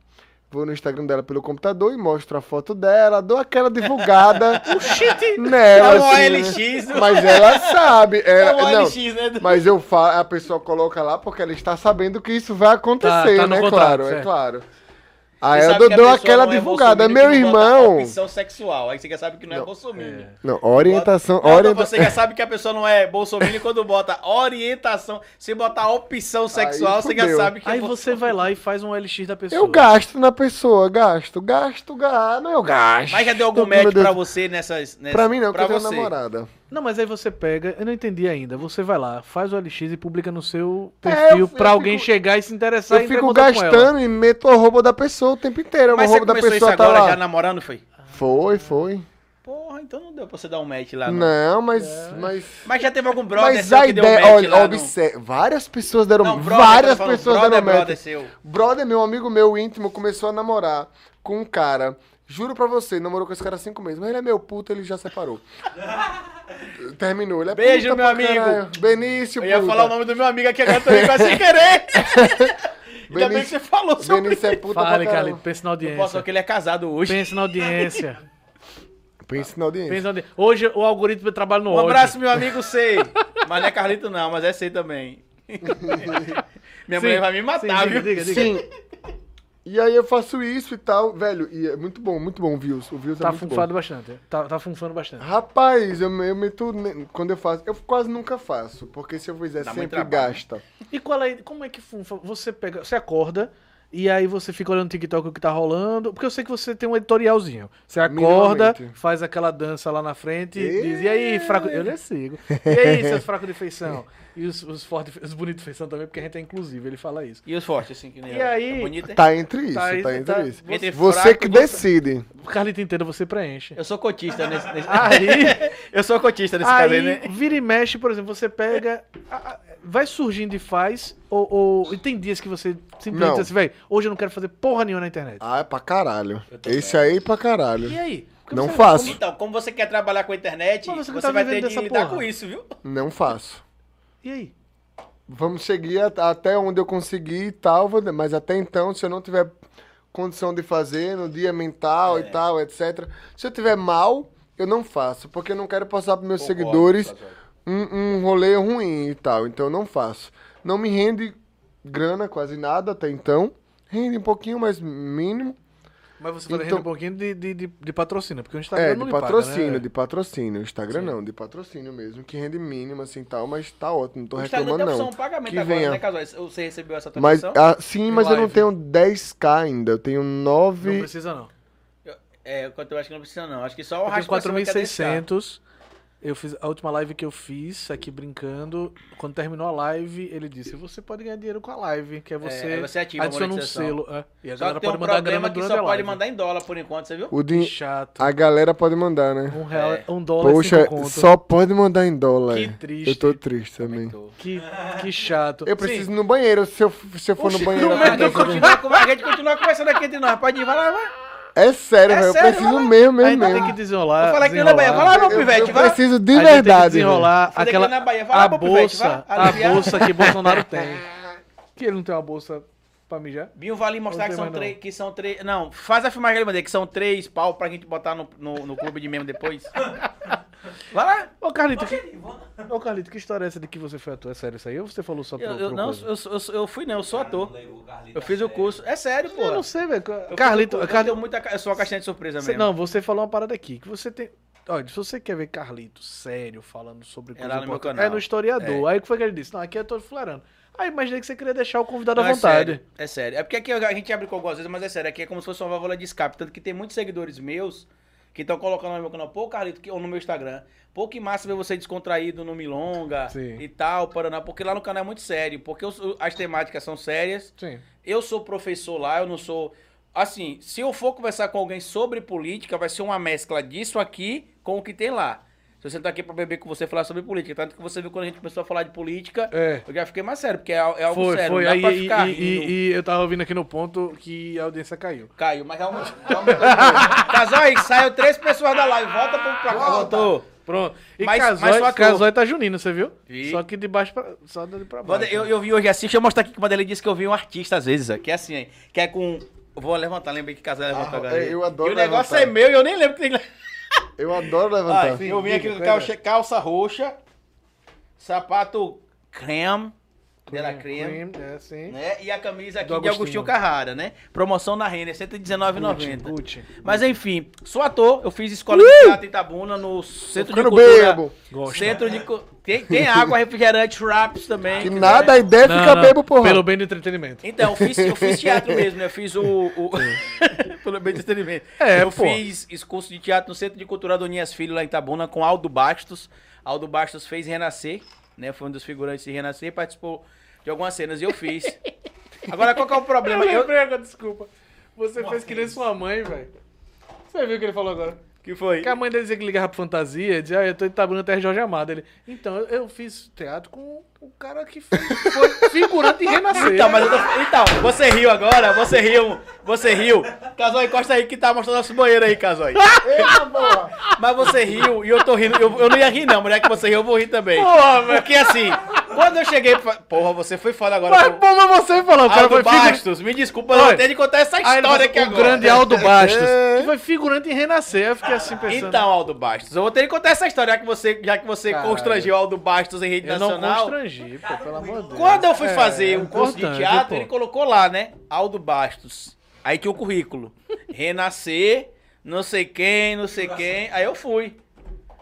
vou no Instagram dela pelo computador e mostro a foto dela, dou aquela divulgada. Oxi!
É
Nela,
o
assim, né?
OLX. né?
Mas ela sabe.
É
ela-
o
não,
OLX, né?
mas eu falo, a pessoa coloca lá porque ela está sabendo que isso vai acontecer,
Tá- tá no
né?
contrato,
claro,
certo.
é claro.
Você
Aí eu
sabe
dou,
que a
dou
pessoa
aquela
não é
divulgada.
bolsominion
Meu
que bota
irmão.
Opção sexual. Aí você já sabe que não, é bolsominion.
Não, orientação.
Bota- não,
orienta-
Você já sabe que a pessoa não é bolsominion quando bota orientação. Se botar opção sexual, você já
fudeu.
sabe que é
Aí
bolso-
você vai lá e faz um LX da pessoa.
Eu gasto na pessoa, gasto, gasto, gasto. Não, eu gasto.
Mas já deu algum
Meu
médico
Deus.
pra você nessas. nessas
Pra mim não, porque eu tenho
você.
namorada.
Não, mas aí você pega, eu não entendi ainda. Você vai lá, faz o LX e publica no seu
É, eu
perfil
fi-
pra
eu
alguém
fico-
chegar e se interessar
Eu
e entrar em
fico
contato com ela.
gastando e meto o roubo da pessoa o tempo inteiro.
Mas
o
você
roubo da
começou isso
pessoa tá
agora
lá.
já namorando, foi?
Foi, foi.
Porra, então não deu pra você dar um match lá, não.
Não, mas. Mas,
Mas já teve algum É. brother
mas
seu
a
que deu um
ideia.
match lá,
Olha,
não?
observe. Várias pessoas deram.
Não, brother, eu
várias
tô falando,
pessoas
brother,
deram match.
brother seu.
Brother, meu amigo meu íntimo, começou a namorar com um cara. Juro pra você, namorou com esse cara há cinco meses. Mas ele é meu puto, ele já separou. Terminou. Ele é
Beijo,
puta
meu
pra
amigo.
caralho. Benício,
Eu ia
puta.
falar o nome do meu amigo aqui agora também, quase sem querer. Ainda bem que você
Benício,
falou sobre
Benício é puta
Fale,
pra
Carlito,
caralho.
pensa na
Eu posso,
audiência.
que ele é casado hoje.
Pensa na audiência.
Pensa na audiência.
pensa na audiência. Hoje o algoritmo trabalha no
Um
ódio.
abraço, meu amigo C. mas não é Carlito, não, mas é C também. Minha
Sim,
mulher vai me
sim,
matar,
diga,
viu?
diga, diga.
Sim. E aí eu faço isso e tal, velho. E é muito bom, muito bom o views. O views é
Tá
muito
funfado
bom.
bastante. Tá, tá funfando bastante.
Rapaz, eu, me- eu meto. ne- Quando eu faço. Eu quase nunca faço, porque se eu fizer
Dá muito
sempre
trabalho.
gasta.
E qual é, como é que funfa? Você pega, você acorda e aí você fica olhando o TikTok o que tá rolando, porque eu sei que você tem um editorialzinho. Você acorda,
Minimamente.
faz aquela dança lá na frente e
Ê!
diz: "E aí, fraco, eu lhe sigo. E aí, seus fracos de feição?" E os os fortes, de fe- os bonitos de feição também, porque a gente é inclusive, ele fala isso.
E os fortes, assim, que nem
E
ela.
aí-
É bonito, hein?
Tá entre isso,
Tá
tá,
isso,
entre
tá-
isso.
Entre
Você
fraco
que
e você-
decide.
O Carlito inteiro você preenche.
Eu sou cotista nesse. nesse...
Aí-
eu sou cotista nesse caso aí,
Aí,
né?
vira e mexe, por exemplo, você pega. a- a- Vai surgindo e faz, ou, ou- E tem dias que você simplesmente
Não.
diz assim, velho, hoje eu não quero fazer porra nenhuma na internet.
Ah, é pra caralho.
tô
Esse aí é pra
E
caralho.
aí? Porque
Não
você-
faço,
Então, como você quer trabalhar com a internet,
Mas você
você,
que tá
vai
vivendo
ter de
dessa
lidar
porra.
com isso, viu?
não faço.
E aí?
Vamos seguir a- até onde eu conseguir e tal, vou- mas até então, se eu não tiver condição de fazer no dia mental e tal, etc. Se eu tiver mal, eu não faço, porque eu não quero passar pros meus seguidores um, um rolê ruim e tal, então eu não faço. Não me rende grana quase nada até então. Rende um pouquinho, mas mínimo.
Mas você falou
Então-
rende um pouquinho de, de, de, de patrocínio, porque o Instagram
É, de
não lhe paga,
patrocínio,
né?
de patrocínio. Instagram não, de patrocínio mesmo, que rende mínimo assim e tal, mas tá ótimo, não tô
O Instagram
reclamando
tem
não.
opção de pagamento
Que
agora,
venha.
né, Casal? Você recebeu essa
Mas,
atualização?
ah, sim, mas eu não
live.
tenho 10k ainda. Eu tenho
Não
9.
precisa não.
É, quanto eu acho que não precisa, não. Acho que só o
Eu tenho
Raspa Silva que é desse cara.
4.600. Eu fiz a última live que eu fiz aqui brincando. Quando terminou a live, ele disse: Você pode ganhar dinheiro com a live, que é você,
é, você ativa a
adiciona um
monetização.
selo. é. E
Só
a
que
galera
tem
pode
um
mandar grana
problema que
durante
só
a
pode
live.
mandar em dólar por enquanto, você viu?
O
Que
din...
chato.
A galera pode mandar, né?
Um, real,
É.
um dólar e
Poxa,
cinco conto.
só pode mandar em dólar.
Que triste.
Eu tô triste também.
Que, que chato.
Eu preciso ir no banheiro. Se eu, se eu for no banheiro.
Não,
eu
mas
é
a, gente
acontece-
continua, con- a gente continua conversando aqui entre nós. Pode ir, vai lá, vai.
É sério,
É
velho. Eu
sério,
preciso
vai lá.
mesmo, mesmo,
Aí tem
mesmo.
que desenrolar.
Vou falar aqui na
desenrolar.
Bahia. Vai lá, meu
Eu,
pivete,
eu
vai.
preciso de
A gente
verdade.
tem que
velho.
desenrolar
Fazer
aquela
aqui na Bahia. Vai lá
a
pro pivete,
bolsa,
vai.
a
Aliviar.
bolsa que Bolsonaro tem. Que ele não tem uma bolsa pra mijar?
Binho vai ali mostrar
Não
que
tem
são,
mais não.
três, que são três. Não, faz a filmagem ali, Bandeira, que são três pau pra gente botar no, no, no clube de meme depois. Vai lá.
Ô Carlito, que... Ô Carlito, que história é essa de que você foi ator? É sério isso aí? Ou você falou só pra
Eu, eu, não, eu, eu, eu fui, não, eu sou ator. Eu fiz o curso. É sério, pô.
eu não sei, velho.
Eu fiz o
Carlito,
curso, eu,
Carlito,
tenho muita, ca- eu sou uma caixinha de surpresa
Cê-
mesmo.
não, você falou uma parada aqui, que você tem... Olha, se você quer ver Carlito sério falando sobre
É lá no meu
importante-
canal.
É no historiador. Aí o que foi que ele disse? Não, aqui eu tô flerando. Aí imaginei que você queria deixar o convidado
Não,
à Tá vontade.
É sério, é sério. É porque aqui a gente abre com algumas vezes, mas é sério. Aqui é como se fosse uma válvula de escape. Tanto que tem muitos seguidores meus que estão colocando no meu canal, pô, Carlito, que- ou no meu Instagram, pô, que massa ver você descontraído no Milonga
Sim.
e tal, Paraná. Porque lá no canal é muito sério. Porque eu sou- as temáticas são sérias.
Sim.
Eu sou professor lá, eu não sou. Assim, se eu for conversar com alguém sobre política, vai ser uma mescla disso aqui com o que tem lá. Se você tá aqui pra beber com você falar sobre política, tanto que você viu quando a gente começou a falar de política,
É.
eu já fiquei mais sério, porque é, al- é algo
Foi,
sério.
foi.
não dá
Aí,
pra
e,
ficar
e-
rindo.
e- e eu tava ouvindo aqui no ponto que a audiência caiu.
Caiu, mas realmente. realmente caiu. Casal aí, saiu três pessoas da live, volta pro pra cá. Voltou.
Pronto. E
Mas-
Casói,
mas só ator.
Casói tá junino, você viu?
Vi.
Só que de baixo pra, só de pra baixo.
Wander, Eu, eu vi hoje assim, deixa eu mostrar aqui que o Vanderlei disse que eu vi um artista às vezes, ó, que é assim, hein, que é com. Vou levantar, lembrei que Casal levantou
Ah,
agora.
é, eu adoro
E o negócio
levantar.
é meu e eu nem lembro que tem que.
Eu adoro
Ah,
levantar.
enfim, eu vim aqui
diga,
com calça, calça roxa, sapato creme, dela creme,
É, sim.
né? E a camisa aqui
Do
de Agostinho
Agostinho.
Carrara, né? Promoção na Renner,
Gucci,
119,90.
Gucci.
Mas enfim, sou ator, eu fiz escola de teatro em Itabuna no Centro de
ficando
Cultura.
bebo.
Gosto.
Centro de cu- tem, tem água, refrigerante, wraps também. né?
Que
quiser.
nada, a ideia
Não,
fica
não,
bebo, porra.
Pelo bem do entretenimento.
Então, eu fiz, eu fiz teatro mesmo, né? Eu fiz o. o... Pelo bem do entretenimento.
É,
eu
pô.
fiz esse curso de teatro no Centro de Cultura Donias Filho, lá em Itabuna, com Aldo Bastos. Aldo Bastos fez Renascer, né? Foi um dos figurantes de Renascer, participou de algumas cenas e eu fiz. Agora, qual que é o problema? Eu...
agora, desculpa. Você fez que nem sua mãe, velho. Você viu o que ele falou agora?
Que foi?
Que a mãe dele dizia que ligava pra fantasia, dizia, ah, eu tô em Itabuna, terra de Jorge Amado. Ele, então, eu, eu fiz teatro com o cara que foi, foi figurante e renascer.
Então, mas eu tô- então, você riu agora, você riu, você riu. Casói, encosta aí que tá mostrando nosso banheiro aí, Casói.
Eita, porra.
Mas você riu e eu tô rindo. Eu, eu não ia rir, não, mulher, que você riu, eu vou rir também.
Porra, velho.
Porque assim, quando eu cheguei. Pra... Porra, você foi foda agora.
Mas,
pô.
pô, mas você falou, o cara
Aldo
foi figurante.
Bastos, me desculpa, eu vou
Oi.
ter de contar essa
Aí ele
história
falou,
aqui
o
agora.
grande Aldo Bastos, que foi figurante em Renascer. Eu fiquei assim pensando.
Então, Aldo Bastos, eu vou ter de contar essa história, já que você, já que você
Caralho.
constrangiu Aldo Bastos em rede
eu não
nacional.
constrangi, pô, pelo amor de Deus.
Quando eu fui
É,
fazer
é
um curso de
importante,
teatro,
pô.
ele colocou lá, né? Aldo Bastos. Aí tinha o currículo. Renascer, não sei quem, não sei quem. Aí eu fui.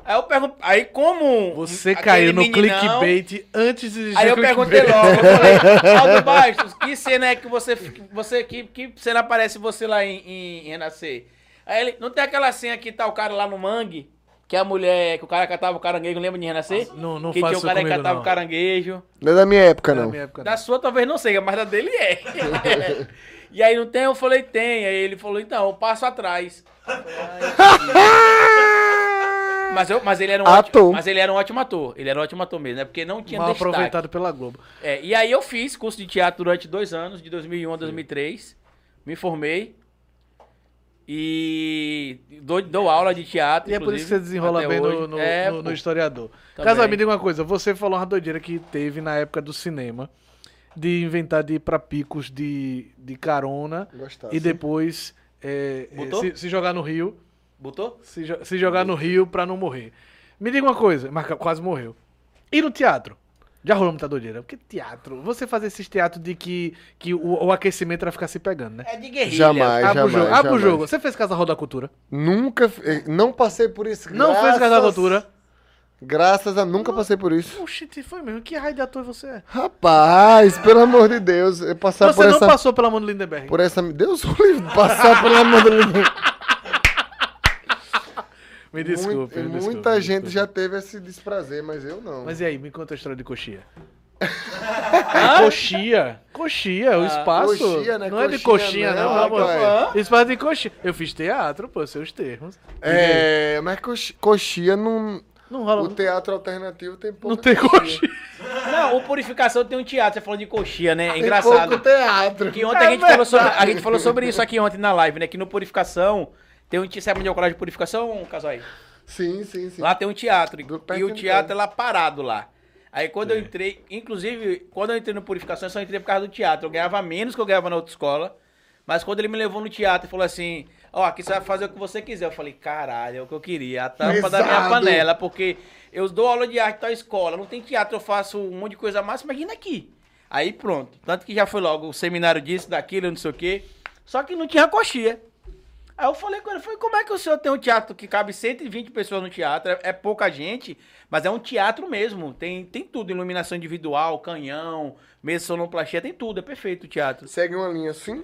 Aí eu pergunto. Aí como.
Você
aquele
caiu no
meninão-
clickbait antes de existir
Aí eu
clickbait.
perguntei logo, eu falei, Aldo Bastos, que cena é que você. você que, que cena aparece você lá em, em Renascer? Aí ele, não tem aquela cena que tá o cara lá no mangue? Que a mulher, que o cara catava o caranguejo, lembra de Renascer?
Não, não
que
faça
tinha o
isso
cara que
comigo,
catava
não.
o caranguejo.
Não é da minha época, né?
Na
não.
minha época,
Da sua talvez não seja, mas da dele é. e aí não tem, eu falei, tem. Aí ele falou, então, eu passo atrás. Mas, eu, mas ele era um
Ator.
ótimo. Mas ele era um ótimo ator. Ele era um ótimo ator mesmo, né? Porque não tinha
Mal
destaque.
aproveitado pela Globo.
É, e aí eu fiz curso de teatro durante dois anos, de 2001 a 2003. Me formei. E dou, dou aula de teatro.
E é por isso que
inclusive,
você desenrola
até
bem
hoje.
no, no-
É,
no- no
pô.
historiador.
Também.
Casal, me diga uma coisa. Você falou uma doideira que teve na época do cinema de inventar de ir pra picos de, de carona
Gostava.
e depois é, é,
Botou?
se, se jogar no rio.
Botou?
Se, jo- se jogar no rio pra não morrer. Me diga uma coisa. Mas ca- quase morreu. E no teatro? Já rolou muita doideira. Porque teatro... Você fazer esses teatros de que, que o, o aquecimento era ficar se pegando, né?
É de guerrilha.
Jamais,
Abre o
jamais,
jogo. Abre o
jamais.
jogo. Você fez Casa Roda Cultura?
Nunca, f- eh, não passei por isso.
Não
graças,
fez Casa da Cultura?
Graças a nunca passei por isso.
Oxi, foi mesmo. Que raio de ator você é?
Rapaz, pelo amor de Deus, eu passar
Você
por
não
essa,
passou pela mão do Lindenberg.
por essa, Deus o livre, passar pela mão do
Me desculpe. me
Muita
desculpe, me
gente
desculpe.
já teve esse desprazer, mas eu não.
Mas e aí, me conta a história de coxia. Ah? Coxia. Coxia, o espaço.
Ah, coxia, né?
Não é de
Coxinha,
coxinha,
não,
não, amor.
rapaz.
Espaço de coxia. Eu fiz teatro, pô, seus termos.
é, mas coxi- coxia não.
Não rola.
O teatro alternativo tem pouco.
Não tem coxia.
Não, o por purificação tem um teatro. Você falou de coxinha, né? É
Tem
engraçado.
pouco teatro.
Que ontem a, gente falou sobre, a gente falou sobre isso aqui ontem na live, né? Que no Purificação tem um. te- Sabe onde é o colégio de purificação, Casói?
Sim, sim, sim.
Lá tem um teatro.
Do
e o
Patrick
teatro é lá parado lá. Aí quando eu entrei, inclusive, quando eu entrei no Purificação, eu só entrei por causa do teatro. Eu ganhava menos que eu ganhava na outra escola. Mas quando ele me levou no teatro e falou assim: Ó, aqui você vai fazer o que você quiser. Eu falei: Caralho, é o que eu queria. A tampa da minha
Pesado.
panela. Porque eu dou aula de arte na escola, não tem teatro, eu faço um monte de coisa a mais. Imagina aqui. Aí pronto. Tanto que já foi logo o seminário disso, daquilo, não sei o quê. Só que não tinha coxinha. Aí eu falei com ele, falei, como é que o senhor tem um teatro que cabe 120 pessoas no teatro? É, é pouca gente, mas é um teatro mesmo. Tem, tem tudo, iluminação individual, canhão, mesa sonoplastia, tem tudo, é perfeito o teatro.
Segue uma linha assim,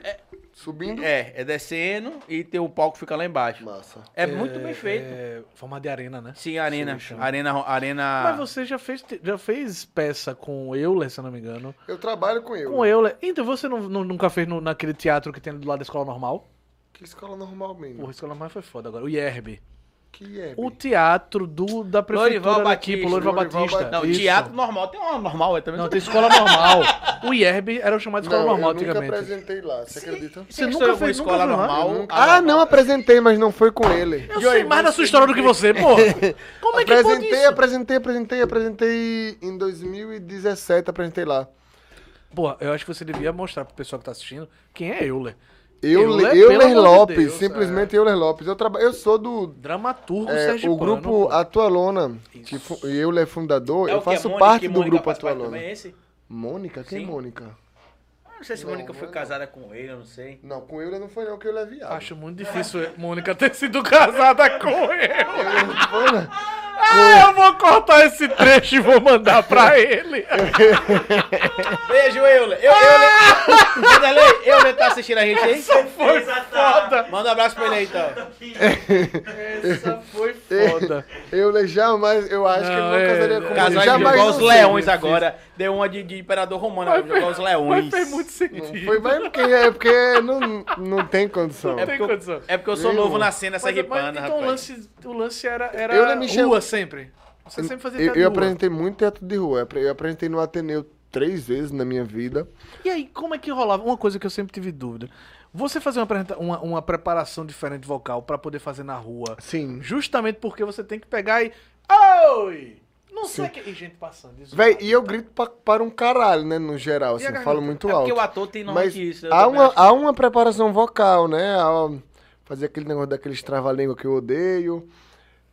subindo.
É, é descendo e tem o palco que fica lá embaixo.
Massa.
É, muito bem feito.
É, forma de arena, né?
Sim, arena,
Sim, sim.
arena,
Ah.
arena...
Mas você já fez, te- já fez peça com o Euler, se eu não me engano.
Eu trabalho com eu.
Com o Euler. Então você não- não- nunca fez no- naquele teatro que tem do lado da escola normal?
Que é escola normal mesmo.
Porra, a escola normal foi foda agora. O IERB.
Que é.
O
bicho?
teatro do, da prefeitura
Lorival
daqui, pô,
Batista.
Lorival
Lorival
Batista.
Batista.
Não,
Isso.
teatro normal, tem uma normal, é também.
Não, tem escola normal. O IERB era o chamado de escola
Não,
normal
eu nunca
antigamente.
apresentei lá, você acredita?
Você
Você
nunca
nunca
foi
fez- nunca
escola
foi lá?
normal?
Nunca-
a
Ah, não, apresentei, mas não foi com ele.
Eu sei mais da sua história do que você, pô. Como é que pode
apresentei,
isso?
apresentei, apresentei, apresentei em 2017, apresentei lá.
Pô, eu acho que você devia mostrar pro pessoal que tá assistindo quem é Euler.
Eu,
Euler,
Euler,
pelo amor de
Lopes,
Deus,
simplesmente Euler Lopes. Eu, traba... eu sou do
Dramaturgo
é,
Sérgio
o
Pano,
grupo
pô.
Atualona, que fu... Euler é fundador, eu
o que é
faço
Mônica,
parte
que
do
Mônica
grupo
faz parte
Atualona.
também, é esse?
Mônica? Quem é
Sim.
Mônica?
Eu Não sei se
Não,
Mônica foi
não. é
casada com ele, eu não sei.
Não, com Euler não foi não, que Euler é viado.
Acho muito difícil Mônica ter sido casada com eu.
Euler não foi, não.
Ah, eu vou cortar esse trecho e vou mandar pra ele.
É
Beijo, Euler. Eu, Euler. Wanderlei, Euler tá assistindo a gente aí?
Foi foda.
Manda um abraço pra ele aí, então.
Essa foi foda.
Euler jamais, eu acho que ele
Não,
não
é,
casaria
é.
com
Casal
ele.
de
Jamais
jogar
não
os
sei.
leões agora. Deu uma de, de imperador romano, agora jogar os leões.
Mas fez muito
Não
sentido.
Foi mais porque, é porque não, não tem condição.
É
Tem
porque, eu,
condição.
é porque eu sou
Meu
novo
irmão.
na cena
Mas- mas
sergipana,
então o
rapaz.
lance, o lance era, era
Eu lembro, Michel-
rua sempre. Você sempre fazia
Eu,
teatro de
eu
rua.
apresentei muito teatro de rua. Eu apre- Eu apresentei no Ateneu três vezes na minha vida.
E aí, como é que rolava? Uma coisa que eu sempre tive dúvida. Você fazer uma, apresenta- uma, uma preparação diferente vocal pra poder fazer na rua,
Sim.
justamente porque você tem que pegar e... Oi! Não sei o que... E gente passando. isso.
Véi, e eu grito pra, para um caralho, né? No geral, assim,
garganta?
falo muito
É porque o
alto.
ator tem nome
Mas
que isso. eu
há
também
uma,
acho.
há uma preparação vocal, né? Há- Fazer aquele negócio daqueles trava-língua que eu odeio.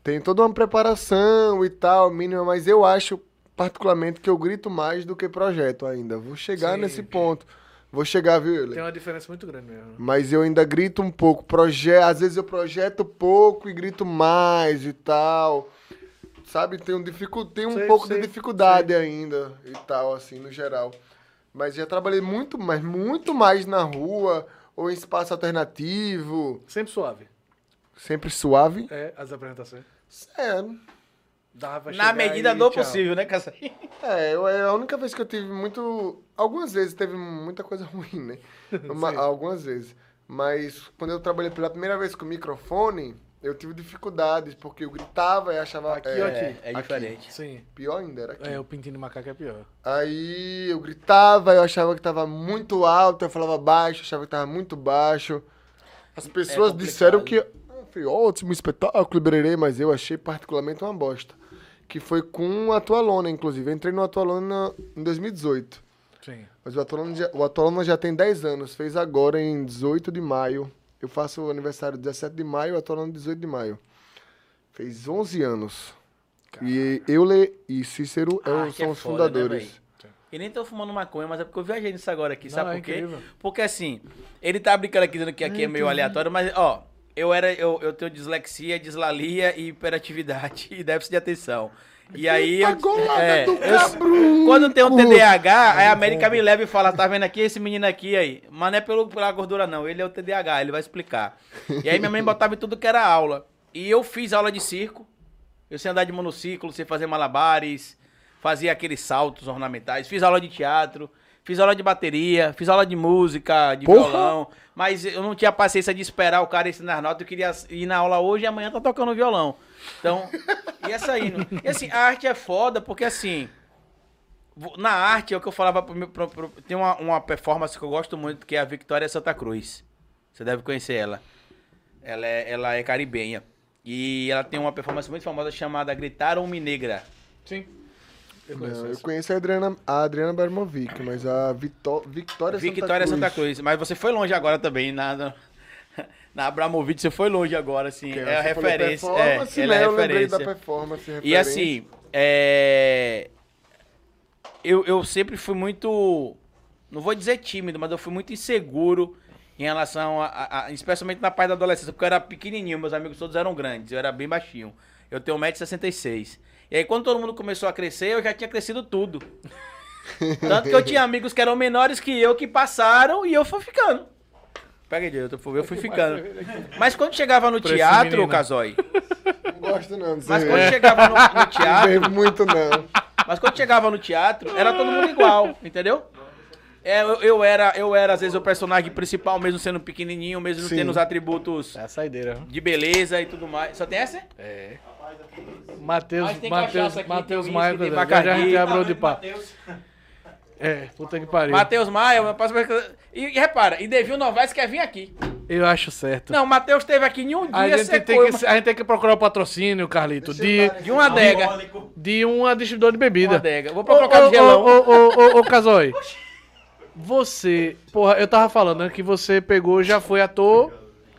Tem toda uma preparação e tal, mínima, mas eu acho particularmente que eu grito mais do que projeto ainda. Vou chegar
Sim.
nesse ponto. Vou chegar, viu, Euler?
Tem é uma diferença muito grande mesmo. né?
Mas eu ainda grito um pouco. Proje Às vezes eu projeto pouco e grito mais e tal. Sabe? Tem um, dificu... tem um
Sei,
pouco
sei,
de dificuldade ainda e tal, assim, no geral. Mas já trabalhei muito mais, muito mais na rua ou em espaço alternativo.
Sempre suave.
Sempre suave.
É, as apresentações.
É,
Dava pra
Na
chegar
medida
e
do
tchau.
possível, né, Casal?
é, eu- é a única vez que eu tive muito. Algumas vezes teve muita coisa ruim, né? Uma-
Sim.
algumas vezes. Mas quando eu trabalhei pela primeira vez com microfone, eu tive dificuldades, porque eu gritava e achava.
Aqui
é,
ou aqui?
É, é diferente.
Sim.
Pior ainda, era aqui.
É, o pintinho de macaco é pior.
Aí eu gritava, eu achava que tava muito alto, eu falava baixo, achava que tava muito baixo.
É
As pessoas
complicado.
disseram que. "Ah, Foi ótimo espetáculo, bererê", mas eu achei particularmente uma bosta. Que foi com a Atualona, inclusive. Eu entrei no Atualona em 2018.
Sim.
Mas o Atolona já, o Atolona já tem 10 anos, fez agora em 18 de maio. Eu faço o aniversário 17 de maio, o Atolona 18 de maio. Fez 11 anos. E Euler e Cícero é o-
Arte
são
é
os
foda, né,
fundadores.
véi? e nem tô fumando maconha, mas é porque eu viajei nisso agora aqui,
Não,
sabe
é
por quê?
incrível.
Porque assim, ele tá brincando aqui dizendo que aqui é meio aleatório, mas ó, eu era eu, eu tenho dislexia, dislalia e hiperatividade e déficit de atenção. E aí eu, É,
Eita, golada do
eu-
cabrunco!
quando tem um TDAH, aí a América me leva e fala, tá vendo aqui esse menino aqui aí? Mas não é pelo, pela gordura não, ele é o TDAH, ele vai explicar. E aí minha mãe botava em tudo que era aula. E eu fiz aula de circo. Eu sei andar de monociclo, sei fazer malabares, fazia aqueles saltos ornamentais, fiz aula de teatro, fiz aula de bateria, fiz aula de música, de
Porra!
violão, mas eu não tinha paciência de esperar o cara ensinar as notas, eu queria ir na aula hoje e amanhã tá tocando violão. Então, ia saindo. E assim, a arte é foda porque assim, vo- na arte é o que eu falava pro meu. pro- pro- tem uma, uma performance que eu gosto muito, que é a Victoria Santa Cruz. Você deve conhecer ela. Ela é, ela é caribenha. E ela tem uma performance muito famosa chamada Gritar Homem Negra.
Sim. Eu
Não,
conheço
eu
essa.
conheço a Adriana, a Adriana Barmovic, mas a Vitó- Victoria,
Victoria Santa Cruz. Mas você foi longe agora também, na, na, na Abramovic você foi longe agora, assim.
Que
é a
você falou
referência. É,
performance,
ela é
né?
a
Eu lembrei
referência.
da performance.
E
referência.
assim, é... eu, eu sempre fui muito, não vou dizer tímido, mas eu fui muito inseguro em relação a, a- a- especialmente na parte da adolescência, porque eu era pequenininho, meus amigos todos eram grandes, eu era bem baixinho. Eu tenho 1,66m. E aí quando todo mundo começou a crescer, eu já tinha crescido tudo. Tanto que eu tinha amigos que eram menores que eu, que passaram, e eu fui ficando. Pega aí, eu, tô- eu fui ficando. Mas quando chegava no
Pra esse
teatro,
menino.
Casói,
Não gosto não de
mas
cerveja.
quando chegava no- no
Não
teatro,
bebo muito não.
mas quando chegava no teatro, era todo mundo igual, entendeu? É, eu, eu era, eu era, às vezes, o personagem principal, mesmo sendo pequenininho, mesmo não
Sim.
tendo os atributos
É a saideira.
de beleza e tudo mais. Só tem essa?
É.
Mas
Matheus,
tem
Matheus,
cachaça aqui,
Matheus
tem uísque,
Maia,
tem
já, já a gente
Bacardi.
abriu de pá.
Mateus.
É, puta que pariu.
Matheus Maia, eu passo pra- e, e repara, e Devil Novaes quer vir aqui.
Eu acho certo.
Não, o Matheus esteve aqui em um
a,
dia,
gente tem
secou.
que, a gente tem que procurar o patrocínio, Carlito,
Deixa
de,
eu dar-
De uma adega.
Alcoólico.
de uma distribuidora de
Uma
bebida.
adega. Vou
Ô,
procurar
ô,
o gelão.
Ô, ô, ô, ô, ô, Casói. Você, porra, eu tava falando né, que você pegou, já foi ator,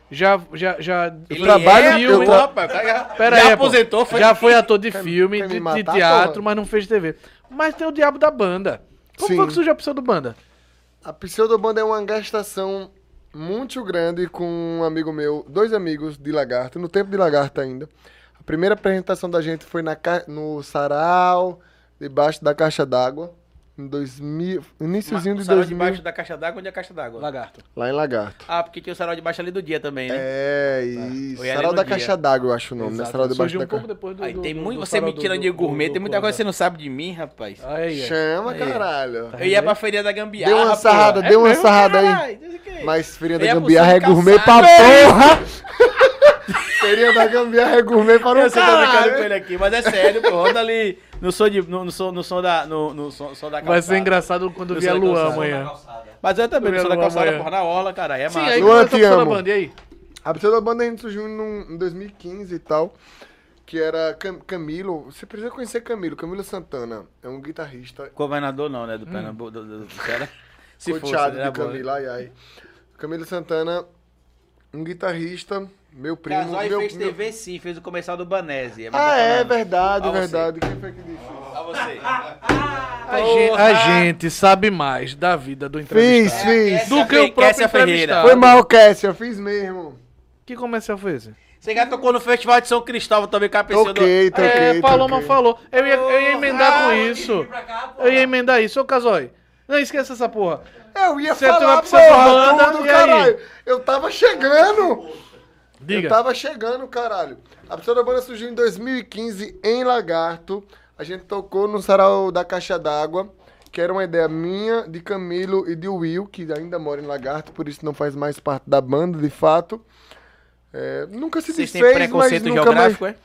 já, já, já...
Ele
trabalho
é
que
ator,
eu tô-
rapaz, tá- já,
Pera
já
aí, pô.
aposentou, foi.
já foi ator de
Quer me-
filme,
quer me
de, de
matar,
teatro,
porra?
mas não fez TV. Mas tem o diabo da banda. Como
Sim.
foi que surgiu a opção do banda?
A pseudobanda é uma gastação muito grande com um amigo meu, dois amigos de Lagarto, no tempo de Lagarto ainda. A primeira apresentação da gente foi na, ca- no Sarau, debaixo da caixa d'água, em 2000, iníciozinho
o
de
sarau
2000,
debaixo da caixa d'água, onde é a caixa d'água?
Lagarto.
lá em Lagarto.
Ah, porque tinha o sarau debaixo ali do dia também, né?
É, isso.
Foi ali
Sarau
no
da
dia.
caixa d'água, eu acho o nome, né? Sarau debaixo
Surgiu
da
um pouco
caixa.
depois do...
Aí
do-
tem
do-
muito.
do
Você me
farol do-
tirando
do-
de
do-
gourmet,
do-
tem muita
do-
coisa que você não sabe de mim, rapaz.
Aí, aí.
Chama,
Tá Aí.
caralho.
Eu ia pra feria da gambiarra.
Deu uma
pô.
sarrada,
É
deu uma
mesmo,
sarrada aí.
caralho, isso aqui.
Mas feria
Eu
da
ia pro
gambiarra é
São
gourmet pra
Calçado.
porra! feria da gambiarra é gourmet para
Eu
o
sei que eu tô brincando
caralho.
com ele aqui, mas é sério, pô. Roda ali no som, de, no, no som, no som da. No, no som, som da
Vai ser
calçada.
engraçado quando
Eu
vier
sou da
Luan
calçada.
amanhã.
Mas eu também,
Eu
no som da
amo
calçada,
amanhã.
porra, na orla, cara. É
Sim,
massa.
aí
Luan,
começa
te
a opção da
amo.
banda, e aí?
A pseudobanda a gente surgiu num- em 2015 e tal, que era Cam- Camilo. Você precisa conhecer Camilo, Camilo Santana. É um guitarrista
Governador não, né? Do Pernambuco. Do, do, do- cara. Se fosse,
coteado
era
de
bom. né?
Camilo, ai ai. Camilo Santana, um guitarrista, meu primo.
Casói
meu,
fez
meu-
TV sim, fez o comercial do Banese.
Ah, é verdade,
Ah, você.
verdade. Quem foi que disse?
A você.
Tá
A gente, a gente sabe mais da vida do
Fiz,
entrevistado.
É,
fiz.
Do que o próprio
Kessia Ferreira.
entrevistado.
Foi mal, Cassia, fiz mesmo.
Que comercial foi esse?
Você já tocou no Festival de São Cristóvão também, com a pessoa do-
Toquei, toquei.
é, Paloma
toquei.
falou. Eu ia, eu ia emendar com isso.
Ah, Pra cá, pô.
Eu ia emendar isso. Ô, Casói. Não esqueça essa porra.
Eu ia
é
Você
falar, porra,
vai pra Pseudobanda,
tudo,
e aí?
caralho. Eu tava chegando. Eu
Diga.
tava chegando, caralho. A Pseudobanda surgiu em 2015 em Lagarto. A gente tocou no Sarau da Caixa d'Água, que era uma ideia minha, de Camilo e de Will, que ainda mora em Lagarto, por isso não faz mais parte da banda, de fato. É, nunca se
Vocês têm
desfez, mas
preconceito
nunca
geográfico,
mais...
é?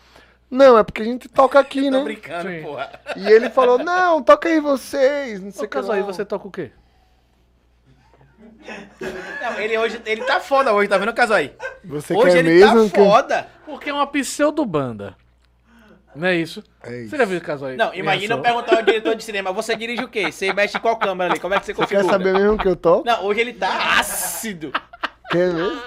Não, é porque a gente toca aqui,
Tô
né?
brincando,
Sim.
porra.
E ele falou, não, toca aí vocês, não sei
Ô,
o que lá.
Casói, você toca o quê?
Não, ele hoje, ele tá foda hoje, tá vendo, Casói?
Você
Hoje
quer
ele
mesmo
tá
que...
foda.
Porque é uma pseudobanda. Não é isso?
É isso.
Você já viu Casói?
Não, imagina eu
Reação?
perguntar ao diretor de cinema, você dirige o quê? Você mexe em qual câmera ali? Como é que você
Você quer
configura?
saber mesmo que eu toco?
Não, hoje ele tá ácido.
Quer mesmo?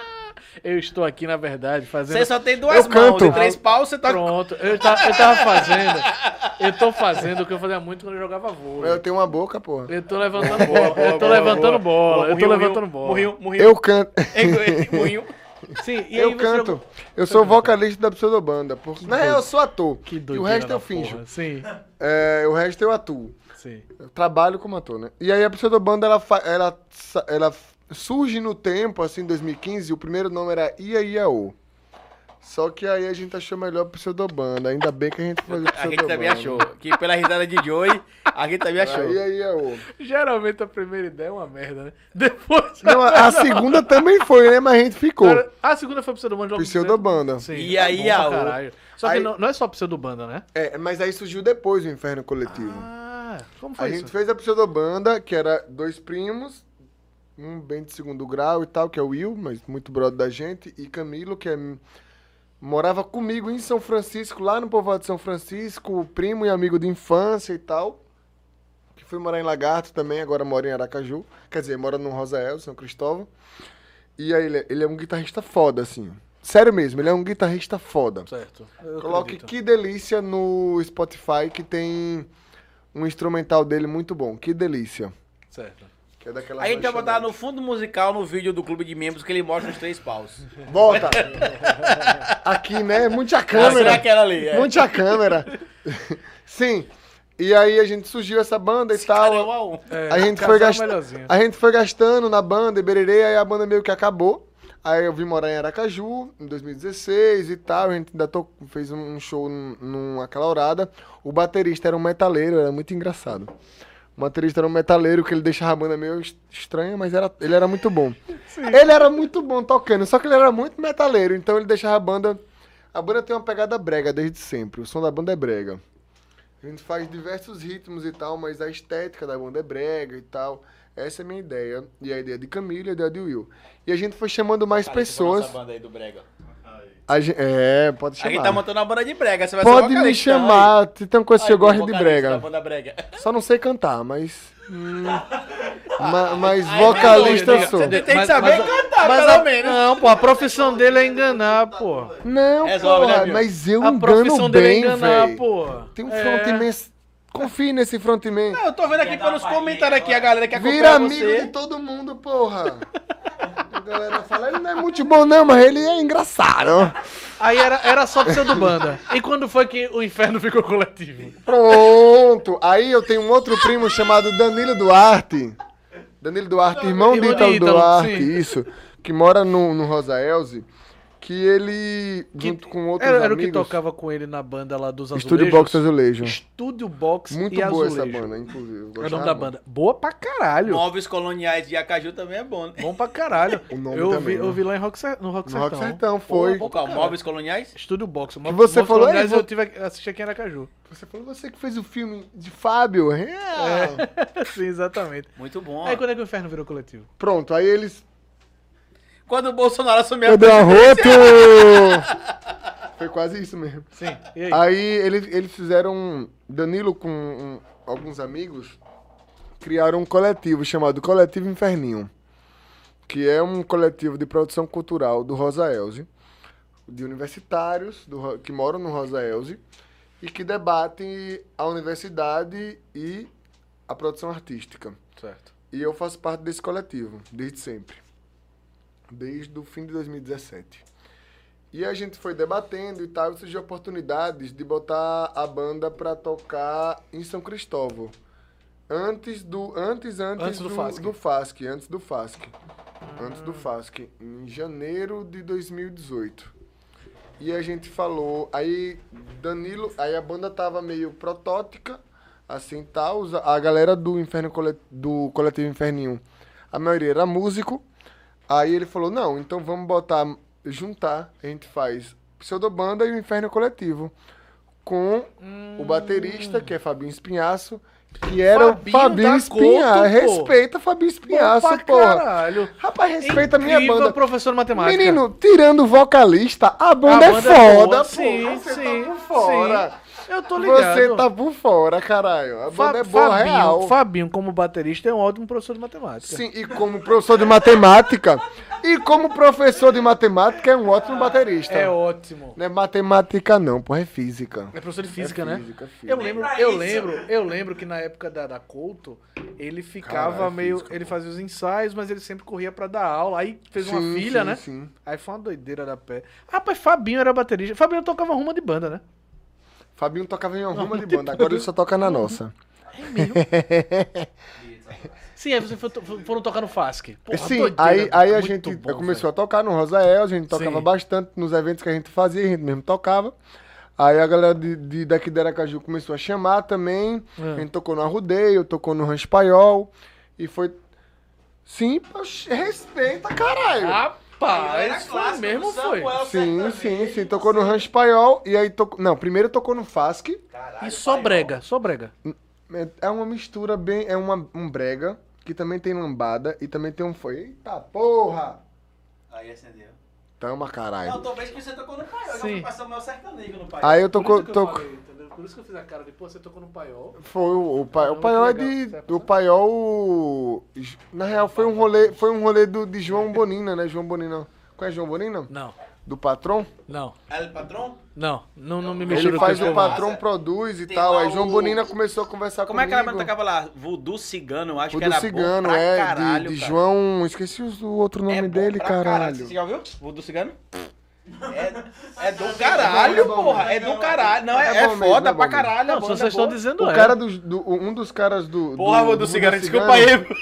Eu estou aqui, na verdade, fazendo...
Você só tem duas
Eu
mãos
canto.
e três paus, você tá...
Pronto. Eu, ta- eu tava fazendo... Eu tô fazendo o que eu fazia muito quando eu jogava
Eu
vôlei.
tenho uma boca, porra.
Eu tô levantando bola. Eu tô levantando bola. Eu tô levantando bola.
Morriu, morriu.
Eu canto.
Morriu.
Sim, e aí
eu
você-
canto. Eu sou vocalista da pseudobanda. Porque... Não, eu sou ator.
Que
e o
doideira
resto
da
eu finjo.
porra. Sim,
É, o resto eu atuo.
sim.
Eu trabalho como ator, né? E aí a pseudobanda, ela, fa- ela, sa- ela surge no tempo, assim, em 2015. O primeiro nome era Ia Iaô. Só que aí a gente achou melhor pseudobanda. Ainda bem que a gente fazia
A
pseudobanda.
gente também achou. Que pela risada de Joey, a gente também achou.
Ia Iaô.
Geralmente a primeira ideia é uma merda, né? Depois. Ah,
Não, a, a segunda também foi, né? Mas a gente ficou.
A segunda foi pseudobanda logo. em
Pseudobanda.
seguida.
E aí,
bom pra
a outra.
caralho. Só
Aí-
que não, não é só pseudobanda, né?
É, mas aí surgiu depois o Inferno Coletivo.
Ah. Como
A
foi isso?
gente fez a pseudobanda, que era dois primos, um bem de segundo grau e tal, que é o Will, mas muito brother da gente, e Camilo, que é- morava comigo em São Francisco, lá no povoado de São Francisco, primo e amigo de infância e tal, que foi morar em Lagarto também, agora mora em Aracaju, quer dizer, mora no Rosael, São Cristóvão. E aí ele é, ele é um guitarrista foda, assim. Sério mesmo, ele é um guitarrista foda.
Certo. Eu
Coloque
acredito.
Que Delícia no Spotify, que tem um instrumental dele muito bom. Que Delícia.
Certo.
Que é daquela
A gente vai
faixa
botar
dela.
no fundo musical, no vídeo do clube de membros, que ele mostra os três paus.
Bota! Aqui, né? Muita
Será
câmera.
aquela ali? Assim É.
Muita câmera. Sim. E aí a gente surgiu essa banda e
Cara, é um
tal.
a um.
É,
A gente,
casal
foi Ah, gast...
melhorzinho.
a gente foi gastando na banda e bererê, aí a banda meio que acabou. Aí eu vim morar em Aracaju em 2016 e tal. A gente ainda to- fez um show num- numa calorada. O baterista era um metaleiro, era muito engraçado. O baterista era um metaleiro que ele deixava a banda meio es- estranha, mas era, ele era muito bom. Ele era muito bom tocando, só que ele era muito metaleiro, então ele deixava a banda. A banda tem uma pegada brega desde sempre. O som da banda é brega. A gente faz diversos ritmos e tal, mas a estética da banda é brega e tal. Essa é a minha ideia. E a ideia de Camila e a ideia de Will. E a gente foi chamando mais
Cara,
pessoas.
essa banda aí do Brega.
A gente, é, pode
A
chamar.
gente tá montando uma banda de Brega. Você vai ser
pode me
vocalista, então, aí.
chamar. Se Tem uma coisa que
Aí,
eu gosto de
vocalista da
brega.
banda brega.
Só não sei cantar, mas. hum, ma- mas
Aí,
vocalista
meu
eu
Deus,
sou.
Você tem que
Mas-
saber
mas-
cantar,
Mas
pelo
a-
menos.
Não, pô, a profissão dele é enganar, pô.
Não,
Resolve, né,
porra,
Bill?
mas eu
A profissão
engano
dele é
bem,
enganar,
velho.
pô.
Tem um
É.
frontman. Confie nesse frontman.
Eu tô vendo aqui pelos comentários aqui, a galera que acompanha
Vira amigo
você.
de todo mundo, porra. A galera fala, ele não é muito bom não, mas ele é engraçado.
Aí era, era só pseudo banda. E quando foi que o inferno ficou coletivo?
Pronto. Aí eu tenho um outro primo chamado Danilo Duarte. Danilo Duarte, irmão de
irmão de
Ítalo
Ítalo,
Duarte,
sim.
isso. Que mora no, no Rosaelze. Que ele,
Que-
junto com outros
Era,
amigos...
era o que tocava com ele na banda lá dos azulejos.
Estúdio Box Azulejo.
Estúdio Box
Muito
e
boa
azulejo.
essa banda, inclusive. eu
É o
gostava
nome da
muito.
banda. Boa pra caralho.
Móveis coloniais de Acaju também é bom, né?
Bom pra caralho.
O nome
eu,
também,
vi,
né?
eu vi lá em Rock, Ser- no Rock
No Rock
Sertão.
Sertão, foi.
Pô, bom pra
Qual?
caralho.
Móveis coloniais?
Estúdio Box. Mo-
você
Mo-
falou,
Aliás,
"Ei,
eu
vou-
tive que assistir aqui em Aracaju.
Você falou, você que fez o filme de Fábio. É.
Sim, exatamente.
Muito bom.
Aí quando é que o inferno virou coletivo?
Pronto, aí eles...
Quando o Bolsonaro assumiu a
Cadê a roupa? Foi quase isso mesmo.
Sim. E aí?
Aí eles, eles fizeram. um- Danilo com um- alguns amigos criaram um coletivo chamado Coletivo Inferninho. Que é um coletivo de produção cultural do Rosa Elze, de universitários do Ro- que moram no Rosa Elze e que debatem a universidade e a produção artística.
Certo.
E eu faço parte desse coletivo, desde sempre. Desde o fim de 2017. E a gente foi debatendo e tal, e surgiu oportunidades de botar a banda pra tocar em São Cristóvão. Antes do. Antes, antes,
Antes do FASC.
FASC, Antes do FASC. Antes do FASC. Em janeiro de 2018. E a gente falou, aí Danilo, aí a banda tava meio protótica, assim, tal, os- a galera do Inferno Colet- do coletivo Inferninho, a maioria era músico. Aí ele falou: "Não, então vamos botar juntar, a gente faz Pseudobanda e o Inferno Coletivo com
Hum,
o baterista, que é Fabinho Espinhaço, que era o
Fabinho
Fabinho
da
Espinhaço.
Couto, pô.
Respeita Fabinho Espinhaço,
Bom pra
porra.
caralho.
Rapaz, respeita a minha
Incrível
banda.
professor de matemática.
Menino, tirando o vocalista, a banda,
A banda é
é
boa,
foda, pô.
sim,
Você
sim,
tá por fora.
eu tô ligado.
Você tá por fora, caralho. A
Fa-
banda é boa,
Fabinho,
real.
Fabinho, como baterista, é um ótimo professor de matemática.
Sim, e como professor de matemática, e como professor de matemática, é um ótimo baterista.
É ótimo.
Não é matemática não, pô, é física.
É professor de física,
É
né?
física, é física.
Eu lembro,
pra
eu
isso.
lembro, eu lembro que na época da, da Couto, ele ficava
Caralho,
meio.
é física,
ele fazia os ensaios, mas ele sempre corria pra dar aula. Aí fez uma
Sim,
filha,
sim,
né?
Sim.
Aí foi uma doideira da pé. Rapaz, Fabinho era baterista. Fabinho tocava ruma de banda, né?
Fabinho tocava em alguma
tipo
de banda, agora ele só toca
um
na nossa.
Sim, aí vocês foram, to- foram tocar no FASC. Porra,
Sim,
doideira, é
aí, aí a
muito
gente
bom,
começou a tocar no Rosael, a gente tocava
Sim.
bastante nos eventos que a gente fazia, a gente mesmo tocava. Aí a galera de, de- daqui da Aracaju começou a chamar também.
Ah.
A gente tocou no Arrudeio, tocou no Rancho Paiol. E foi. Sim, oxe, respeita, caralho!
velho.
Era
Rapaz, foi
clássico
mesmo
do
foi.
Samuel
sim,
Sertanejo.
sim, sim. Tocou no Rancho Paiol e aí tocou. Não, primeiro tocou no FASC.
Caralho,
E só
pai,
brega, só brega.
É- É uma mistura bem. É uma, um brega, que também tem lambada e também tem um foi. Eita porra!
Aí acendeu.
Toma,
Não,
caralho.
talvez que você tocou no pai. Eu já
Sim.
fui passar o meu sertanejo no pai.
Aí eu tô.
Por isso
co-
que eu
tô
falei, entendeu? Por isso que eu fiz a cara de, pô, você tocou no paiol.
foi o, o, pai, o
Muito
paiol é de.
legal. Você vai
O
passar?
paiol. o- Na real, foi um rolê, foi um rolê do, de João Bonina, né? João Bonina. Conhece João Bonina?
Não,
Do patrão?
não,
El É Patrão?
não. Não, não me mexeu
Ele
no
faz
teu
o
formato.
patrão, produz e
Tem
tal.
lá
Aí João
o-
Bonina começou a conversar
Como é
comigo.
que ela banda tocava lá? Voodoo Cigano, acho
O
que
do
era
Cigano,
bom pra
é,
caralho,
de, de
cara.
João. Esqueci o o outro
É
nome
bom
dele,
pra
caralho.
Você já ouviu? Voodoo Cigano? É, é do caralho,
É bom, é bom,
porra. É do caralho. Não, é,
É
é
bom mesmo,
foda
é bom
pra
mesmo.
caralho. a
Não, se
banda
vocês
é boa.
estão dizendo
O
é.
cara do, do- um dos caras do.
Porra,
do,
Voodoo
do
Cigano, desculpa
Cigano,
aí. pô.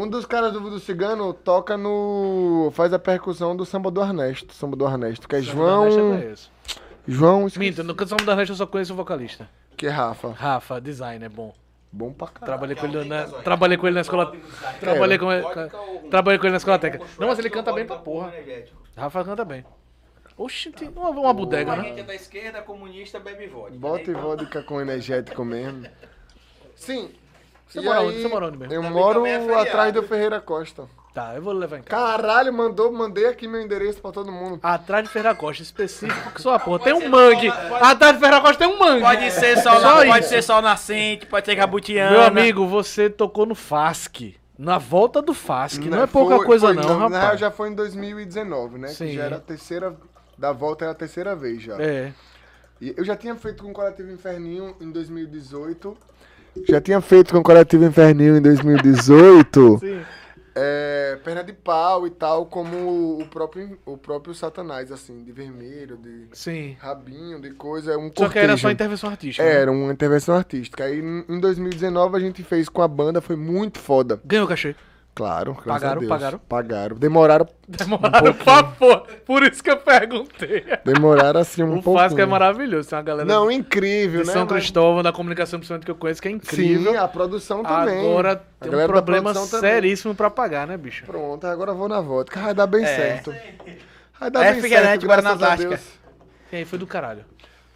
Um dos caras do Voodoo Cigano toca no. faz a percussão do samba do Ernesto. Samba do Ernesto, que é João. João. esqueci-
Minto, no Canção da Resta eu só conheço o vocalista.
Que é Rafa.
Rafa, design, é bom.
Bom pra caralho.
Trabalhei
que
com ele
alguém tá
na,
casou aí.
trabalhei com ele na escola. Trabalhei
um
com ele,
Vodka ou-
trabalhei com ele na escola técnica.
Ou
Não, mas ele canta
ou
bem pra
vodka com
porra.
energético.
Rafa canta bem. Oxi, tem uma, uma
Ou
bodega,
a
né?
gente é da esquerda, comunista, bebe vodka.
Bota e
Então,
vodka com energético mesmo. Sim.
Você
E
mora
aí,
onde? Você mora onde mesmo?
Eu
Também
moro
também é feriado.
atrás do Ferreira Costa.
Tá, eu vou levar em casa.
Caralho, mandou, mandei aqui meu endereço pra todo mundo.
Atrás de Ferra Costa, específico que sua porra. Tem
ser
um mangue.
só uma-
Atrás de Ferra Costa tem um mangue.
Pode ser sol,
Só
pode
isso.
ser sol nascente, pode ser cabutiana.
Meu amigo, você tocou no FASC. Na volta do FASC. Não, é pouca
foi-
coisa,
foi-
não,
Na real,
rapaz.
já foi em 2019, né?
Sim.
Que já era a terceira. Da volta era a terceira vez já.
É.
E eu já tinha feito com o Coletivo Inferninho em 2018. Já tinha feito com o Coletivo Inferninho em 2018.
Sim.
É, perna de pau e tal, como o próprio, o próprio Satanás, assim, de vermelho, de
Sim.
rabinho, de coisa. é Um
Só que era
cortejo. É,
só intervenção artística. né?
Era uma intervenção artística. Aí em em 2019 a gente fez com a banda, foi muito foda.
Ganhou cachê.
Claro, graças
Pagaram,
a Deus.
pagaram?
Pagaram. Demoraram, Um
Demoraram pra porra. Por isso que eu perguntei.
demoraram assim um
o
pouco.
FASC é maravilhoso. Tem uma galera
Não,
de
incrível, né?
São
Mas-
Cristóvão, da comunicação, principalmente que eu conheço, que é incrível.
Sim, a produção também.
Agora
A
tem um
galera da
problema
produção também.
seríssimo pra pagar, né, bicho?
Pronto, agora eu vou na vodka. Vai dar bem
É.
certo. Vai dar
É,
bem
né,
certo,
Figueiredo,
graças
Guaraná
a Deus.
E aí foi do caralho.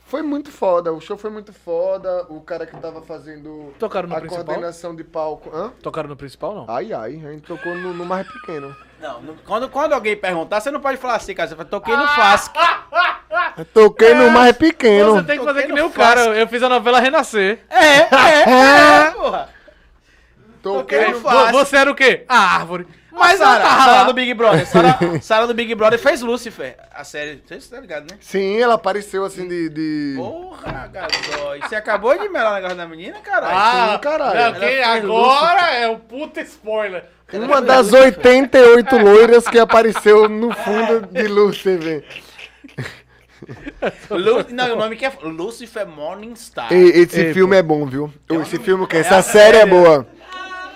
Foi muito foda, o show foi muito foda. O cara que tava fazendo
Tocaram no
a
principal?
coordenação de palco. Hã?
Tocaram no principal, não?
Ai, ai, a gente tocou no, no mais pequeno.
Não, não- quando, quando alguém perguntar, você não pode falar assim, cara. Você fala, toquei no FASC.
Eu toquei no mais pequeno.
É. Você tem que fazer
Toquei
que
no
nem o
Fasc.
cara. Eu fiz a novela Renascer.
É, é, é, porra.
Toquei
no
no
Fasc. Fasc.
Você era o quê? A árvore.
Mas
Mas ela
a
tava
Sara
lá.
do Big Brother. Sara, Sara do Big Brother fez Lucifer. A série. Vocês estão ligados, né?
Sim, ela apareceu assim de. de...
Oh.
Porra, gasói. Você acabou de melar o negócio da menina, caralho?
Ah, sim, caralho.
não, quem
Ela fez
agora é o puta spoiler.
Uma das 88 loiras que apareceu no fundo de Lúcifer.
Lu- Não, o nome que é Lucifer Morningstar.
Ei, Esse
Ei, um
filme é bom, viu? Esse filme o quê? Essa série é boa.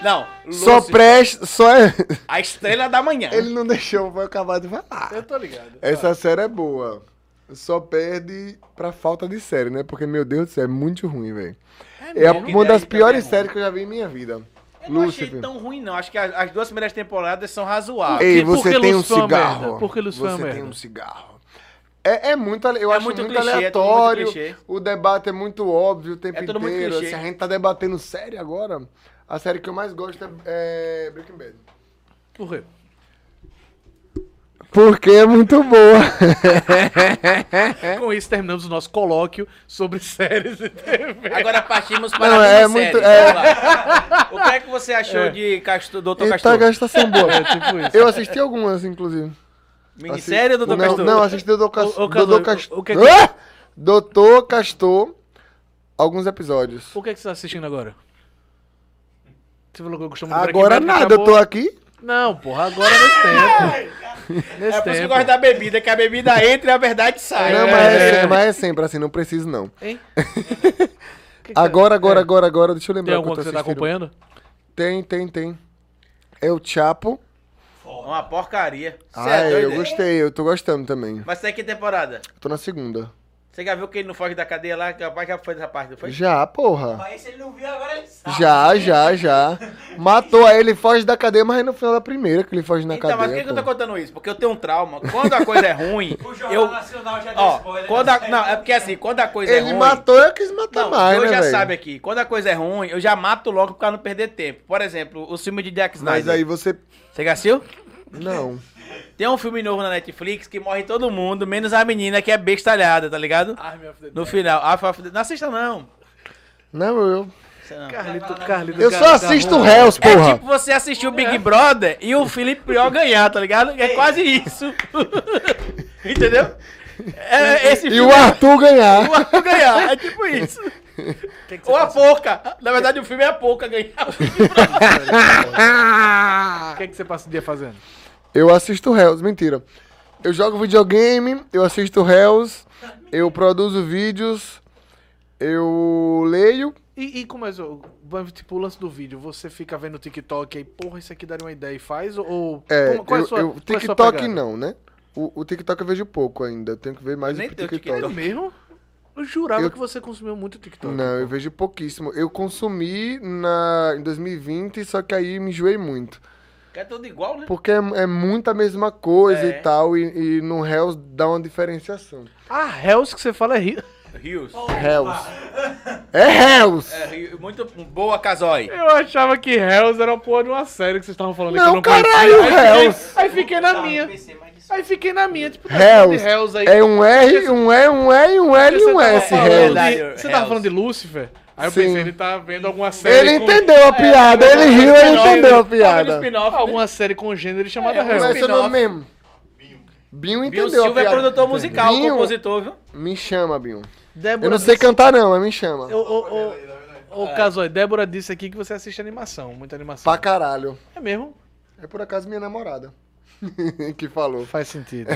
Não,
Só
Lucifer,
presta. Só é.
a estrela da manhã.
Ele não deixou, foi acabar de falar.
Eu tô ligado.
Essa série é boa. Só perde pra falta de série, né? Porque, meu Deus do céu, é muito ruim, velho. É,
mesmo?
uma das
Ideia
piores
também é
séries que eu já vi em minha vida.
Eu não achei
Lúcifer.
tão ruim, não. Acho que a- as duas primeiras temporadas são razoáveis.
Ei,
Que- por que
você tem um
Lucifer é uma
cigarro.
merda? Por que Lucifer é uma
Você tem
merda?
um cigarro. É, é muito, ale- eu
É
acho
muito
muito,
clichê, é tudo muito
aleatório.
clichê.
o debate é muito óbvio o tempo
É tudo muito
inteiro.
clichê.
Se a gente tá debatendo série agora, a série que eu mais gosto é, é Breaking Bad.
Por quê?
Porque é muito boa.
Com isso terminamos o nosso colóquio sobre séries de TV.
Agora partimos para
Não,
a
é
minissérie.
muito-
Vamos
é.
lá. O que é que você achou
É.
de Castor, Doutor
E tá
Castor?
gastação boa.
É, tipo isso.
Eu assisti algumas, inclusive.
Minissérie ou
Assi-
Doutor
Assim, não,
Castor?
Não, assisti Doutor
Ô, ô,
Castor.
Cadu,
Doutor
o-
Castor.
o que é que-
Ah! Doutor Castor. Alguns episódios.
O que, é que você tá assistindo agora? Você falou que eu gostei muito do Breaking
Agora
Bad,
nada, eu
acabou.
tô aqui.
Não, porra, agora nesse tempo. nesse
É por isso que eu gosto
tempo.
da bebida, que a bebida entra e a verdade sai. né?
Não, mas é, sempre- mas é sempre assim, não preciso não.
Hein? Que que
Agora, agora,
você- é,
agora, agora, deixa eu lembrar
Tem
o que eu
alguma
tô
que você tá
assistindo.
acompanhando?
Tem, tem, tem. É o Chapo.
É Uma porcaria. Você
Ah,
é
é,
doido,
eu
é?
gostei, eu tô gostando também.
Mas tem que temporada?
Tô na segunda.
Você já viu que ele não foge da cadeia lá? Que rapaz já foi dessa parte, não foi?
Já, porra.
Mas esse ele não viu, agora ele sabe.
Já, já, já. Matou aí, ele foge da cadeia, mas é no final da primeira que ele foge na
Então, mas por
cadeia.
que, que eu tô
pô.
contando isso? Porque eu tenho um trauma. Quando a coisa é ruim,
O Jornal
eu.
Nacional já deu
Ó,
spoiler.
quando
né?
a- não, é porque assim, quando a coisa é
Ele
ruim.
matou, eu quis matar
Não,
mais,
eu
né,
já
velho?
sabe aqui, quando a coisa é ruim, eu já mato logo pra não perder tempo. Por exemplo, o filme de Jack Snyder.
Mas aí você...
Você já assistiu?
Não.
Tem um filme novo na Netflix que morre todo mundo, menos a menina que é bestalhada, tá ligado?
Army of the
No final. Ah, fa- Não assista não.
Não, eu...
Assista não.
Carlito, Carlito. tá
Eu só assisto Hells,
É
porra.
tipo você assistir o Big Brother e o Felipe Priol ganhar, tá ligado? É quase isso. Entendeu? É esse
E o Arthur ganhar.
O Arthur ganhar. É tipo isso.
é
Ou a Pouca. Na verdade, o filme é a Pouca ganhar.
O que, é que você passa o dia fazendo?
Eu assisto Hells, mentira. Eu jogo videogame, eu assisto Hells, eu produzo vídeos, eu leio.
E, e como é isso? Bom, Tipo, o lance do vídeo, você fica vendo o TikTok aí, porra, isso aqui daria uma ideia e faz? Ou.
É,
como- qual
eu,
sua-
eu-
qual sua
TikTok
pegada?
não, né? O, o TikTok eu vejo pouco ainda. Eu tenho que ver mais
Nem
o
tenho
TikTok.
É mesmo? Eu jurava
Eu-
que você consumiu muito TikTok.
Não, eu vejo pouquíssimo. Eu consumi na, em 2020, só que aí me enjoei muito.
É tudo igual, né?
Porque é, é muita mesma coisa
É.
e tal, e, e no Hells dá uma diferenciação.
Ah, Hells que você fala é ri.
Rios.
Hells. É Hells!
É, Rio- muito boa, Casói.
Eu achava que Hells era uma porra de uma série que vocês estavam falando que
Não,
eu não conhecia.
caralho,
Aí fiquei-
Hells.
Aí fiquei na
Tá
minha.
minha.
Aí fiquei na minha, tipo, tá falando
Hells.
de Hells aí.
É um R, um E, um E, um L e um S,
Você tava
Hells.
falando
Hells.
Verdade,
de- Você tava
Hells.
falando de Lúcifer? Aí eu
Sim.
pensei, ele tá vendo alguma série.
Ele
com-
entendeu a piada,
É,
ele
é
riu,
um
ele entendeu a piada.
Alguma série com gênero chamada
É, um
Como é
Hells.
seu nome mesmo? Binho
Viu?
entendeu a
Silva é
piada.
produtor musical,
Binho,
compositor, É viu?
Me chama, Binho.
Débora
Eu não sei
disse-
cantar não, mas me chama.
Ô, ô,
É
ô, ô, Casoy, Débora disse aqui que você assiste animação, muita animação.
Pra caralho.
É mesmo?
É por acaso minha namorada que falou.
Faz sentido.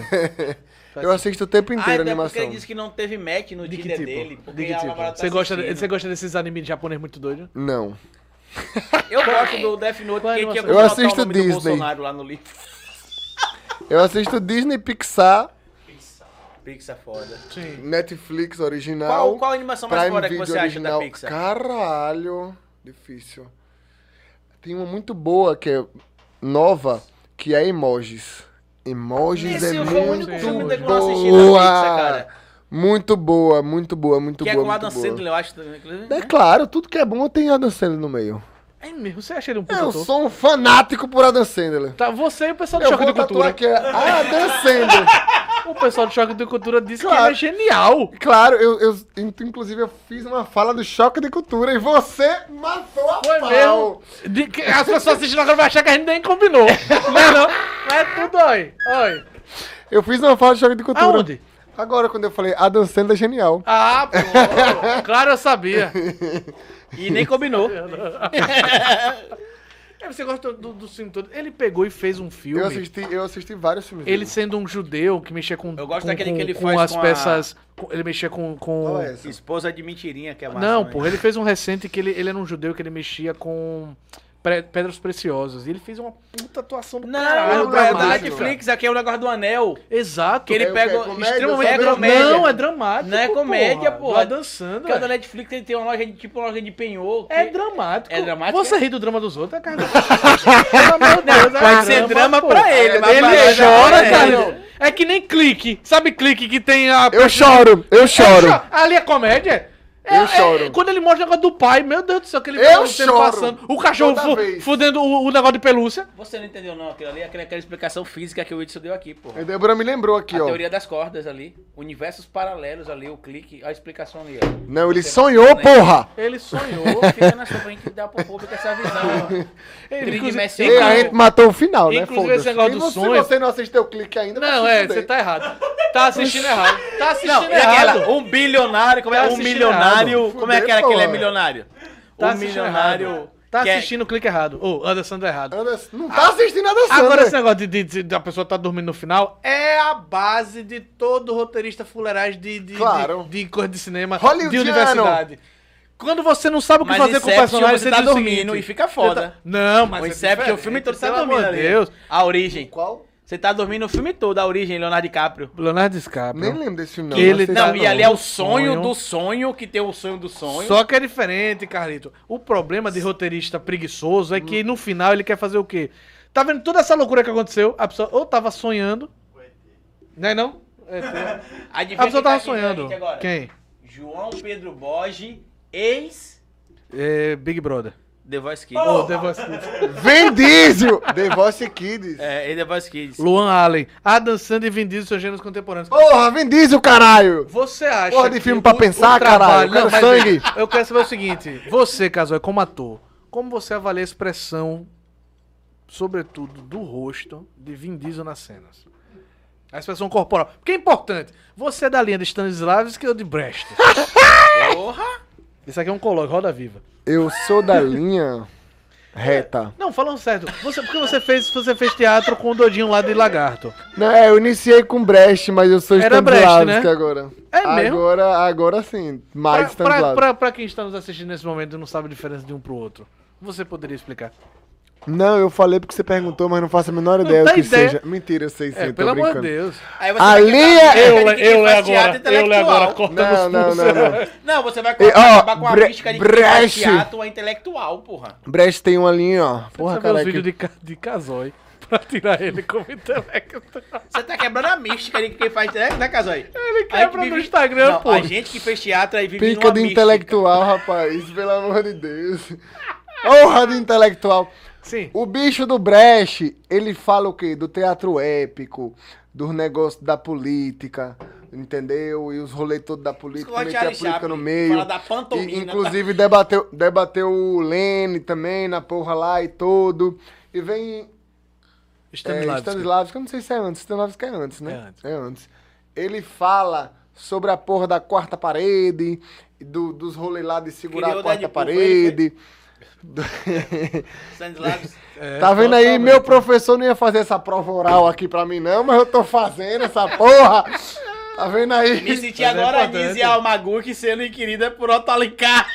Eu assisto o tempo
Ah,
inteiro
até porque
animação.
ele disse que não teve match no
De que
Tinder
tipo?
é dele. Porque
De que
a
tipo?
namorada tá
Você gosta, de-
assistindo.
você gosta desses animes japoneses muito doidos?
Não.
Eu gosto do Death Note,
Qual é
porque é tinha
animação?
Eu
como botar
assisto
o nome do
Disney.
Bolsonaro lá no livro.
Eu assisto Disney, Pixar,
Pixar foda.
Sim.
Netflix original.
Qual, qual a animação mais
Prime
foda que
Video
você
original.
acha da Pixar?
Caralho, difícil. Tem uma muito boa que é nova, que é Emojis. Emojis
Esse
é
foi o
muito
único filme que eu não assisti da Pixar,
boa.
cara.
Muito boa, muito boa, muito
que é
boa.
com o Adam
muito boa.
Sandler, né? eu acho, inclusive.
É claro, tudo que é bom tem Adam Sandler no meio.
É mesmo, você acha ele um puto
Eu
ator?
sou um fanático por Adam Sandler.
Tá, você e o pessoal do
Eu
Choque
vou
de
tatuar
Cultura.
aqui, é Adam Sandler.
O pessoal do Choque de Cultura disse que
Claro.
ele é genial.
Claro, eu, eu- inclusive eu fiz uma fala do Choque de Cultura e você matou a
Foi
pau.
é mesmo. De- que- as pessoas assistindo agora vão achar que a gente nem combinou. não é não? Mas é tudo aí. Oi.
Eu fiz uma fala de choque de cultura.
Aonde?
Agora, quando eu falei, a dançando é genial.
Ah, pô. Claro, eu sabia.
E nem combinou.
É, você gosta do, do filme todo. Ele pegou e fez um filme.
Eu assisti, eu assisti vários filmes.
Ele
dele.
sendo um judeu que mexia com.
Eu gosto
com-
daquele
com-
que ele
com
faz
as
com a-
peças. com- ele mexia com. com-
Qual é essa?
Esposa de mentirinha, que é massa.
Não,
né?
porra, ele fez um recente que ele, ele era um judeu que ele mexia com pre- pedras preciosas. E ele fez uma puta atuação do caralho.
Não,
não
cara, é
lembro
da
disso,
Netflix, aqui é o negócio do anel.
Exato.
Que ele
É o quê?
pega
Comédia?
extremamente
Só
é
mesmo?
comédia.
Não, é dramático.
Não é comédia, porra.
Tá dançando.
Porque o da
velho.
Netflix ele tem uma loja de tipo uma loja de penhor. que-
É dramático.
É dramático,
Você
é?
ri do drama dos outros, é cara. Pelo amor de Deus, é
Pode ser drama
pô.
pra ele, mas pra
Ele
nós é
chora,
comédia.
cara. É que nem clique. Sabe clique que tem a.
Eu choro, eu choro.
Eu cho- Ali é comédia? É-
Eu
é-
choro.
quando ele mostra o negócio do pai, meu Deus do céu, que ele
Eu
o tempo
choro.
O cachorro
Toda
fu-
vez.
fudendo o, o negócio de pelúcia.
Você não entendeu não aquilo ali, é aquela, aquela explicação física que o Edson deu aqui, porra.
A Débora me lembrou aqui,
a
ó.
teoria das cordas ali, universos paralelos ali, o clique, a explicação ali, ó.
Não, ele sonhou, porra!
Ele sonhou.
Ô, fica na sua pra gente dar pro público essa visão, ó.
E a gente matou o final, né?
Inclusive,
Foda-se.
esse negócio do
E você-
sonho- é-
Se você não assistiu o clique ainda,
Não,
vai se
é,
fuder.
você tá errado. Tá assistindo errado. Tá assistindo
Não, e
errado.
aquela, um bilionário, como é,
Tá
um
assistindo
milionário,
errado.
como é que era
Fudeu,
que ele é
pô.
milionário?
Tá
um
assistindo
milionário...
errado. Tá
que é-
assistindo o clique errado. Ô, Anderson tá errado.
Anderson, não tá assistindo a dançando.
Agora, esse negócio de, de- de- da pessoa tá dormindo no final é a base de todo roteirista fuleiragem de, de,
Claro.
de, de coisa de cinema, de
Hollywoodiano.
universidade. Quando você não sabe o que
Mas
fazer com o
Inception,
personagem,
você
você
tá
diz o
dormindo
seguinte,
e fica foda.
você tá- Não, mas.
o
é
Inception, o
diferente,
filme todo está
pelo amor
dormindo
de
ali.
Deus.
A origem.
Qual?
Você tá dormindo o filme todo, a origem, Leonardo DiCaprio.
Leonardo DiCaprio.
Nem lembro desse filme, não.
Ele
mas sei
Não,
se
e ali é o
O
sonho,
sonho.
do sonho, que tem o sonho do sonho.
Só que é diferente, Carlito. O problema de roteirista preguiçoso é que no final ele quer fazer o quê? Tá vendo toda essa loucura que aconteceu? A pessoa ou tava sonhando. Não é não? É, tem-
Adivinha
a pessoa
quem tá
tava
aqui com a
sonhando.
gente agora?
Quem?
João Pedro Borges, ex
É, Big Brother.
The Voice Kids.
Oh, The Voice Kids.
Vin Diesel! The Voice Kids.
É, ex The Voice Kids.
Luan Allen. Adam Sandler e Vin Diesel são gêneros contemporâneos.
Porra, Vin Diesel, caralho!
Você acha.
Porra de filme
que
pra pensar, caralho. Eu quero
mas
sangue.
Eu, eu quero saber o seguinte: você, Casoy, como ator, como você avalia a expressão, sobretudo do rosto, de Vin Diesel nas cenas? A expressão corporal. Porque é importante. Você é da linha de Stanislavski ou de Brecht?
Porra!
Isso aqui é um colóquio, roda viva.
Eu sou da linha reta.
Não, falando certo. Você, porque você fez, você fez teatro com o Dodinho lá de Lagarto.
Não, é, eu iniciei com Brecht, mas eu sou
Era Brecht,
Stanislavski
né?
agora.
É mesmo?
agora, agora sim, mais
pra, pra,
Stanislavski.
pra, pra quem está nos assistindo nesse momento e não sabe a diferença de um pro outro, você poderia explicar?
Não, eu falei porque você perguntou, mas não faço a menor ideia do
tem
que
ideia.
seja. Mentira, eu sei sim,
É,
eu tô
pelo amor
brincando.
de Deus.
Aí você vai
Ali
quebrar a
é-
regra de quem faz teatro intelectual.
Não, não, não, não.
Não, você vai
E, ó,
acabar com a
Bre-
mística de quem faz
Brecht.
teatro é intelectual, porra.
Brecht tem uma linha, ó. Porra,
Porra, cara, os
caralho.
vídeos
que-
é de, ca- de casói pra tirar ele como intelectual.
Você tá quebrando a mística de quem faz teatro, né, Casói?
Ele
A gente
quebra no Instagram,
Não,
pô.
A gente que fez teatro aí vive
Pica
numa
de
mística.
intelectual, rapaz. Pelo amor de Deus. Porra de intelectual.
Sim.
O bicho do Brecht, ele fala o quê? Do teatro épico, dos negócios da política, entendeu? E os rolês todos da política,
Escola de
meter a
Charlie
política
Chaplin,
no meio.
fala da pantomima,
E, inclusive, debateu, debateu o Lene também na porra lá e todo. E vem é,
Stanislavski.
Stanislavski, eu não sei se é antes, Stanislavski é antes, né?
É antes.
Ele fala sobre a porra da quarta parede, do- dos rolês lá de segurar
Criou
a quarta
Deadpool, foi ele,
parede.
Stanislavski.
É,
Tá vendo aí?
totalmente.
Meu professor não ia fazer essa prova oral aqui pra mim, não, mas eu tô fazendo essa porra. Tá vendo
Me
aí?
senti
Mas é
agora
importante.
Nise Almaguchi sendo inquirida por Otto Alencar.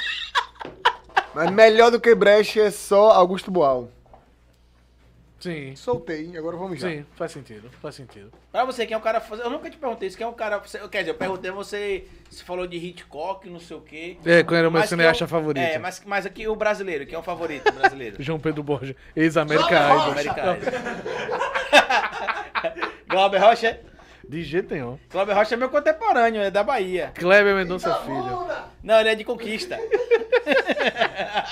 Mas melhor do que Brecht é só Augusto Boal.
Sim.
Soltei, agora vamos já.
Sim, faz sentido, faz sentido.
Pra você, quem é um cara. Eu nunca te perguntei isso, quem é um cara. você- Quer dizer, eu perguntei você se falou de Hitchcock, não sei o quê.
É, quando era o meu
Mas quem
cineasta
é o-
favorito.
É, mas, mas aqui o brasileiro, quem é o favorito brasileiro?
João Pedro Borges, ex-América Idol.
Americano. Glauber Rocha?
De jeito nenhum.
Glauber Rocha é meu contemporâneo, é da Bahia.
Kleber Mendonça
Então,
Filho.
Não, ele é de conquista.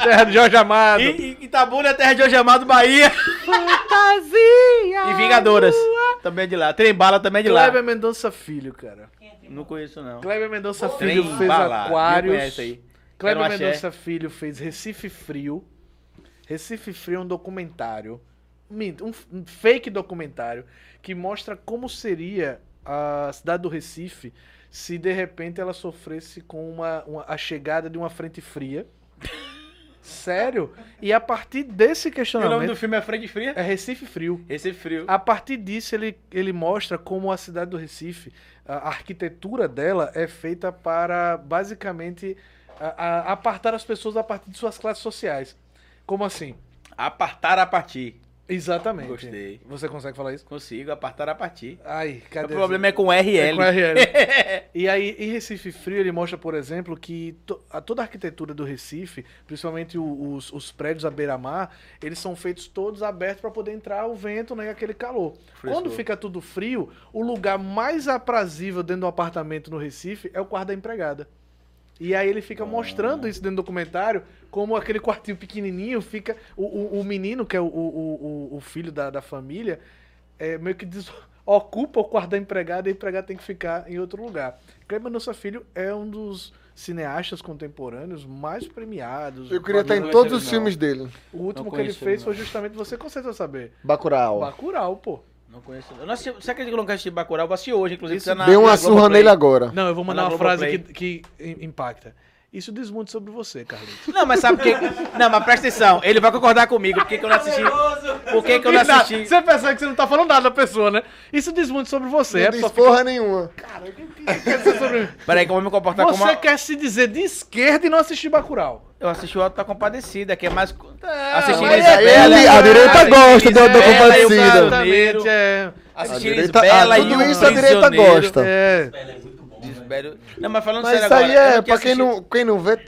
Terra de Jorge Amado.
E, e Itabuna é terra de hoje amado Bahia.
Fantasia!
E Vingadoras. Também é de lá. Trembala também é de lá.
Kleber Mendonça Filho, cara.
Não conheço, não.
Kleber Mendonça Filho
Trem
fez
Bala, eu
Aquários.
conheço aí.
Kleber
Era um axé.
Mendonça Filho fez Recife Frio. Recife Frio é um documentário. Minto, um f- um fake documentário que mostra como seria a cidade do Recife se de repente ela sofresse com uma, uma- a chegada de uma frente fria. Sério? E a partir
E o
desse
nome do
questionamento
filme é Frente Fria?
é Recife Frio.
Esse frio.
A partir disso, ele, ele mostra como a cidade do Recife, a arquitetura dela é feita para, basicamente, a- a- apartar as pessoas a partir de suas classes sociais. Como assim?
Apartar a partir.
Exatamente.
Gostei.
Você consegue falar isso?
Consigo apartar a partir.
Ai,
O
cadê?
problema é com o RL.
É com RL. e aí, em Recife Frio, ele mostra, por exemplo, que to- a, toda a arquitetura do Recife, principalmente o- os, os prédios à beira-mar, eles são feitos todos abertos para poder entrar o vento né, e aquele calor.
Frescor.
Quando fica tudo frio, o lugar mais aprazível dentro do apartamento no Recife é o quarto da empregada. E aí ele fica mostrando isso dentro do documentário, como aquele quartinho pequenininho fica... O, o- o menino, que é o, o- o- o filho da, da família, é, meio que des- ocupa o quarto da empregada e a empregada tem que ficar em outro lugar. Kleber Mendonça Filho é um dos cineastas contemporâneos mais premiados.
Eu queria estar
Não
em
vai
todos
ser
os
não.
filmes dele.
O último
Não
que ele
conheço
fez
ele,
foi
não.
justamente, você com certeza saber,
Bacurau.
Bacurau, pô.
Não conheço. Eu não assisti, você acredita que eu não assisti Bacurau? Eu assisti hoje, inclusive.
Isso
tá na-
Dei uma
na
surra
Globoplay.
nele agora.
Não, eu vou mandar
Tá na
uma frase
Globoplay.
que, que im- impacta. Isso diz muito sobre você, Carlitos.
Não, mas sabe por quê? Não, mas presta atenção. Ele vai concordar comigo. Por que, que eu não assisti? Por É que, que eu não assisti?
Você percebe que você não tá falando nada da pessoa, né? Isso diz muito sobre você.
é
é
Não
a
diz
pessoa fica-
porra nenhuma.
quer dizer sobre mim?
Peraí, que eu vou me comportar tá como.
Você
uma-
quer se dizer de esquerda e não assistir Bacurau.
Eu assisti o Auto da Compadecida, que é mais. Assisti
mas é
Isabela,
ele- a direita
assisti
gosta do Auto da
Isabela e o
Compadecida.
Caroneiro.
É, Exatamente, é.
Assistir
direita- ah,
Isbela e
tudo
um
isso a direita
Prisioneiro.
gosta.
É.
Ela é muito bom, velho.
Desbero- Não, mas falando
Mas
sério
isso
agora.
aí
eu
é,
não
pra
tinha
quem
assistido.
não, quem não vê,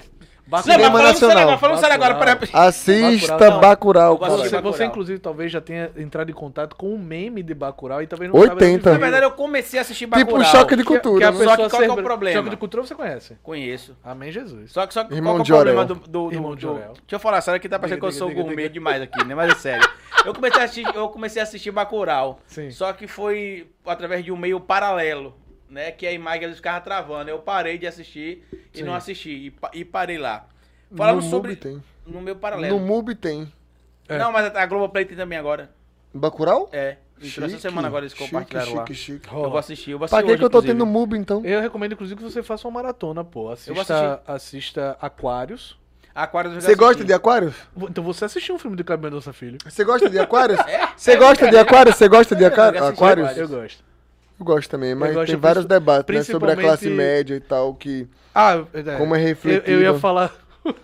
Não, mas
Cinema
falando sério
Nacional. Assim,
agora, falando sério agora,
Bacurau.
peraí.
assista
Bacurau, não.
Bacurau.
Eu gosto
cara.
Você,
Bacurau.
você, inclusive, talvez já tenha entrado em contato com um meme de Bacurau e talvez não
80.
Na
saiba de onde veio.
verdade, eu comecei a assistir
Tipo
Bacurau.
um choque de
é. Que- que
cultura.
a
né?
Só
pessoa
que qual que é o
ser-
problema?
Choque de cultura você conhece.
Conheço.
Amém, Jesus.
Só que, só que
Irmão
qual que
de
é o problema do,
Orel.
do, do,
Irmão
do-
de Orel.
Deixa eu falar, sério que tá parecendo que eu
Diga,
sou
diga, diga,
gourmet
diga.
demais aqui, né? Mas é sério. Eu comecei a assistir, eu comecei a assistir Bacurau.
Sim.
Só que foi através de um meio paralelo, né? Que a imagem eles ficavam travando. Eu parei de assistir e
Sim.
não assisti. E, pa- e parei lá. Falando
no
sobre.
MUBI tem.
No meio
No
paralelo.
MUBI tem.
É.
Não, mas a Globoplay tem também agora.
Bacurau?
É. Entrou essa
Chique,
semana agora eles compartilharam
chique,
lá.
chique, chique.
Eu vou assistir, eu vou assistir.
Pra que
hoje,
que eu tô
inclusive.
tendo MUBI, então?
Eu recomendo, inclusive, que você faça uma maratona, pô.
Eu vou
Assista,
assistir.
assista Aquários.
Aquários eu já
Você gosta
assisti.
de Aquários?
Vo- Então você assistiu um filme de Cláudio Mendonça Filho?
Você gosta de Aquários?
É?
Você gosta de Aquários? Você gosta de Aqua-
Eu já assisti
Aquários?
Aquários.
Eu gosto.
Eu gosto também, mas
gosto,
tem vários
princi-
debates, né, Sobre a classe
principalmente-
média e tal, que...
Ah, é,
Como é
eu,
refletido.
eu ia falar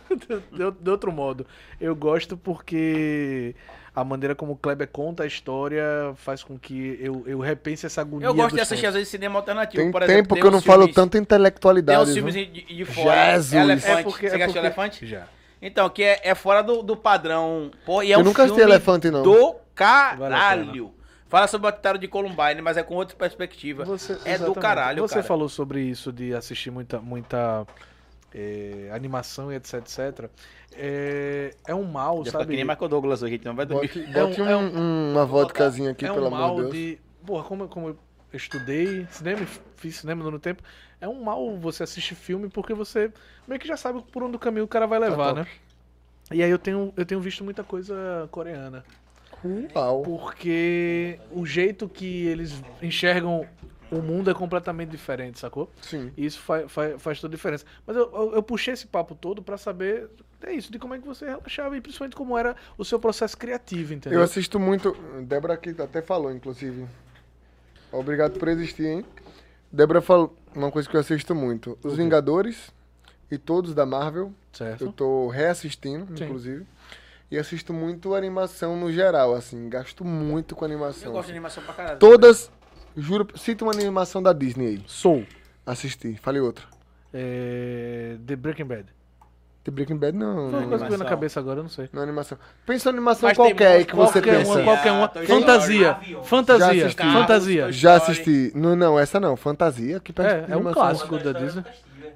de, de outro modo. Eu gosto porque a maneira como o Kleber conta a história faz com que eu, eu repense essa agonia
Eu gosto
dos
de assistir,
tempos.
às vezes, cinema alternativo.
Tem
por exemplo,
tempo
tem
que eu
uns
não falo
filmes-
tanta
Tem
intelectualidade.
uns
viu?
filmes de, de fora.
Jesus.
Elefante.
É
Você
porque-
já
é porque-
assistiu Elefante?
Já.
Então, que é, é fora do, do padrão. Pô, e é
Eu
um
nunca assisti
filme
Elefante, não.
do
Vale a pena.
caralho. Fala sobre o atentado de Columbine, mas é com outra perspectiva.
Você-
é do
exatamente.
caralho,
Você
cara.
falou sobre isso de assistir muita, muita eh, animação e etc, etc. É, é um mal,
Já fica que
sabe?
nem Michael Douglas hoje, então vai dormir.
Bote,
É um-
bote um-
é
um- uma vodkazinha aqui,
é um
pelo
mal
amor de Deus.
de. Porra, como, como eu estudei cinema, e fiz cinema durante o tempo, é um mal você assistir filme porque você meio que já sabe por onde o caminho o cara vai levar,
Tá top.
né? E aí eu tenho, eu tenho visto muita coisa coreana.
Uau.
Porque o jeito que eles enxergam o mundo é completamente diferente, sacou?
Sim.
E isso faz, faz, faz toda a diferença. Mas eu, eu, eu puxei esse papo todo pra saber, é isso, de como é que você relaxava e principalmente como era o seu processo criativo, entendeu?
Eu assisto muito. Débora aqui até falou, inclusive. Obrigado por existir, hein? Débora falou uma coisa que eu assisto muito: Os Vingadores e todos da Marvel. Eu
Certo?
tô reassistindo,
Sim.
inclusive. E assisto muito animação no geral, assim. Gasto muito com animação.
Eu gosto de
assim.
animação pra caralho.
Todas. Juro, cita uma animação da Disney aí.
Sou.
Assisti. Falei outra.
É, The Breaking Bad.
The Breaking Bad não.
Foi uma
Não,
coisa que
não,
veio na cabeça agora, eu não sei.
é animação. Pensa em animação
Mas tem
qualquer aí que você
qualquer
pensa.
uma, qualquer uma.
Toy Story,
Fantasia.
Avião.
Já
Fantasia.
assisti.
Fantasia.
Já assisti. Não, não, essa não. Fantasia. Que
É,
de
é um
animação.
clássico da Disney.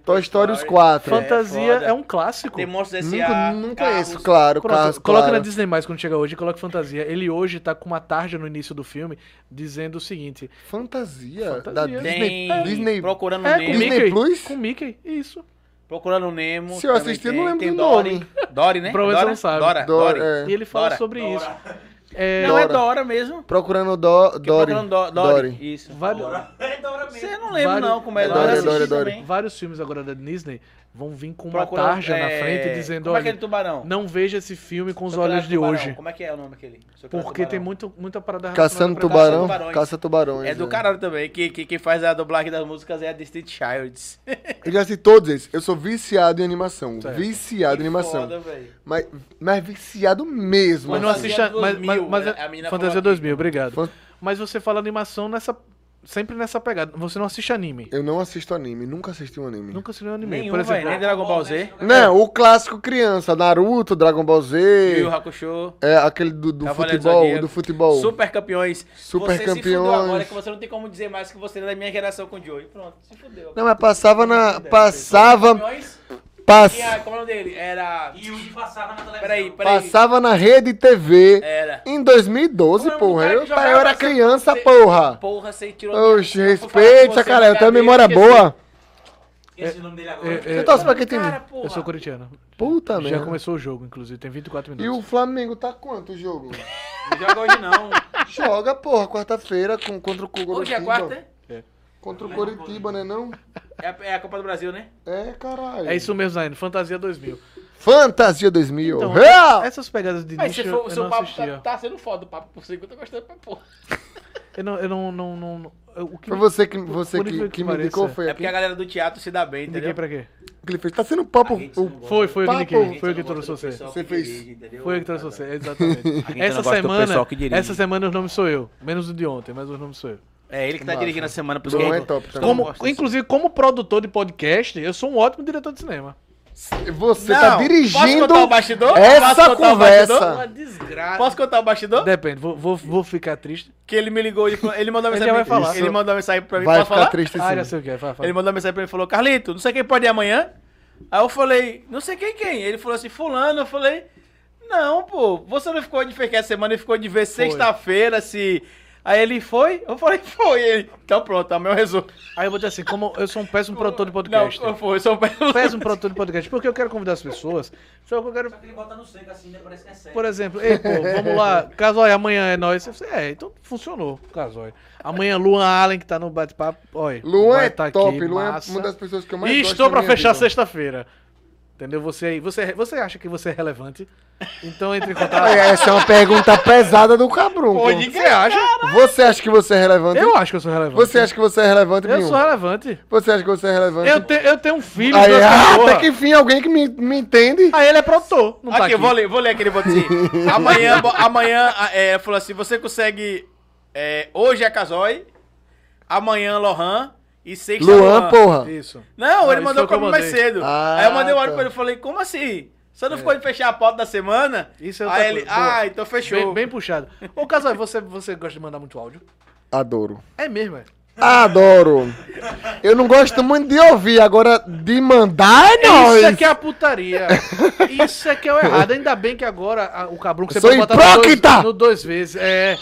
Toy Story os 4.
Fantasia
foda.
é um clássico.
Tem monstros S.A.
Nunca, nunca é
carros.
isso, claro.
Pronto,
Carros,
coloca na
claro.
Disney mais quando chegar hoje, coloca fantasia. Ele hoje tá com uma tarja no início do filme dizendo o seguinte:
Fantasia,
Fantasia.
Da
Tem
Disney.
Tem
Disney.
Procurando
É, com
Nemo.
Disney
Mickey.
Plus?
Com Mickey, isso.
Procurando Nemo.
Se eu
também
assistir, eu
tem,
não lembro
tem
do
Dory.
nome.
Dory, né?
Provavelmente
Dora?
você não sabe.
Dora,
Dora,
Dory.
é.
E ele fala
Dora,
sobre
Dora.
isso. É,
Não, é
Dora.
Dora mesmo.
Procurando do,
Que
Dory.
procurando Do-
Dory.
Dory. Isso.
vai-
Dora. É Dora mesmo.
Você não lembra,
Vários-
não, como é
É Dory,
Dora.
é Dory,
assisti
é Dory.
também.
vários filmes agora da Disney vão vir com uma
Procurando,
tarja na
é,
frente dizendo:
Como é aquele
olha,
tubarão?
não veja esse filme com os
Procurando
olhos de
tubarão.
hoje.
Como é que é o nome daquele? Procurando
Porque
tubarão.
tem muito, muita parada
Caçando
relacionada pra-
tubarão.
Ah, tubarões.
Caça tubarões.
É do
né?
caralho também. que- que- Quem faz a dublagem das músicas é a Distinct Childs.
Eu já assisti todos esses. Eu sou viciado em animação.
Certo.
Viciado em
Que
animação.
foda, velho.
Mas, mas viciado mesmo.
Mas não
assim.
Fantasia
assista. Mas,
2000,
mas- mas-
a- a menina falou
Fantasia
aqui.
2000, obrigado.
Fan-
Mas você fala animação nessa. Sempre nessa pegada. Você não assiste anime.
Eu não assisto anime, nunca assisti um anime.
Nunca assistiu anime.
Nenhum,
Por
velho.
exemplo,
Nem Dragon Ball Z.
Não, o clássico criança, Naruto, Dragon Ball
Yu Yu
Z,
Hakusho.
é aquele do, do
Cavaleiro do
futebol,
Zodíaco.
do futebol.
Super campeões.
Super
você se fudeu
campeões.
agora que você não tem como dizer mais que você é da minha geração com o Joey. Pronto, se fudeu.
Não, mas passava na passava
Campeões.
pass,
Quem era? Como é o nome dele? Era.
E o de passava na televisão.
Peraí, peraí.
passava na rede TV
Era.
em 2012,
Como é o
porra.
cara que
Eu,
jogava
eu era
essa-
criança,
Você-
porra.
Porra, você tirou.
Oxe,
Eu vou falar com
respeita,
você,
cara, eu tenho
brincadeira,
memória
esqueci.
boa.
Esse nome dele agora.
É, é,
Você torce pra que time?
Cara, porra.
eu sou corintiano.
Puta
Já
merda.
começou o jogo, inclusive. Tem 24
Tá E
minutos.
o Flamengo tá quanto o jogo?
Não joga hoje não.
Joga, porra, quarta-feira com, contra o Curitiba.
Hoje é quarta?
Contra o Curitiba, né não?
É a, é a Copa do Brasil, né?
É, caralho.
É isso mesmo, Zaino. Fantasia 2000.
Fantasia 2000.
Então,
Real!
essas pegadas de
Mas
nicho
se
eu,
for,
eu
seu
não
papo tá,
assistia.
tá sendo foda, o papo por segundo eu tô gostando pra porra.
Eu não... Eu não, não, não- eu- o que
Foi
me-
você que, você
Por
que,
incrível
que
que
me indicou,
pareça.
foi
É porque
aqui.
a galera do teatro se dá bem,
Indiquei
entendeu?
pra quê?
que ele fez. Tá sendo um papo.
A gente não
o-
gosta.
Foi, foi o
Papo.
Nick Hill,
A gente
foi o
não
que
gosta
trouxe
do
você.
pessoal
Você
que
fez.
dirige, entendeu?
Foi o que trouxe você, exatamente.
gente não
essa
gosta do
semana,
pessoal que dirige.
essa semana os nomes sou eu, menos o de ontem, mas os nomes sou eu.
É ele que tá
Massa.
dirigindo a semana pros
Bom,
gays.
é top também.
Como-
Como- inclusive, como produtor de podcast, eu sou um ótimo diretor de cinema.
Você
Não,
tá
posso
dirigindo
contar o bastidor? Posso
essa
contar o
conversa.
desgraça.
Posso contar o bastidor?
Depende, vou, vou, vou ficar triste.
Que ele me ligou, ele, falou- ele mandou
Ele
mensagem
já vai
pra mim.
falar.
Ele mandou mensagem pra mim.
Vai
posso
ficar
falar?
triste
Ah, já
sim.
sei o que é. Fala, fala.
Ele mandou mensagem pra mim e falou, Carlito, não sei quem pode ir amanhã. Aí eu falei, não sei quem quem. Ele falou assim, fulano, eu falei, não, pô, você não ficou de ficar essa semana, ele ficou de ver sexta-feira, se. Aí ele foi? Eu falei, foi. Ele, então pronto, é o meu resumo.
Aí eu vou dizer assim, como eu sou um péssimo produtor de podcast.
é?
um
Não, foi, só
péssimo produtor de podcast, porque eu quero convidar as pessoas, só que eu quero
Só que ele bota no seco assim, né? Parece que é sério.
Por exemplo, ei, pô, vamos lá, Casói, amanhã é nós. Você, É, então funcionou, Casói. Amanhã, Luan Allen, que tá no bate-papo, olha.
Luan
vai
é
tá aqui,
top. Luan
massa.
é uma das pessoas que eu mais
E
gosto
estou
da
pra
minha
fechar
vida.
sexta-feira. Entendeu? Você aí, você, você acha que você é relevante? Então entre em
Ah,
contato.
Essa é uma pergunta pesada do cabrunco.
Você acha?
Você acha que você é relevante?
Eu acho que eu sou relevante.
Você acha que você é relevante,
Eu
Binho?
sou relevante.
Você acha que você é relevante?
Eu, te, eu tenho um filho.
Aí,
duas
ah,
cachorras.
até que enfim, alguém que me, me entende.
Aí ele é produtor. Não tá
aqui,
aqui.
eu vou ler, vou ler aquele botinho. amanhã, bo- amanhã a- é, falou assim: você consegue. é, hoje é Casói, amanhã Lohan e sexta
Luan, porra.
Isso.
Não,
Não,
ele
Ah, isso
mandou
foi o que eu
como mais
mandei.
cedo.
Ah,
aí eu mandei um áudio
tá.
pra ele e falei, como assim? Você não ficou de fechar a pauta da semana?
Isso é outra
Aí ele,
coisa. Boa.
ah, então
Bem,
fechou.
bem puxado. Ô, Casói, você, você gosta de mandar muito áudio?
Adoro.
É mesmo, é?
Adoro. Eu não gosto muito de ouvir, agora de mandar é
Isso é
nóis.
que é a putaria. Isso é que é o errado. Ainda bem que agora a- o cabrão que você
Sou
no
hipócrita!
dois, no dois vezes. É.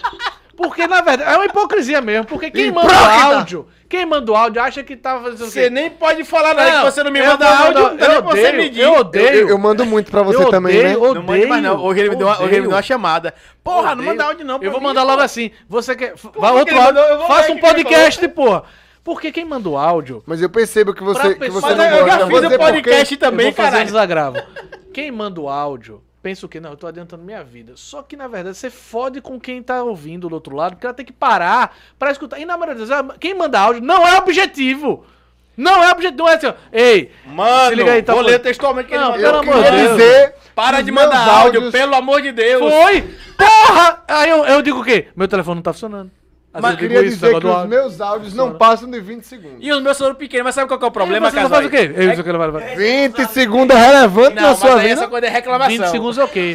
Porque, na verdade, é uma hipocrisia mesmo. Porque quem manda o
Hipócrita!
áudio, quem manda o áudio acha que tá fazendo o
Você
quê?
nem pode falar nada que você não me manda áudio, não dá
eu
nem pra você
odeio,
medir.
eu
Eu,
odeio.
eu- eu mando muito pra você
Eu
também,
odeio,
né?
odeio,
Não manda mais não. Hoje ele, me deu uma, hoje ele me deu uma chamada. Porra, não
Odeio.
manda áudio não. pra
Eu vou
mim,
mandar
pô.
logo assim. Você quer. Vai
que
outro
ele mandou? Eu
áudio.
vou
Faça
ver
um
que ele me
podcast, porra. Porque quem manda o áudio.
Mas eu percebo que você,
Pra
que
pessoa-
você
Mas
não
Você
eu, eu
gosta.
já
Você
fiz o podcast
eu
também,
vou fazer um
caralho.
desagravo. Quem manda o áudio, pensa o quê? Não, eu tô adiantando minha vida. Só que, na verdade, você fode com quem tá ouvindo do outro lado, porque ela tem que parar pra escutar. E na maioria das vezes, quem manda áudio não é objetivo. Não é objetivo. Não é assim, ó. Ei, se
Mano,
liga aí, tá
vou
bom.
ler textualmente que ele
Não,
mandou.
pelo
Eu
amor de
queria
Deus.
dizer...
Para
que
de
meus
mandar áudio,
áudios-
pelo amor de Deus.
foi? Porra! Aí eu, eu digo o quê? Meu telefone não tá funcionando. Às
Mas
vezes
eu queria
isso, negócio
dizer que
do
os
áudio.
meus áudios não
Funciona.
passam de 20 segundos.
E os meus foram pequenos, mas sabe qual que é o
Problema,
problema,
Então, você não faz o
Casói?
quê? Eu, isso que ele vai- vai-
20 segundos é relevante
Não,
na
mas
sua
aí
vida?
essa coisa é reclamação.
20 segundos é ok.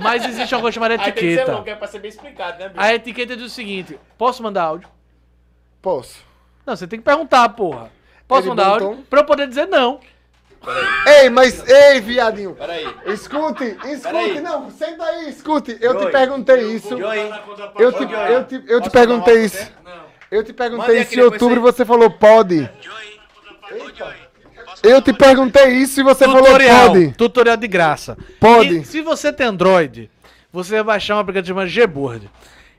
Mas existe uma coisa chamada
Aí tem que ser
etiqueta.
longo, é pra ser bem explicado, né, bicho?
A etiqueta diz o seguinte: posso mandar áudio?
Posso.
Não, você tem que perguntar, porra. Posso
Ele
mandar
botou- um-
áudio? Pra eu poder dizer não.
Ei, mas... Ei, viadinho.
Peraí.
Escute, escute.
Peraí.
Não, senta aí, escute. Eu te
Joey,
perguntei isso.
Joey,
Eu te,
Joey,
eu te, eu te
posso tomar uma
perguntei
com
isso.
você?
Eu te
Mandei
perguntei isso
aqui
em
depois,
outubro e
você-
você falou pode.
Joey, ô Joey, posso
Eu te perguntei isso e você falou pode.
Tutorial de graça.
Pode.
E se você tem Android, você vai baixar um aplicativo chamado Gboard.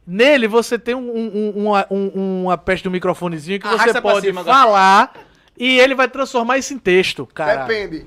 Nele você tem um, um, um, um, um- uma peste do microfonezinho que
Arrasta
você
pra
pode
cima agora.
falar e ele vai transformar isso em texto, cara.
Depende.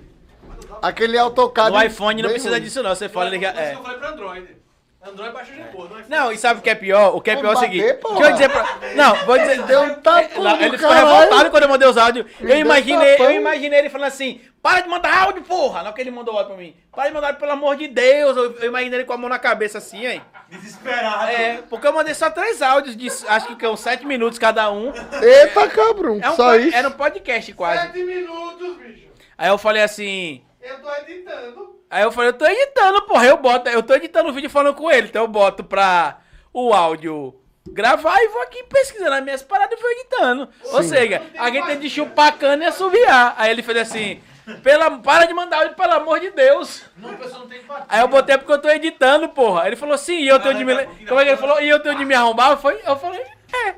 Aquele AutoCAD.
No iPhone não
bem
precisa
ruim.
disso, não. Você fala. Ele... já- É.
falei pra Android. Android baixa o Gboard, não é?
Não, e sabe o que é pior? O que é
Vamos
pior é o
bater,
seguinte.
porra.
Deixa eu dizer pra. Não, vou dizer.
Deu um tapão
Lá,
do
ele ficou
caralho.
revoltado quando eu mandei os áudios.
deu
Eu imaginei,
tapão.
eu imaginei ele falando assim: para de mandar áudio, porra! Não é que ele mandou áudio pra mim. Para de mandar áudio, pelo amor de Deus. Eu, eu imaginei ele com a mão na cabeça assim, hein?
Desesperado.
É, porque eu mandei só três áudios de acho que são sete minutos cada um.
Eita, cabrão.
É um
Só
po-
isso.
Era um podcast quase.
Sete minutos, bicho.
Aí eu falei assim.
Eu tô editando.
Aí eu falei, eu tô editando, porra, eu boto, eu tô editando o vídeo falando com ele, então eu boto pra o áudio gravar e vou aqui pesquisando as minhas paradas e vou editando. Ou seja, alguém tem de chupar a cana e assoviar. Aí ele fez assim, pela, para de mandar áudio, pelo amor de Deus.
Não, a pessoa não tem empatia.
Aí eu botei "É porque eu tô editando, porra. Ele falou, sim, e eu tenho de me... Como é que ele falou? E eu tenho de me arrombar? Foi? Eu falei, é.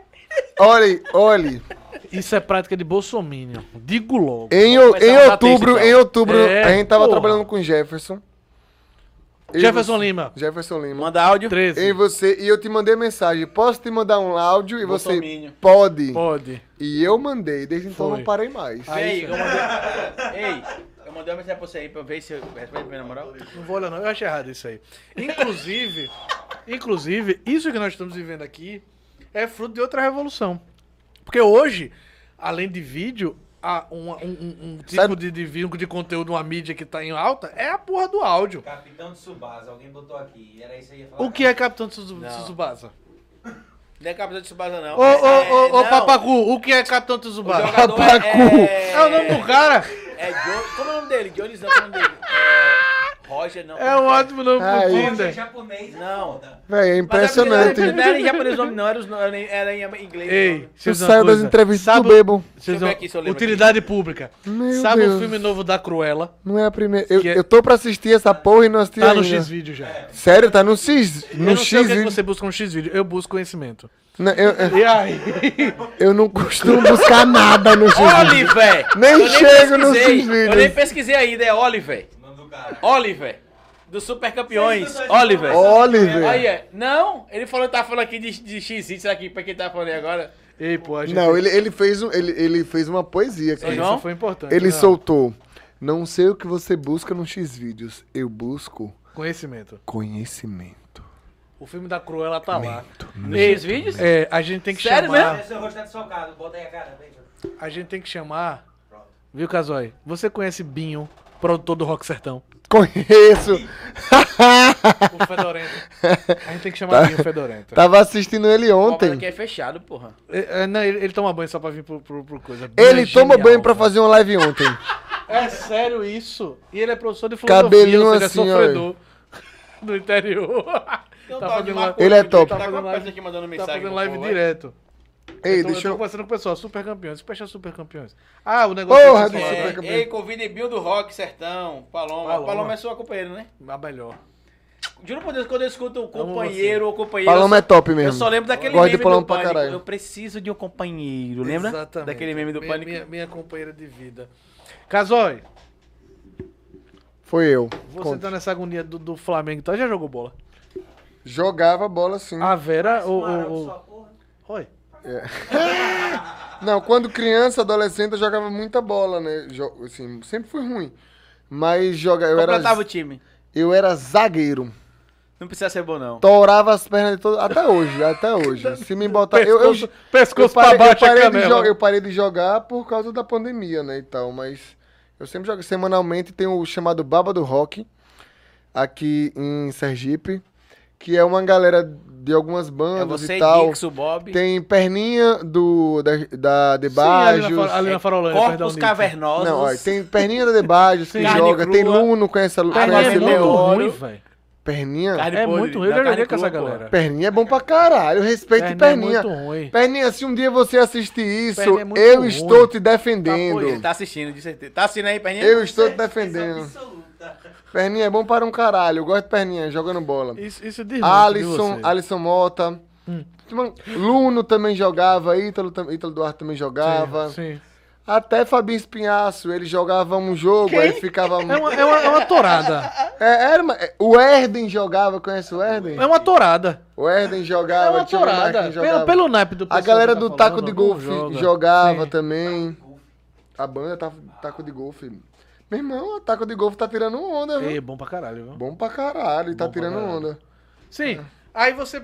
Olhe, olhe.
Isso é prática de bolsominion. Digo logo.
Em,
Vou
o-
começar
em
a mandar
outubro,
texto,
em
então.
outubro,
É,
a gente tava
porra.
trabalhando com Jefferson. Eu e
Jefferson
você-
Lima.
Jefferson Lima.
Manda áudio.
13.
Em você, e eu te mandei mensagem. Posso te mandar um áudio? E você
Bolsominion.
pode.
Pode.
E eu mandei, desde então
Foi.
não parei mais.
Ei, eu mandei... Ei, eu mandei uma mensagem pra você aí pra eu ver se eu respondo pra mim, na moral.
Não vou olhar, não. Eu acho errado isso aí. Inclusive, inclusive, isso que nós estamos vivendo aqui é fruto de outra revolução. Porque hoje, além de vídeo, a- um, um- um- um tipo de, de vínculo de conteúdo, uma mídia que tá em alta, é a porra do áudio.
Capitão de Subasa, alguém botou aqui. Era isso aí.
O que é Capitão Tsuzu-
Não.
Tsubasa?
Não é capitão de Tsubasa, não.
Ô,
É-
ô, ô, ô,
não,
Papacu, o que é Capitão
o jogador
Tsubasa?
É,
É o nome do cara?
É Jones. Como é o nome dele? Jones não, como é o nome dele? É, Roger, não.
É um ótimo nome pro
Aí.
É
Kinder.
japonês?
Não.
foda.
Véi, é impressionante.
Mas é porque Não era em japonês o nome, não. Era, os, era em- era em inglês.
Ei,
Tu
vocês
saiu das entrevistas do Bebo.
Deixa eu ver aqui se eu lembro
Utilidade pública.
Meu
Sabe o
Deus.
filme novo da Cruella?
Não é a primeira. Eu,
Que é-
eu tô pra assistir essa porra e não assisti
Tá no
ainda.
X-Vídeo já.
Sério, tá no X. No
eu não sei o
X.
que, é que
vídeo.
você busca no X-Vídeo. Eu busco conhecimento.
Não, eu, eu-
E aí?
eu não costumo buscar nada no X. vídeo.
Oliver!
Nem
Eu
chego nos
pesquisei,
vídeos.
Eu nem pesquisei ainda, é Oliver.
O nome do cara.
Oliver. Do Super Campeões.
Vocês não é estão
Oliver.
conversando.
Aí,
Oliver.
é. Não, ele falou, tá falando aqui de, de X, será que pra quem tá falando aí agora?
Ei, pô, a gente...
Não, ele, ele, fez um, ele, ele fez uma poesia aqui.
São
Isso
João?
foi importante.
Ele
né?
soltou. Não sei o que você busca no X vídeos. Eu busco
Conhecimento.
conhecimento.
O filme da Cruella tá lá.
Nesses vídeos?
É, a gente tem que
Sério
chamar...
Olha, Seu rosto tá desfocado. Bota aí a cara. vem, Jô.
A gente tem que chamar... Viu, Casói? Você conhece Binho, produtor do Rock Sertão?
Conheço.
O Fedorento. A gente tem que chamar Binho Fedorento.
Tava assistindo ele
Ontem.
ontem.
Aqui é fechado, porra.
É, é, não, ele, ele toma banho só pra vir pro, pro, pro coisa. Binho é
Ele toma
genial,
banho pra
velho.
fazer uma live ontem.
É sério isso? E ele é professor de
Cabelinho
ou seja, é
assim, ó.
sofredor do interior.
Tem um
tá
tal de Marco
fazendo, live-
Ele é
Rubio,
top.
Tá, com
Tá fazendo
a
live-
peça aqui mandando
tá
mensagem.
fazendo
pro
live
povo, é?
direto.
Ei,
tô,
deixa
eu...
eu.
Tô conversando com o pessoal, super campeões, especial super campeões. Ah, o negócio...
Porra,
que vocês
do
falaram,
super
né?
É, ei, convide Bill do Rock, Sertão, Paloma.
Paloma.
Paloma, é sua companheira, né?
A melhor.
Juro por Deus, quando eu escuto o
Amo
companheiro ou companheira.
Paloma é
eu só,
top
eu
mesmo.
só lembro daquele
Gosto de
meme do
Paloma pra
Pânico.
caralho.
Eu preciso de um companheiro, lembra?
Exatamente.
Daquele meme do
minha,
Pânico.
Minha, minha companheira de vida. Casói,
Foi eu.
você
Conta.
tá nessa agonia do, do Flamengo, tá? Já jogou bola?
Jogava bola sim.
Ah.
A Vera ou...
Marão,
ou-
sua
ou-
porra.
Oi?
Não, quando criança, adolescente, eu jogava muita bola, né? Jo- assim, sempre fui ruim. Mas joga, eu era
Completava Então o time.
eu era zagueiro.
Não precisa ser bom, não.
Torava as pernas de todo até hoje, até hoje. Se me botar, eu, eu,
Pescoço- pescoço
eu parei,
pra baixo
eu
é
parei de
canela.
jogar, eu parei de jogar por causa da pandemia, né, e tal, mas eu sempre jogo semanalmente, tem o chamado Baba do Rock aqui em Sergipe, que é uma galera de algumas
É
bandas
você,
e tal.
Dixo, Bob.
Tem perninha do da, da de
Sim, ali na
Bajos.
Fa- ali na Farolândia, perto da
Corpos
Unip.
cavernosos.
Não, ó, tem perninha da Debajo, que
Carne
joga,
crua.
tem Luno, conhece, a Lu-
Carne
conhece
é
Lu-
muito
Meteoro.
ruim, velho.
Perninha?
Carne
É
podre.
muito ruim, eu
Não,
já
carne
joguei com essa
crua, porra.
galera.
Perninha é bom pra caralho, respeite
Perninha é
perninha.
muito ruim.
Perninha, se um dia você assistir isso,
Perninha é muito
eu
ruim.
estou te
Tá, pô, ele
defendendo.
tá assistindo, de certeza. Tá assistindo aí, Perninha?
Eu estou te
Certeza
defendendo.
absoluta.
Perninha é bom para um caralho, eu gosto de perninha, jogando bola.
Isso, isso diz muito de
Alisson,
você. Hum.
Alisson Mota. Mano, Luno também jogava, Ítalo, tam- Ítalo Duarte também jogava.
Sim.
Até Fabinho Espinhaço, ele jogava um jogo, aí ficava.
É uma, é, uma, é uma torada.
É, era uma- é, o Erden jogava, conhece o Erden?
É uma torada.
O Erden
É
jogava,
uma
tinha um moleque
torada.
que jogava.
Pelo, pelo naipe do
A
pessoal
galera
que
do
tá
Taco
falando,
de
não
Golfe
joga.
jogava
Sim.
também. A banda tá, Taco de Golfe. Meu irmão, a Taco de Golfe tá tirando onda, viu?
É bom pra caralho, viu?
Bom pra caralho, tá
Bom pra
tirando
caralho.
onda.
Sim. Aí você.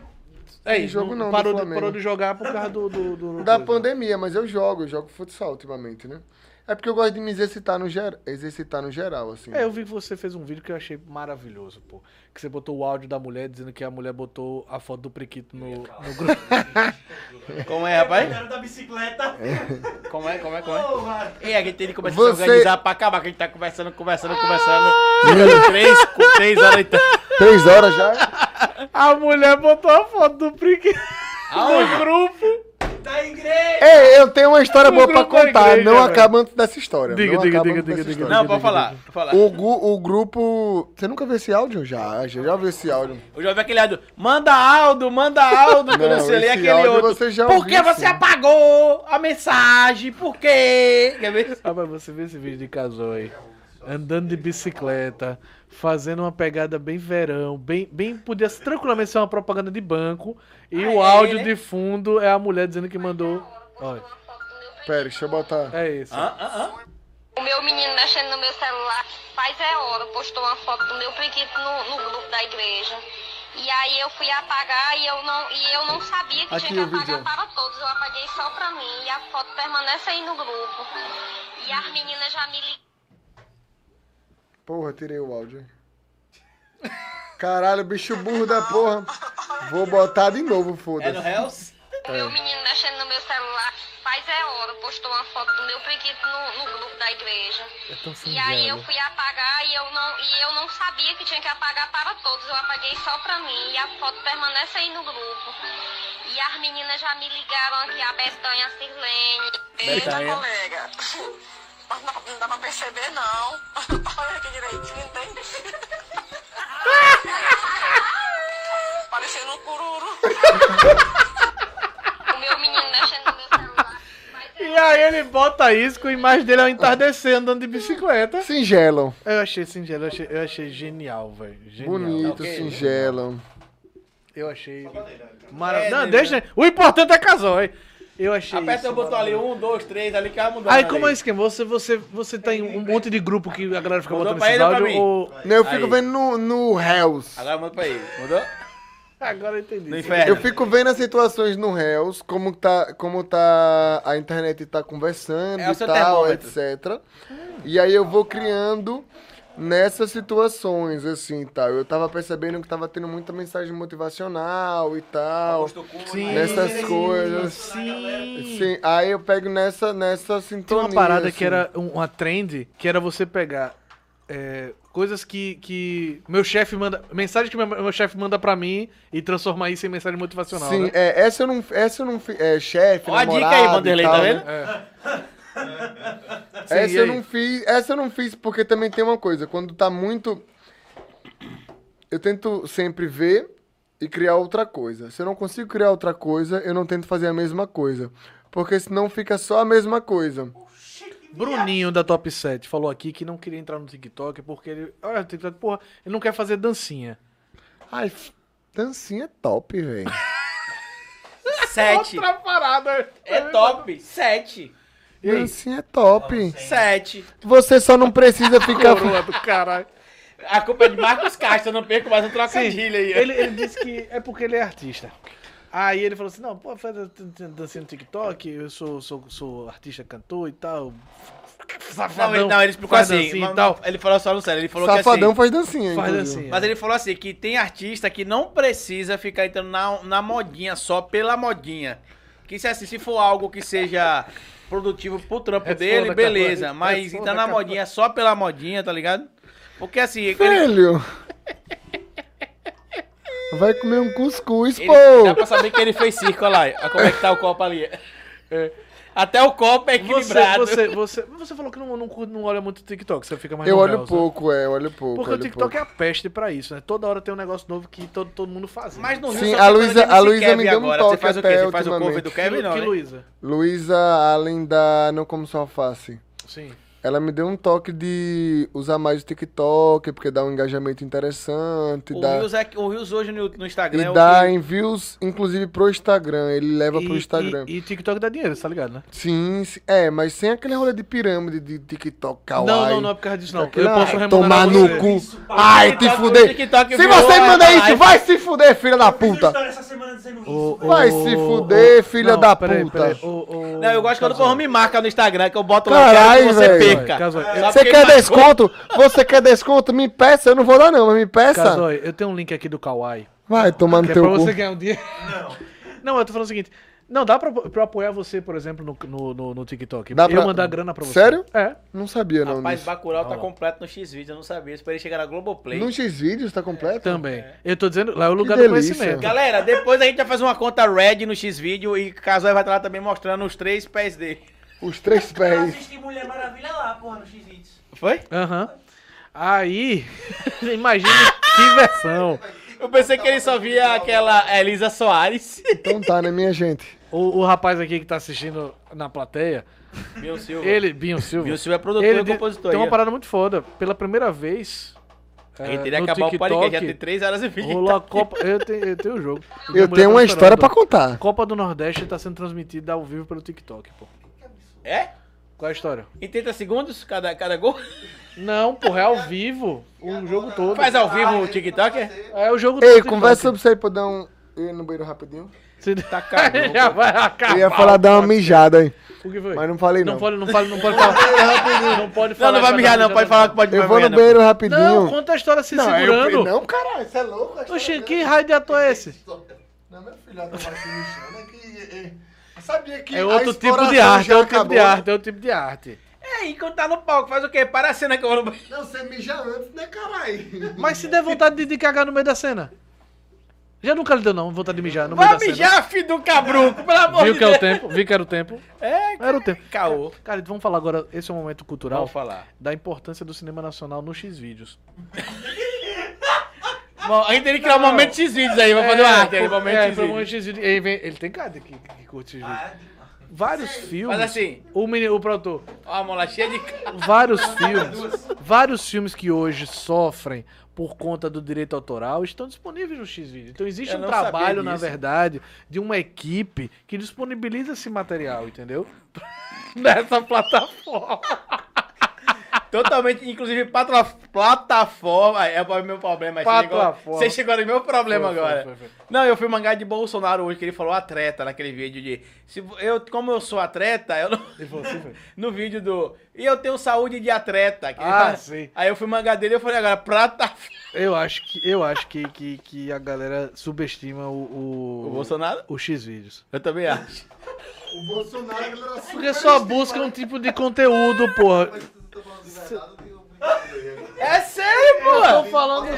Aí,
jogo não, do
parou, de,
Flamengo.
parou de jogar por causa do. do, do-
Da
do-
pandemia, mas eu jogo, eu jogo futsal ultimamente, né? É porque eu gosto de me exercitar no, ger... exercitar no geral, assim.
É, eu vi que você fez um vídeo que eu achei maravilhoso, pô. Que você botou o áudio da mulher dizendo que a mulher botou a foto do Priquito no, no grupo.
Como é, rapaz?
O cara da bicicleta.
Como é, como é, como é?
Ô, mano.
E a gente tem que começar a se
Você- Ah!
organizar pra acabar, que a gente tá conversando, conversando, conversando. Chegando três, com três horas e tal.
Três horas já.
a mulher botou a foto do Priquito no grupo.
Da igreja.
Ei, eu tenho uma história
O
boa pra
grupo da
contar,
igreja,
não
velho.
acaba antes dessa história.
Diga,
não
diga,
acaba
diga,
antes
diga,
dessa
diga,
história.
Não, pode falar, pode falar.
O, gu- o grupo. Você nunca viu esse áudio? Já, já, já vi esse áudio.
Eu já ouvi é aquele áudio, manda Aldo, manda Aldo, que eu não
Não,
sei ler
esse
aquele
áudio
outro.
você já
Por
ouviu,
que você
sim.
apagou a mensagem? Por quê? Quer ver?
Ah, mas você vê esse vídeo de Casói andando de bicicleta, fazendo uma pegada bem verão, bem, bem podia ser- tranquilamente ser uma propaganda de banco e
Ah,
o
é
áudio
ele?
de fundo é a mulher dizendo que mandou. Olha,
Pera, deixa eu botar.
é isso.
Ah.
Hã, hã, hã?
O meu menino mexendo no meu celular faz é hora, postou uma foto do meu prequito no, no grupo da igreja. E aí eu fui apagar e eu não, e eu não sabia que
Aqui
tinha
o
que apagar
vídeo.
para todos. Eu apaguei só pra mim e a foto permanece aí no grupo. E as meninas já me ligaram.
Porra, tirei o áudio. hein? Caralho, bicho burro da porra. Vou botar de novo,
É no
foda-se.
Hells?
Meu menino mexendo no meu celular faz é hora, postou uma foto do meu preguiço no, no grupo da igreja.
É tão
E aí eu
né?
singelo.
fui apagar e eu não, e eu não sabia que tinha que apagar para todos. Eu apaguei só pra mim e a foto permanece aí no grupo. E as meninas já me ligaram aqui, a Betanha, a Sirlene.
Betanha.
colega. Mas não, dá pra perceber, não. Olha que direitinho, tem. Parecendo um cururu. o meu menino mexendo no meu celular. Mas é-
E aí ele bota isso com a imagem dele ao entardecer andando de
é-
bicicleta.
Singelo.
Eu achei singelo, eu achei, eu achei genial, velho. Genial.
Bonito,
ok.
singelo.
Eu achei
É,
maravilhoso. Não,
né,
deixa. O importante é casal, hein? Eu achei
Aperta
isso
o botão ali, um, dois, três, ali que vai mudando.
Aí
ali.
como é o esquema? Você, você, você tá em um monte de grupo que a galera fica
Mandou
botando
pra
esses
ele ou pra
áudios
mim?
ou...
Não, eu fico
Aí.
vendo no, no Hells.
Agora é. manda pra ele. Mudou?
Agora eu entendi.
No inferno.
Eu fico vendo as situações no Hells, como tá, como tá a internet tá conversando
É o
e
seu
tal,
termômetro.
etc. E aí eu vou criando nessas situações, assim, tal. Eu tava percebendo que tava tendo muita mensagem motivacional e tal.
Augusto Cunha,
Sim,
Nessas coisas.
Sim.
Sim, aí eu pego nessa, nessa
Tinha
sintonia.
uma parada
assim.
que era um- uma trend, que era você pegar é, coisas que, que meu chefe manda, mensagem que meu, meu chefe manda pra mim e transformar isso em mensagem motivacional,
Sim,
né?
é, essa eu não. Essa eu não fi- é, chefe,
Ó a dica aí,
namorado e
Vanderlei,
tal,
tá
né?
vendo?
Sim,
essa
e
eu
aí?
não fiz. Essa eu não fiz porque também tem uma coisa. Quando tá muito. Eu tento sempre ver e criar outra coisa. Se eu não consigo criar outra coisa, eu não tento fazer a mesma coisa. Porque senão fica só a mesma coisa.
Oh,
Bruninho da Top 7 falou aqui que não queria entrar no TikTok porque ele, olha, o TikTok, porra, ele não quer fazer dancinha.
Ai, f- dancinha é top, velho.
Sete.
parada.
É top. Sete.
Dancinha é top.
Sete.
Você só não precisa ficar.
Coroa do caralho.
A culpa é de Marcos Castro, eu não perco mais um
Sim,
trocadilho aí. ó.
ele, ele disse que é porque ele é artista. Aí ele falou assim, não, pô, faz a dan- dan- dancinha no TikTok, eu sou, sou, sou artista, cantor e tal.
Não,
Safadão.
ele, não, ele explicou
faz
assim.
dancinha
mas-
e tal.
Ele falou só no sério, ele falou
Safadão
que assim.
faz dancinha,
Faz
inclusive.
dancinha.
Mas ele falou assim, que tem artista que não precisa ficar entrando na, na modinha só pela modinha. Que se assim, se for algo que seja produtivo pro trampo
É
dele,
foda,
beleza.
cara. É
Mas
foda,
entrar na
cara.
modinha só pela modinha, tá ligado? Porque assim, ele,
Velho! Vai comer um cuscuz,
ele- dá
pô!
pra saber que ele fez circo, olha lá. Olha como é que tá o copo ali. É. Até o copo é
Você,
equilibrado.
você, você, você falou que não, não, curte- não olha muito TikTok, você
um
fica mais
Eu
no
olho
Reels, né?
pouco, é, eu olho pouco.
Porque o
olho
TikTok
pouco.
é a peste pra isso, né? Toda hora tem um negócio novo que todo, todo mundo faz. né?
Mas não
Sim, a Luísa- a Luísa me deu um
Você
toque
faz o quê?
até
Você faz o cover
ultimamente.
do Kevin, não,
Que
né?
Luísa?
Luísa, além da Não Como Só Face,
Sim.
ela me deu um toque de usar mais o TikTok, porque dá um engajamento interessante,
O
dá,
Rios, é, que- o Rios hoje no, no Instagram é
e
o
dá
que-
envios, inclusive pro Instagram, ele leva pro Instagram.
E, e TikTok dá dinheiro, tá ligado, né?
Sim, sim, é, mas sem aquele rolê de pirâmide de TikTok, kawaii.
Não, não, não é por causa disso, não. Eu
Ai,
posso remunerar
é tomar no
você.
cu.
Isso, pai.
Ai, te
TikTok- tá o
fuder.
TikTok
Se
virou
você
a-
me manda
a
isso,
live.
vai se fuder, filha da
Fiz uma
puta.
história essa semana dizendo isso.
Ô, ô,
Vai
ô,
se
ô,
fuder,
ô,
filha da
peraí,
puta.
peraí. Ô, ô,
Não, eu gosto quando o
Cazói.
povo me marca no Instagram, que eu boto lá
Caralho,
quero que você
velho.
perca.
Cazói,
Só
Você
Tá porque
quer
marcou-
desconto? Você quer desconto? Me peça, eu não vou dar não, mas me peça.
Cazói, eu tenho um link aqui do Kawaii.
Vai tomar
Que
no
é pra
teu cu.
você ganhar um dia. Não. Não, eu tô falando o seguinte. Não, dá pra, pra eu apoiar você, por exemplo, no, no, no, no TikTok.
Dá
eu
pra-
mandar grana pra você.
Sério?
É.
Não sabia não
Rapaz,
disso.
Bacurau tá completo no X-Video, eu não sabia. Esperei chegar na Globoplay.
No X-Videos tá completo?
Também. Eu tô dizendo, lá é o lugar do
delícia.
conhecimento.
Galera, depois a gente vai fazer uma conta red no X-Video e Casói vai estar lá também mostrando os três pés dele.
Os três
Eu
pés.
assisti Mulher Maravilha lá, porra, no X-Vídeos.
Foi?
Aham. Aí, imagina que versão.
Eu pensei que ele só via aquela Elisa Soares.
Então tá, né, minha gente?
O, o rapaz aqui que tá assistindo na plateia,
Meu Silva.
ele, Binho Silva.
Viu, Silva é produtor
ele
e
de-
compositor.
Tem uma
aí, ó.
parada muito foda. Pela primeira vez. é,
Ele teria
no
que acabar o podcast, já
TikTok,
tem 3 horas e Tá. 20.
Rolou a Copa. Eu tenho, eu tenho o jogo. Minha
Eu tenho
mulher tá
uma
esperando.
história pra contar.
Copa do Nordeste tá sendo transmitida ao vivo pelo TikTok, pô.
É?
Qual é a história?
Em 30 segundos, cada, cada gol.
Não, porra, é ao vivo. O jogo todo.
Faz ao vivo o TikTok? é?
É o jogo
Ei,
TikTok.
conversa sobre isso aí pra eu dar um. Eu ir no banheiro rapidinho.
Se-
Tá cagando.
Já vai acabar.
Eu ia falar dar uma mijada aí.
O que foi?
Mas não falei,
não.
não.
pode, não pode, não pode falar. não pode falar.
Não, não vai
já
mijar,
tá
não. Pode
mijando.
falar que pode
Eu vou no
mijar, não.
banheiro rapidinho.
Não, conta a história se
Não, eu-
segurando.
não, caralho, você é louco? a história
Oxê,
dela.
que raio de ator é esse?
Não, meu filho, tá ela não vai se mexer, né? Que, é, é, eu sabia que
É
a
outro tipo de
exploração
arte,
já
é outro tipo
acabou,
de arte, é outro tipo de arte.
É, e quando tá no palco, faz o quê? Para a cena que eu vou no banheiro.
Não, você mija antes, né, caralho?
Mas se der vontade de, de cagar no meio da cena. Já nunca lhe deu, não, vontade de mijar no meio
Vai
da cena.
mijar, filho do cabruco, pelo amor
Viu
de
que é o
Deus.
tempo? Viu que era o tempo?
É,
Era o tempo.
caô.
Cara, vamos falar agora, esse é um momento cultural
Vamos falar.
da importância do cinema nacional no X-Vídeos.
Bom, a gente tem que criar um momento X vídeos aí, vamos fazer uma arte aí, momento
é,
X
foi um momento
vídeos.
X-Vídeos. Ele, vem- ele tem cara que, que curte X-Vídeos.
Ah,
Vários filmes.
Faz assim,
O, meni- o produtor.
ó a mão lá cheia de cara.
vários
assim.
filmes, vários filmes que hoje sofrem por conta do direito autoral estão disponíveis no Xvideo. Então existe
Eu
um
não sabia
trabalho, na
disso.
verdade, de uma equipe que disponibiliza esse material, entendeu? Nessa plataforma.
Totalmente, inclusive, patra- plataforma. É o meu problema. você chegou-
Plataforma.
Você chegou no meu problema
Foi, foi,
agora.
foi, foi.
Não, eu fui mangá de Bolsonaro hoje, que ele falou atleta naquele vídeo de. Se vo- eu, como eu sou atleta, eu não.
E você, velho?
No vídeo do. E eu tenho saúde de atleta. que ele
Ah,
fala-
sim.
Aí eu fui mangá dele e eu falei agora, tá plataforma.
Eu acho que eu acho que, que, que a galera subestima o
O
o,
Bolsonaro?
o Xvideos.
Eu também acho.
O Bolsonaro, ele era super
Porque só busca um tipo de conteúdo, porra.
É sério,
Eu
pô!
tô falando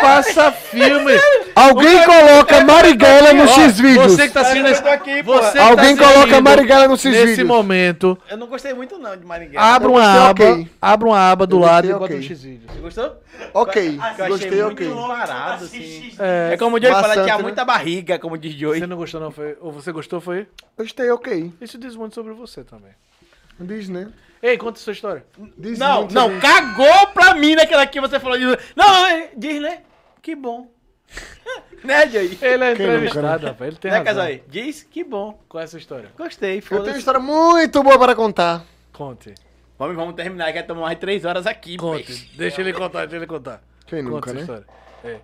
Faça filme.
Alguém coloca Marighella no
É Ó,
X-Vídeos.
Você que tá assistindo
Eu
esse
tô aqui, pô.
você que
Alguém
tá assistindo
coloca Marighella no
Nesse
X-Vídeos.
momento,
Eu não gostei muito, não, de Maringueira.
abra
Eu
uma
gostei,
aba,
ok.
abra uma aba do
Eu
lado e
gostei,
bota no
ok.
X-Vídeos.
Você gostou?
Ok,
Ah, Eu achei
gostei,
muito
ok.
parado, assim.
É,
É como o Joey fala,
Bastante,
tinha
né?
muita barriga, como diz Joey.
Você não gostou não foi? Ou você gostou foi?
Gostei, ok.
Isso diz muito sobre você também.
Não diz, né?
Ei, conta sua história.
Diz
Não,
muito
não,
sobre-
cagou pra mim naquela que você falou. disso. Não, é, diz, né? Que bom. né, Joey?
Ele é
Quem nunca,
entrevistado, rapaz. Ele tem
Né,
razão.
Casói? Diz, que bom.
Qual é essa história?
Gostei,
Eu tenho uma
foda-se.
história muito boa para contar.
Conte.
Vamos, vamos terminar, que já estamos mais três horas aqui, peixe.
Conte. Deixa ele contar, deixa ele contar.
Quem
Conta
nunca,
sua
né?
história.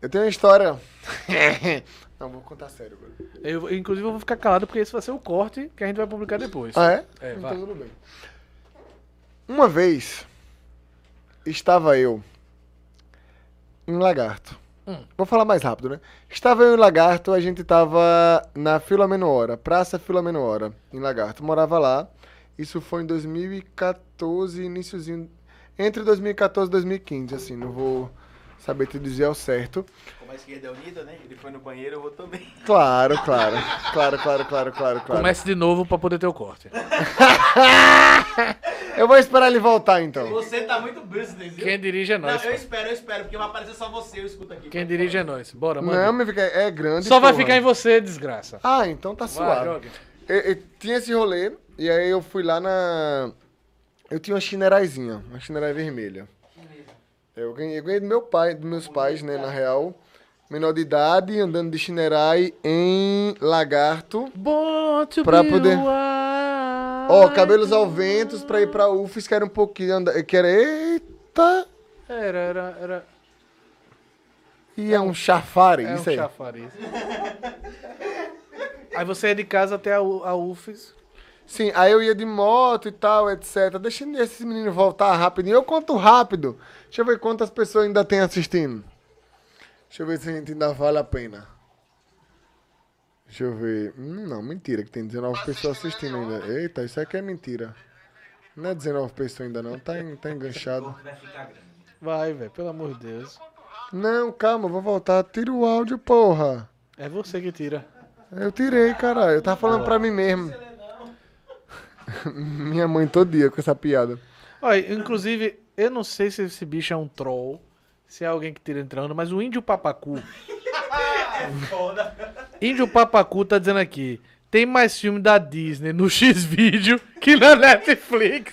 Eu tenho uma história. não, vou contar sério, velho.
Eu, inclusive eu vou ficar calado porque esse vai ser o corte que a gente vai publicar depois.
Ah, é?
É,
então
vai.
tudo bem. Uma vez estava eu em Lagarto.
Hum.
Vou falar mais rápido, né? Estava eu em Lagarto, a gente estava na Filomeno Hora, Praça Filomeno Hora, em Lagarto. Morava lá. Isso foi em 2014, iníciozinho entre 2014 e 2015, assim, não vou saber te dizer ao certo.
Como a esquerda é unida, né? Ele foi no banheiro, eu vou também.
Claro, claro. Claro, claro, claro, claro, claro.
Comece de novo pra poder ter o corte.
Eu vou esperar ele voltar então.
Você tá muito business, viu?
Quem dirige é
Não,
nós.
eu
pô.
espero, eu espero, porque vai aparecer só você, eu escuto aqui.
Quem dirige é nós. Bora,
Não,
mano.
meu filho, é grande.
Só vai
porra.
ficar em você, desgraça.
Ah, então tá
Vai,
suave.
joga.
Eu, eu tinha esse rolê, e aí eu fui lá na. Eu tinha uma chineraizinha, uma chinerai vermelha. Eu ganhei, eu ganhei do meu pai, dos meus pais, né, na real. Menor de idade, andando de chinerai em Lagarto.
Bom to
Pra
be
poder-
wild.
Ó, cabelos ao ventos pra ir pra UFES, que era um pouquinho. anda- Que era. Eita!
Era, era, era.
E é um chafari,
É um
isso aí.
chafariz. aí você ia de casa até a, U- a UFES.
Sim, aí eu ia de moto e tal, etc. Deixa esses meninos voltar rapidinho. Eu conto rápido. Deixa eu ver quantas pessoas ainda tem assistindo. Deixa eu ver se a gente ainda vale a pena. Deixa eu ver. Hum, não, mentira, que tem 19 pessoas assistindo ainda. Eita, isso aqui é mentira. Não é 19 pessoas ainda não, tá, en- tá enganchado.
Vai, velho, pelo amor de Deus.
Não, calma, eu vou voltar. Tira o áudio, porra.
É você que tira.
Eu tirei, caralho. Eu tava falando pra mim mesmo. Minha mãe todo dia com essa piada.
Olha, inclusive, eu não sei se esse bicho é um troll, se é alguém que tira entrando, mas o índio papacu.
Ah, é
Índio papacu tá dizendo aqui: tem mais filme da Disney no X-Vídeo que na Netflix.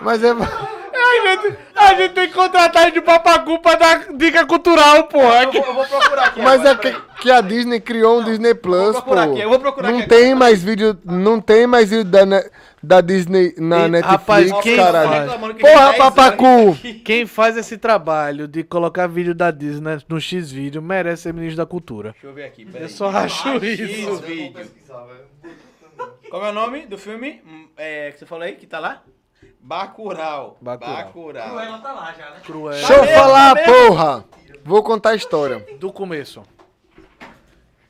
Mas é.
A gente, a gente tem que contratar de papacu pra dar dica cultural,
É,
porra.
Eu vou procurar aqui.
Mas é porque que a Disney criou um Disney Plus,
procurar
pô.
aqui, eu vou procurar
não
aqui.
tem mais vídeo, não tem mais vídeo da, ne- da Disney na
E,
Netflix,
rapaz, quem
caralho.
faz?
Tá Reclamando que tem
Porra,
10 horas.
papacu!
Quem faz esse trabalho de colocar vídeo da Disney no X-Vídeo merece ser ministro da cultura.
Deixa eu ver aqui, peraí. Ah,
Eu só acho
Eu
isso.
vou
vídeo.
pesquisar, velho.
Qual é o nome do filme hum, é, que você falou aí, que tá lá? Bacurau.
Bacurau.
Cruella tá lá já, né?
Cruel.
Deixa eu
mesmo,
falar,
tá mesmo.
porra! Vou contar a história.
Do começo.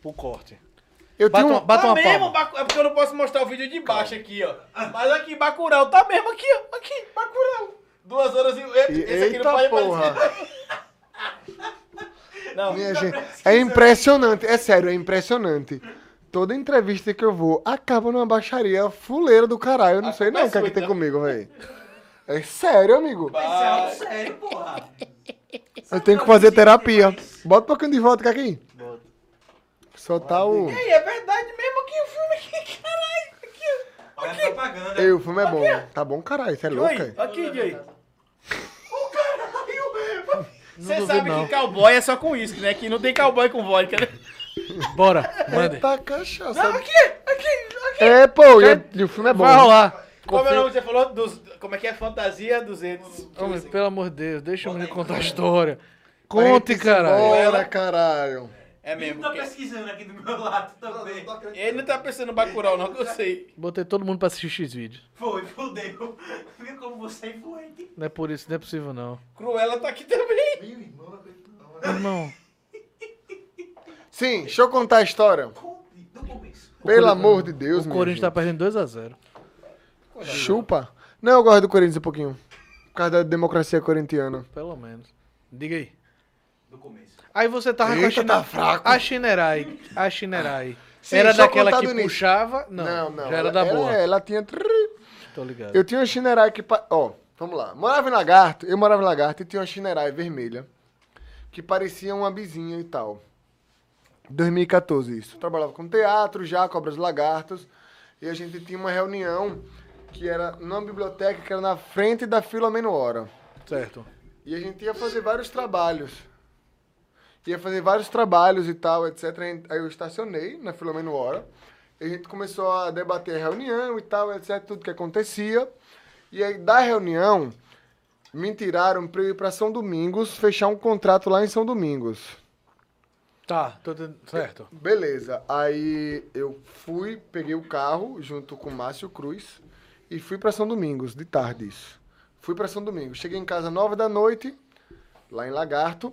O corte.
Eu
Bata
tenho
uma,
um...
bata
tá
uma
mesmo,
palma.
Bacu- é porque eu não posso mostrar o vídeo de baixo aqui, ó. Mas aqui, Bacurau, tá mesmo aqui, ó. Aqui, Bacurau. Duas horas e... um,
E-
Esse aqui não
Eita
pode
porra!
aparecer. Não,
Minha gente, é impressionante, é sério, é impressionante. Toda entrevista que eu vou acaba numa baixaria fuleira do caralho. Eu não
A
sei
culpa
não
é
o que é que
sua,
tem
né?
comigo, velho. É sério, amigo.
Mas isso é algo sério, porra.
Eu tenho que fazer terapia. Bota um pouquinho de vodka aqui. Bota. Soltar o.
E aí, é verdade mesmo aqui o filme aqui, caralho. Aqui,
Olha a propaganda.
Ei, o filme é bom. Tá bom, caralho. Você é
ó.
louco,
Joey,
é?
aqui, Joey. Você
duvido,
sabe
não.
que cowboy é só com uísque, né? Que não tem cowboy com vodka, né?
Bora, mande.
Eita cachaça.
Tá Aqui, aqui, aqui.
É, pô, e, é- e o filme é bom.
Vai rolar.
Como é o nome que você falou? Dos, como é que é? Fantasia 200.
Homem, pelo amor de Deus, deixa o menino contar a história.
Vai,
Conte,
vai-se
caralho.
Bora, caralho.
É
Ele
mesmo.
tá
porque
pesquisando aqui do meu lado também.
Ele não tá pensando em Bacurau, não, que eu sei.
Botei todo mundo pra assistir X-Vídeo.
Foi, fudeu. Viu como você é influente?
Não é por isso, não é possível, não.
Cruella tá aqui também.
Meu irmão, não acredito não.
Irmão,
Sim, deixa eu contar a história.
Conte do começo.
Pelo amor de Deus,
o
meu.
Corinthians tá perdendo 2x0.
Chupa. Não, eu gosto do Corinthians um pouquinho. Por causa da democracia corintiana.
Pelo menos. Diga aí.
Do começo.
Aí você tava com a
Eita, tá
Shine-
fraco.
A Shinerai. A Shinerai.
Sim,
era
deixa eu
daquela
contar
que
do início.
puxava. Não, Já era
ela-
da
ela-
boa.
Ela tinha.
Tô ligado.
é. Eu tinha uma Shinerai que. pa- Ó, vamos lá. Morava em Lagarto, eu morava em Lagarto e tinha uma Shinerai vermelha que parecia uma bizinha e tal. 2014, isso. Eu trabalhava com teatro já, Cobras e Lagartos. E a gente tinha uma reunião que era numa biblioteca que era na frente da Filomeno Hora.
Certo.
E a gente ia fazer vários trabalhos. Ia fazer vários trabalhos e tal, etc. Aí eu estacionei na Filomeno Hora. E a gente começou a debater a reunião e tal, etc. Tudo que acontecia. E aí, da reunião, me tiraram pra eu ir pra São Domingos, fechar um contrato lá em São Domingos.
Tá, tô tendo... certo.
Beleza. Aí eu fui, peguei o carro junto com o Márcio Cruz e fui pra São Domingos, de tarde isso. Fui pra São Domingos. Cheguei em casa nove da noite, lá em Lagarto.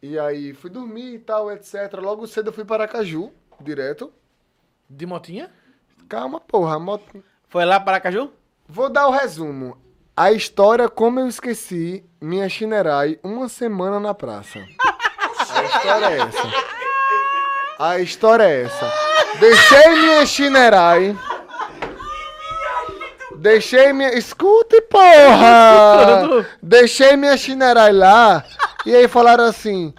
E aí fui dormir e tal, etc. Logo cedo eu fui para Aracaju, direto.
De motinha?
Calma, porra. a moto-
Foi lá para Caju?
Vou dar o resumo. A história como eu esqueci minha Shinerai uma semana na praça. A história é essa. A história é essa. Deixei minha Shinerai. Deixei minha. Escute, porra! Deixei minha Shinerai lá. E aí falaram assim: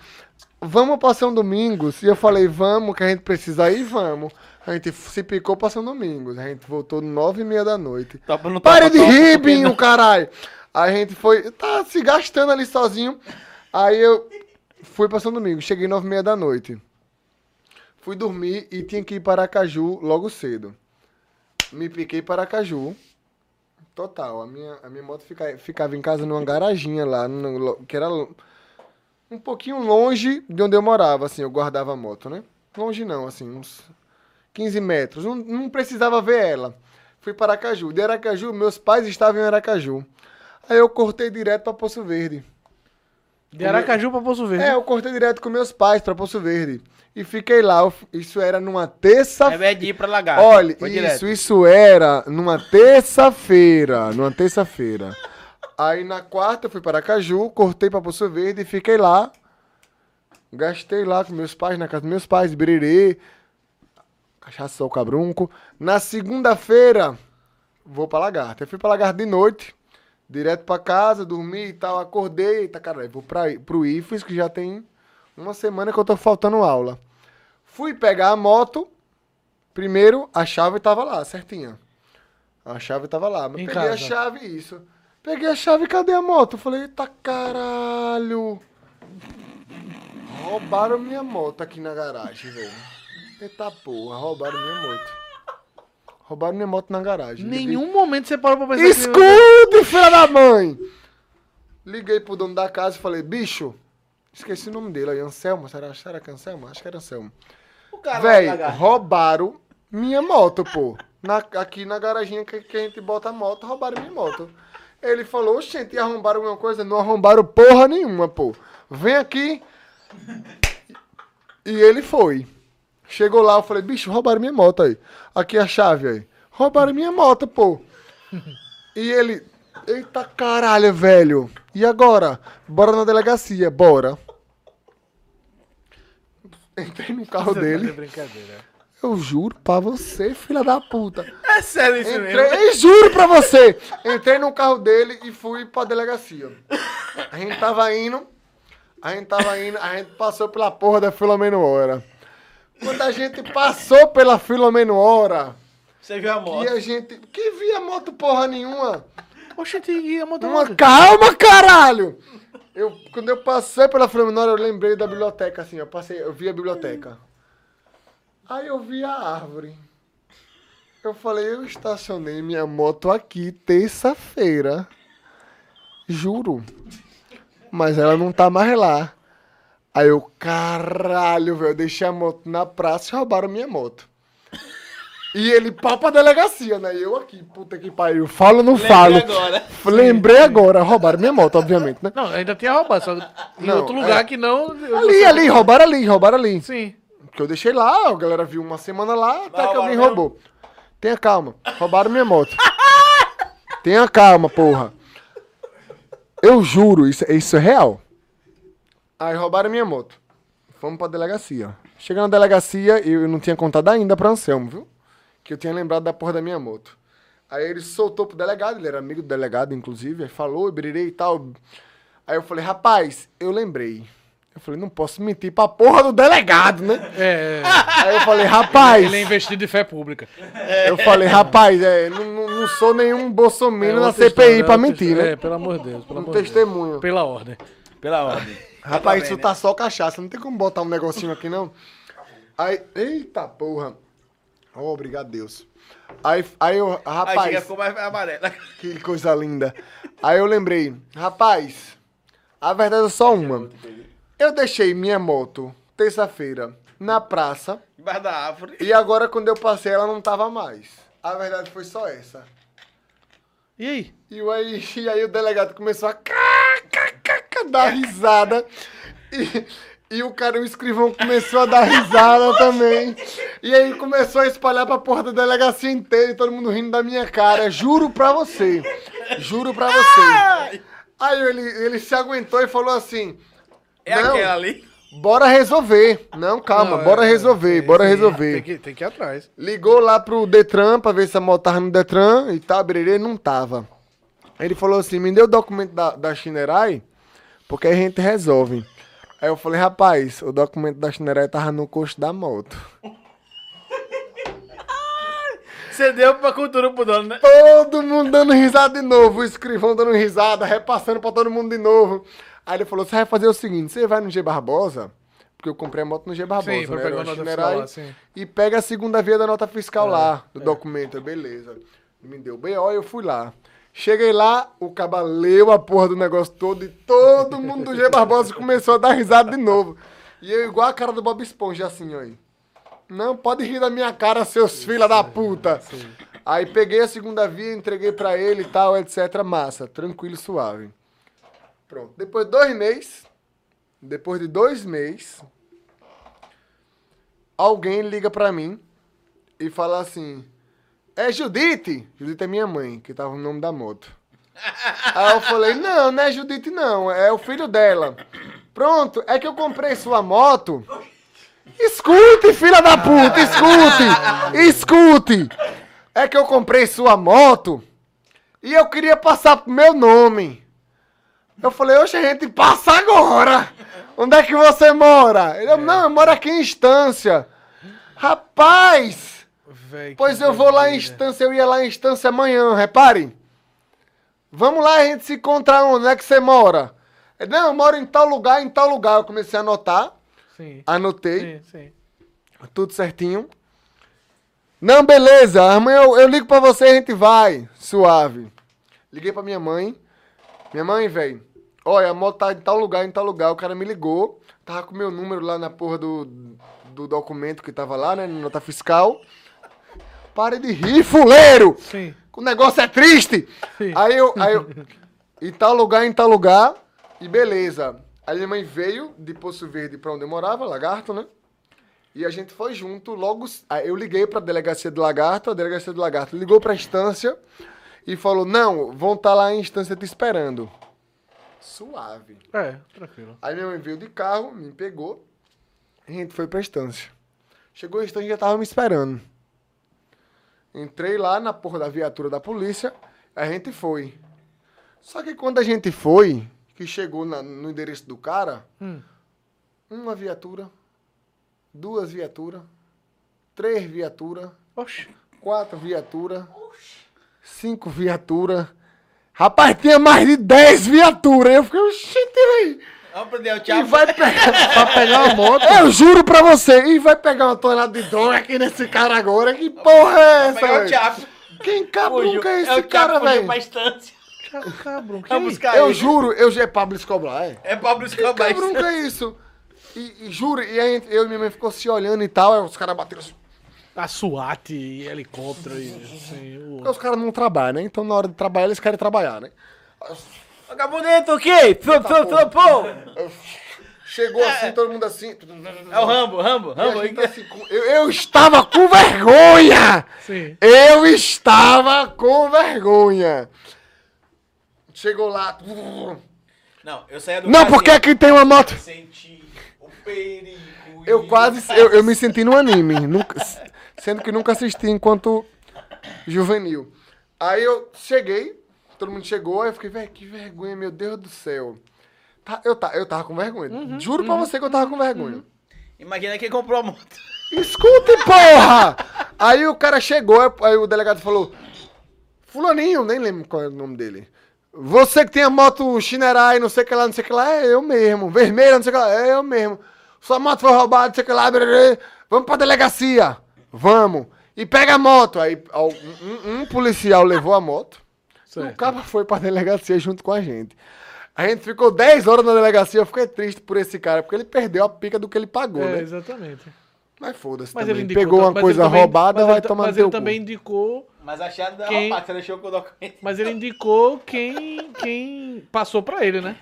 vamos pra São Domingos? E eu falei: vamos, que a gente precisa ir, vamos. A gente se picou pra São Domingos. A gente voltou nove e meia da noite.
Topa no
Para de rir,
porque
Binho, caralho. A gente foi. Tá se gastando ali sozinho. Aí eu fui pra São Domingo. Cheguei nove e meia da noite. Fui dormir e tinha que ir para Aracaju logo cedo. Me piquei para Aracaju. Total. A minha, a minha moto fica- ficava em casa numa garaginha lá, no lo- que era lo- um pouquinho longe de onde eu morava, assim. Eu guardava a moto, né? Longe não, assim, uns 15 metros. Não, não precisava ver ela. Fui para Aracaju. De Aracaju, meus pais estavam em Aracaju. Aí eu cortei direto para Poço Verde.
De Aracaju pra Poço Verde.
É, eu cortei direto com meus pais para Poço Verde. E fiquei lá. Eu f- Isso era numa terça-feira.
Ao invés de ir pra lagarto.
Olha,
Foi
isso,
direto.
isso era numa terça-feira. Numa terça-feira. Aí na quarta eu fui para Caju, cortei para Poço Verde e fiquei lá. Gastei lá com meus pais, na casa dos meus pais, birerê, cachaça ao cabrunco. Na segunda-feira, vou pra Lagarta. Eu fui pra Lagarta de noite, direto pra casa, dormi e tal, acordei. Eita, caralho, vou pra, pro IFES, que já tem uma semana que eu tô faltando aula. Fui pegar a moto, primeiro a chave tava lá, certinha. A chave tava lá, mas
Em
peguei
casa.
a chave, isso. Peguei a chave, cadê a moto? Falei, eita caralho. Roubaram minha moto aqui na garagem, velho. Eita porra, roubaram minha moto. Roubaram minha moto na garagem. Liguei-
Nenhum momento você parou pra pensar que-
Escute, filha da mãe! Liguei pro dono da casa e falei, bicho, esqueci o nome dele aí, Anselmo, será, será que é Anselmo? Acho que era Anselmo.
O cara
Véi,
vai cagar.
roubaram minha moto, pô. Na- aqui na garaginha que, que a gente bota a moto, roubaram minha moto. Ele falou, gente, arrombaram alguma coisa? Não arrombaram porra nenhuma, pô. Vem aqui. E ele foi. Chegou lá, eu falei, bicho, roubaram minha moto aí. Aqui é a chave aí. Roubaram minha moto, pô. E ele, eita caralho, velho. E agora? Bora na delegacia, bora. Entrei no carro
É
dele. Eu juro pra você, filha da puta.
É sério isso mesmo.
Entrei, eu juro pra você. Entrei no carro dele e fui pra delegacia. A gente tava indo, a gente tava indo, a gente passou pela porra da Filomeno Hora. Quando a gente passou pela Filomeno Hora,
Você viu a moto.
e a gente... Que via moto porra nenhuma?
Oxente, e a moto
Uma calma, caralho! Eu, quando eu passei pela Flaminora, eu lembrei da biblioteca, assim, eu passei, eu vi a biblioteca. Aí eu vi a árvore. Eu falei, eu estacionei minha moto aqui terça-feira. Juro. Mas ela não tá mais lá. Aí eu, caralho, velho, eu deixei a moto na praça e roubaram minha moto. E ele pá pra delegacia, né? E eu aqui, puta que pariu, falo ou não falo?
agora.
Lembrei agora, roubaram minha moto, obviamente, né?
Não, ainda tinha roubado, só em
Não,
outro lugar
é.
que não... eu-
Ali, ali, roubaram ali, roubaram ali.
Sim.
Porque eu deixei lá, a galera viu uma semana lá, até que
roubaram
alguém
mesmo?
roubou. Tenha calma, roubaram minha moto. Tenha calma, porra. Eu juro, isso, isso é real. Aí roubaram minha moto. Fomos pra delegacia. Chegando na delegacia, eu não tinha contado ainda pra Anselmo, viu? Que eu tinha lembrado da porra da minha moto. Aí ele soltou pro delegado, ele era amigo do delegado, inclusive, aí falou, brirei e tal. Aí eu falei, rapaz, eu lembrei. Eu falei, não posso mentir pra porra do delegado, né?
É,
Aí eu falei, rapaz.
ele é investido em fé pública.
Eu falei, rapaz, é, não, não- não sou nenhum bolsominion
É
na
outra
CPI
história,
pra
outra
mentir,
história. É,
né?
pelo amor de Deus, né? pelo
Um
amor de
testemunho.
Deus. Pela ordem.
Pela ordem.
Rapaz, isso tá só cachaça, não tem como botar um negocinho aqui, não. Aí, eita porra. Oh, obrigado, Deus. Aí, aí eu,
Aí chega,
rapaz,
ficou mais amarela.
que coisa linda. Aí eu lembrei, rapaz, a verdade é só uma. Eu deixei minha moto, terça-feira, na praça.
Embaixo da árvore.
E agora, quando eu passei, ela não tava mais. A verdade foi só essa.
E aí?
E o aí, e aí o delegado começou a cá, cá, cá, cá, dar risada. E, e o cara, o escrivão, começou a dar risada também. E aí começou a espalhar pra porra da delegacia inteira e todo mundo rindo da minha cara. Juro pra você. Juro pra você. Aí ele, ele se aguentou e falou assim.
É
Não.
aquela ali.
Bora resolver. Não, calma,
Não,
bora
é,
resolver, bora
tem-
resolver.
Tem que, tem que ir atrás.
Ligou lá pro Detran pra ver se a moto tava no Detran e tal, bererê, não tava. Ele falou assim, me deu o documento da, da Shinerai, porque a gente resolve. Aí eu falei, rapaz, o documento da Shinerai tava no coxo da moto.
Você deu pra cultura pro dono, né?
Todo mundo dando risada de novo, o escrivão dando risada, repassando pra todo mundo de novo. Aí ele falou, você vai fazer o seguinte, você vai no G Barbosa, porque eu comprei a moto no G Barbosa,
Sim, pra
né, era
pegar
uma
a nota
Shinerai,
fiscal lá, sim. É,
e pega a segunda via da nota fiscal lá, do documento, beleza. Me deu BO e eu fui lá. Cheguei lá, o caba leu a porra do negócio todo e todo mundo do G Barbosa começou a dar risada de novo. E eu igual a cara do Bob Esponja, assim, ó. aí. Não pode rir da minha cara, seus filha da puta. Aí peguei a segunda via, entreguei pra ele e tal, etc. Massa, tranquilo, suave. Pronto. Depois de dois meses, depois de dois meses, alguém liga pra mim e fala assim: É Judite? Judite é minha mãe, que tava o nome da moto. Aí eu falei: Não, não é Judite, não, é o filho dela. Pronto, é que eu comprei sua moto. Escute, filha da puta, escute! Escute! É que eu comprei sua moto e eu queria passar pro meu nome. Eu falei, oxe, gente, passa agora! Onde é que você mora? Ele, não, eu moro aqui em Instância. Rapaz!
Véi,
Pois eu vou lá em Instância, eu ia lá em Instância amanhã, repare. Vamos lá, a gente se encontrar onde é que você mora? Ele, não, eu moro em tal lugar, em tal lugar. Eu comecei a anotar.
Sim.
Anotei.
Sim, sim.
Tudo certinho. Não, beleza. Amanhã eu, eu ligo pra você e a gente vai. Suave. Liguei pra minha mãe. Minha mãe, velho. Olha, a moto tá em tal lugar, em tal lugar. O cara me ligou. Tava com meu número lá na porra do, do documento que tava lá, né? Nota fiscal. Pare de rir, fuleiro!
Sim.
O negócio é triste!
Sim.
Aí eu. Aí eu em tal lugar, em tal lugar. E beleza. Aí minha mãe veio de Poço Verde pra onde eu morava, Lagarto, né? E a gente foi junto, logo. aí Eu liguei pra delegacia do Lagarto, a delegacia do Lagarto ligou pra instância e falou: Não, vão estar lá em instância te esperando. Suave.
É, tranquilo.
Aí minha mãe veio de carro, me pegou, e a gente foi pra instância. Chegou a instância já tava me esperando. Entrei lá na porra da viatura da polícia, a gente foi. Só que quando a gente foi, que chegou na- no endereço do cara,
Hum.
uma viatura, duas viaturas, três viaturas,
Oxi.
quatro viaturas, cinco viaturas. Rapaz, tinha mais de dez viaturas. Eu fiquei, oxente, velho.
Vamos prender é o
E
Thiago.
vai pegar.
Pra pegar uma moto.
Eu juro pra você, e vai pegar uma tonelada de droga aqui nesse cara agora. Que porra é essa?
Pegar o
velho?
Thiago.
Quem
Fugiu.
cabuca é esse
É o
cara,
Thiago fugiu
velho?
pra instância.
Cabrão, que
Vai buscar
Eu
ele.
juro, eu já é Pablo Escobar, é?
É Pablo
Que
Escobar.
cabrunca é isso? E, e juro, e aí eu e minha mãe ficou se olhando e tal, aí os caras bateram assim.
A SWAT e helicóptero e assim, o-
Porque os caras não trabalham, né? Então na hora de trabalhar eles querem trabalhar, né?
Vagabundo, o quê? Pô,
Tá
pô, pô, pô.
Chegou assim, todo mundo assim.
É o é. Rambo, Rambo,
E a
Rambo.
gente assim, com- eu, eu estava com vergonha!
Sim.
Eu estava com vergonha! Chegou lá.
Não, eu saía do
tá- Não,
carro
porque é-
assim,
aqui tem uma moto.
Senti o perigo.
Eu quase. Eu, eu me senti no anime. nunca- sendo que nunca assisti enquanto juvenil. Aí eu cheguei, todo mundo chegou, aí eu fiquei, velho, que vergonha, meu Deus do céu. Tá, eu, tá, eu tava com vergonha.
Uhum,
Juro pra você que eu tava com vergonha.
Imagina quem comprou a moto.
Escute, porra! Aí o cara chegou, aí o delegado falou: Fulaninho, nem lembro qual é o nome dele. Você que tem a moto um Shinerai, não sei o que lá, não sei o que lá, é eu mesmo. Vermelha, não sei o que lá, é eu mesmo. Sua moto foi roubada, não sei o que lá, brerê. vamos pra delegacia. Vamos. E pega a moto. Aí ó, um, um- um policial levou a moto. O cara foi pra delegacia junto com a gente. A gente ficou 10 horas na delegacia. Eu fiquei triste por esse cara, porque ele perdeu a pica do que ele pagou,
É,
né?
exatamente.
Mas foda-se
Mas
também.
ele indicou.
Pegou uma
mas
coisa
ele também-
roubada,
mas
vai
ele ta-
tomar
Mas
no teu
ele
cu.
também indicou.
Mas acharam da
Quem-
rapaz, você deixou com o documento.
Mas ele indicou quem, quem passou pra ele, né?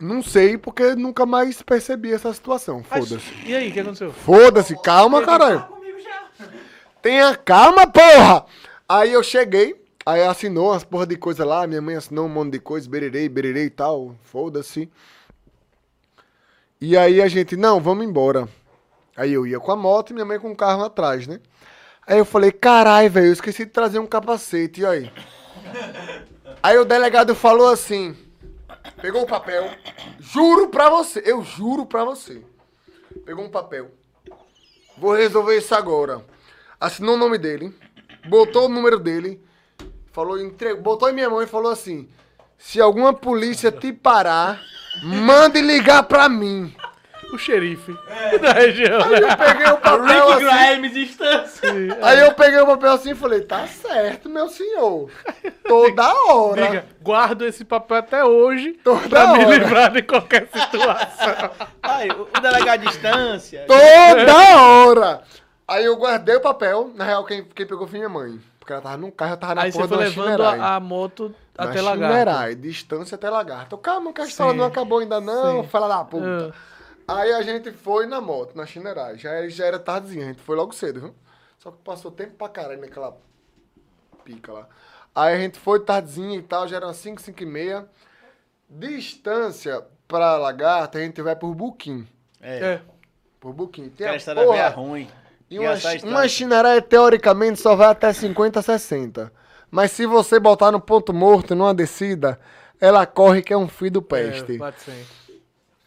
Não sei, porque nunca mais percebi essa situação.
Mas-
Foda-se.
E aí, o que aconteceu?
Foda-se, calma, caralho.
tá Comigo já.
Tenha calma, porra! Aí eu cheguei, aí assinou umas porra de coisa lá, minha mãe assinou um monte de coisa, bererei, bererei e tal, foda-se. E aí a gente, não, vamos embora. Aí eu ia com a moto e minha mãe com o carro atrás, né? Aí eu falei, carai, velho, eu esqueci de trazer um capacete, e aí? Aí o delegado falou assim, pegou o papel, juro pra você, eu juro pra você. Pegou um papel, Vou resolver isso agora. Assinou o nome dele, botou o número dele, falou, entre... botou em minha mão e falou assim: se alguma polícia te parar, mande ligar pra mim.
O xerife da região.
Aí eu peguei o papel
Rick
assim,
Grimes, instância.
aí eu peguei o papel assim e falei, tá certo, meu senhor. Toda hora.
Diga, guardo esse papel até hoje
Toda
pra me
hora.
livrar de qualquer situação.
Aí, o o delegado de instância.
Toda hora! Aí eu guardei o papel, na real, quem, quem pegou foi minha mãe. Porque ela tava num carro, eu tava na
Aí
porra
você
de
foi
uma
levando
Shinerai.
a, a moto
Na
até Lagarto.
Chinerai, distância até Lagarto. Calma, que a
Sim.
história não acabou ainda não,
Sim. Ah.
fala da puta. Aí a gente foi na moto, na Chinerai. Já, era- já era tardezinha, a gente foi logo cedo, viu? Só que passou tempo pra caralho naquela pica lá. Aí a gente foi tardezinha e tal, já eram 5, 5 e meia. Distância pra Lagarto, a gente vai por Buquim.
É.
É.
Por Buquim. Tem
Aquela
a
história velha
porra
ruim.
e uma,
essa
chi-
história-
uma chinaré, teoricamente, só vai até 50, 60. Mas se você botar no ponto morto, numa descida, ela corre que é um fio do
É,
peste.
bate sem.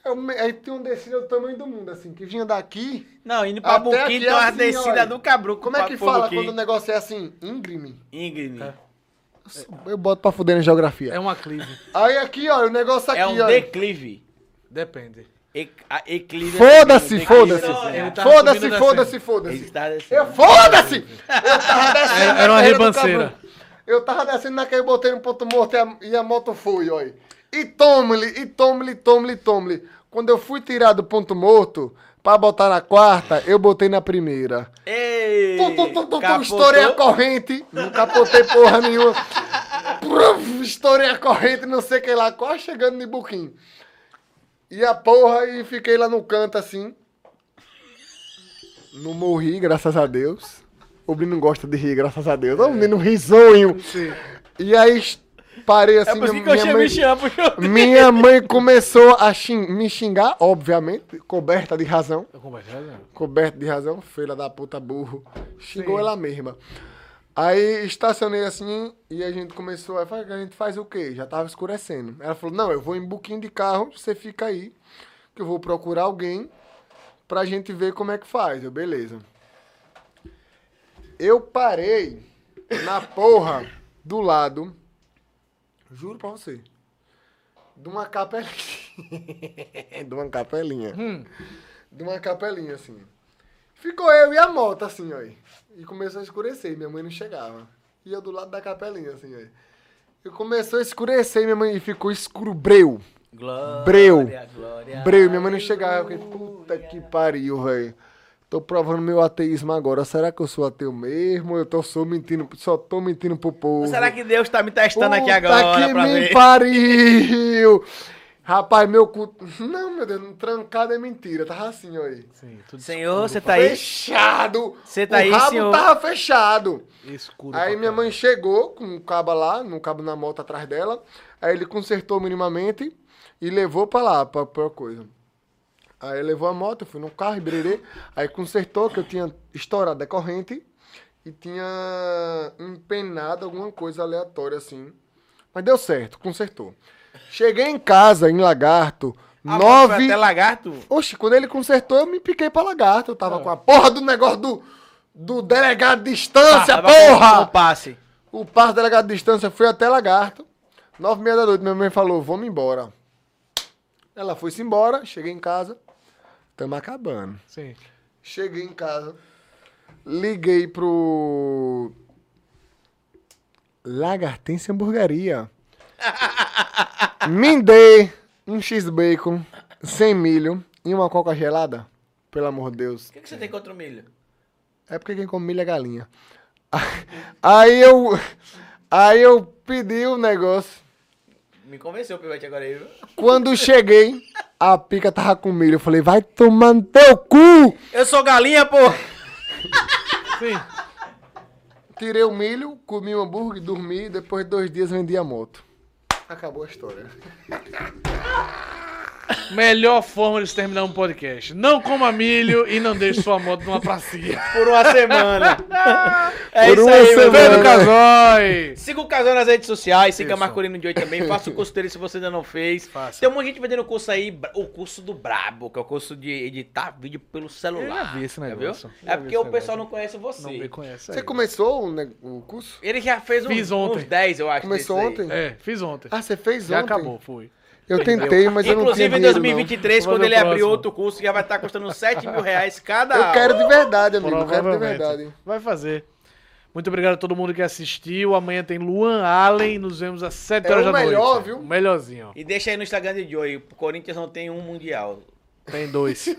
É, um- é, tem uma descida do tamanho do mundo, assim, que vinha daqui.
Não, indo pra
Até
Buquim,
aqui
tem
é
uma
assim,
descida
olha.
do cabru.
Como é que fala quando É. o negócio é assim? Íngreme.
Ingrid.
Eu boto pra fuder na geografia.
um- É uma clive.
Aí aqui, ó, o negócio aqui,
É um
ó.
declive.
Depende.
E- a- é assim, Eclipse.
Foda-se,
Eclipse,
foda-se.
ele tá
Foda-se,
subindo
foda-se,
Ele
foda-se.
tá descendo.
assim. Eu foda-se! Eu tava descendo. na
Era- era uma
carreira do
ribanceira.
Cabral. Eu tava descendo naquele botei no ponto morto e a, e a moto foi, olha. E tome-lhe, e tome-lhe, tome-lhe, tome-lhe. Quando eu fui tirar do ponto morto pra botar na quarta, eu botei na primeira.
Ei!
Tum, tum, tum, tum, tum,
capotou.
estourei a corrente. Não capotei porra nenhuma. Pruf, estourei a corrente, não sei quem lá, quase chegando no Ibuquim. E a porra, e fiquei lá no canto assim. Não morri, graças a Deus. O menino gosta de rir, graças a Deus. Ó,
É.
O menino risonho. E aí es- parei assim.
É por isso que eu
minha
chamo
mãe-
e chamo. viu?
minha mãe começou a xin- me xingar, obviamente, coberta de razão. Coberta de razão, filha da puta burro. Xingou ela mesma. Aí estacionei assim e a gente começou a falar, a gente faz o quê? Já tava escurecendo. Ela falou, não, eu vou em buquinho de carro, você fica aí, que eu vou procurar alguém pra gente ver como é que faz. Eu, beleza. Eu parei na porra do lado, juro pra você, de uma capelinha. de uma capelinha. De uma capelinha, assim. Ficou eu e a moto, assim, ó. E começou a escurecer, minha mãe não chegava. E eu do lado da capelinha, assim, ó. E começou a escurecer, minha mãe, e ficou escuro, breu.
Glória,
Breu.
glória,
Breu, minha mãe não chegava. Eu fiquei, puta que pariu, velho. Tô provando meu ateísmo agora. Será que eu sou ateu mesmo? Eu tô só mentindo, só tô mentindo pro povo.
Será que Deus tá me testando aqui
Puta
agora
que
pra
me
ver?
pariu! Rapaz, meu cu... Não, meu Deus, trancado é mentira. Tava assim, ó aí.
Sim, tudo
Senhor, você tá aí?
Fechado!
Você tá
o
aí,
rabo
senhor?
tava fechado.
escuro.
Aí
pra
minha
caralho.
mãe chegou com um cabo lá, um cabo na moto atrás dela. Aí ele consertou minimamente e levou pra lá, pra, pra coisa. Aí levou a moto, eu fui no carro, brerê. Aí consertou que eu tinha estourado a corrente e tinha empenado alguma coisa aleatória assim. Mas deu certo, consertou. Cheguei em casa, em Lagarto,
Ah, foi
nove...
Até lagarto?
Oxe, quando ele consertou, eu me piquei pra lagarto. Eu tava
É.
com a porra do negócio do, do delegado de distância,
Ah, Tava com-
porra!
com passe.
O par delegado de distância foi até lagarto. Nove e meia da noite, minha mãe falou, vamos embora. Ela foi-se embora, cheguei em casa. Tamo acabando.
Sim.
Cheguei em casa, liguei pro. Lagartense Hamburgaria. Me dê um X-Bacon sem milho e uma coca gelada. Pelo amor de Deus.
O que, que você tem contra o milho?
É porque quem come milho é galinha. Aí eu. Aí eu pedi o negócio.
Me convenceu o pivete agora aí, viu?
Quando cheguei, a pica tava com milho. Eu falei, vai tomar no teu cu!
Eu sou galinha, porra!
Sim.
Tirei o milho, comi o hambúrguer, dormi, depois de dois dias vendi a moto. Acabou a história.
Melhor forma de se terminar um podcast. Não coma milho e não deixe sua moto numa pracinha.
Por uma semana. é
Por
isso
uma
aí, meu
semana.
velho.
Pedro Casói.
Siga o Casal nas redes sociais, siga
Isso.
Marcolino de Oi também, faça o curso dele se você ainda não fez.
Faça.
Tem um monte de gente vendendo curso aí, bra- o curso do Brabo, que é o curso de editar vídeo pelo celular.
Eu já vi esse
tá
negócio.
vendo?
Eu já
É
vi
porque
esse
o pessoal
negócio.
não conhece você.
Não me conhece.
Você
aí.
começou o, ne- o curso?
Ele já fez uns,
Fiz ontem.
uns 10, eu acho.
Começou
desses aí.
ontem?
É, fiz ontem.
Ah, você fez
Já
ontem?
acabou, fui.
Eu tentei, mas eu não tinha
Inclusive, em
dinheiro,
2023,
Vamos
quando
ver
ele
o
abrir
próximo.
outro curso, já vai estar custando 7 mil reais cada
não. Eu
aula.
quero de verdade, amigo. Eu quero de
Provavelmente.
é verdade.
Vai fazer. Muito obrigado a todo mundo que assistiu. Amanhã tem Luan Allen. Nos vemos às 7
É
horas
o
da noite.
melhor, viu?
O melhorzinho.
E deixa aí no Instagram de Joey, o Corinthians não tem um mundial.
Tem dois.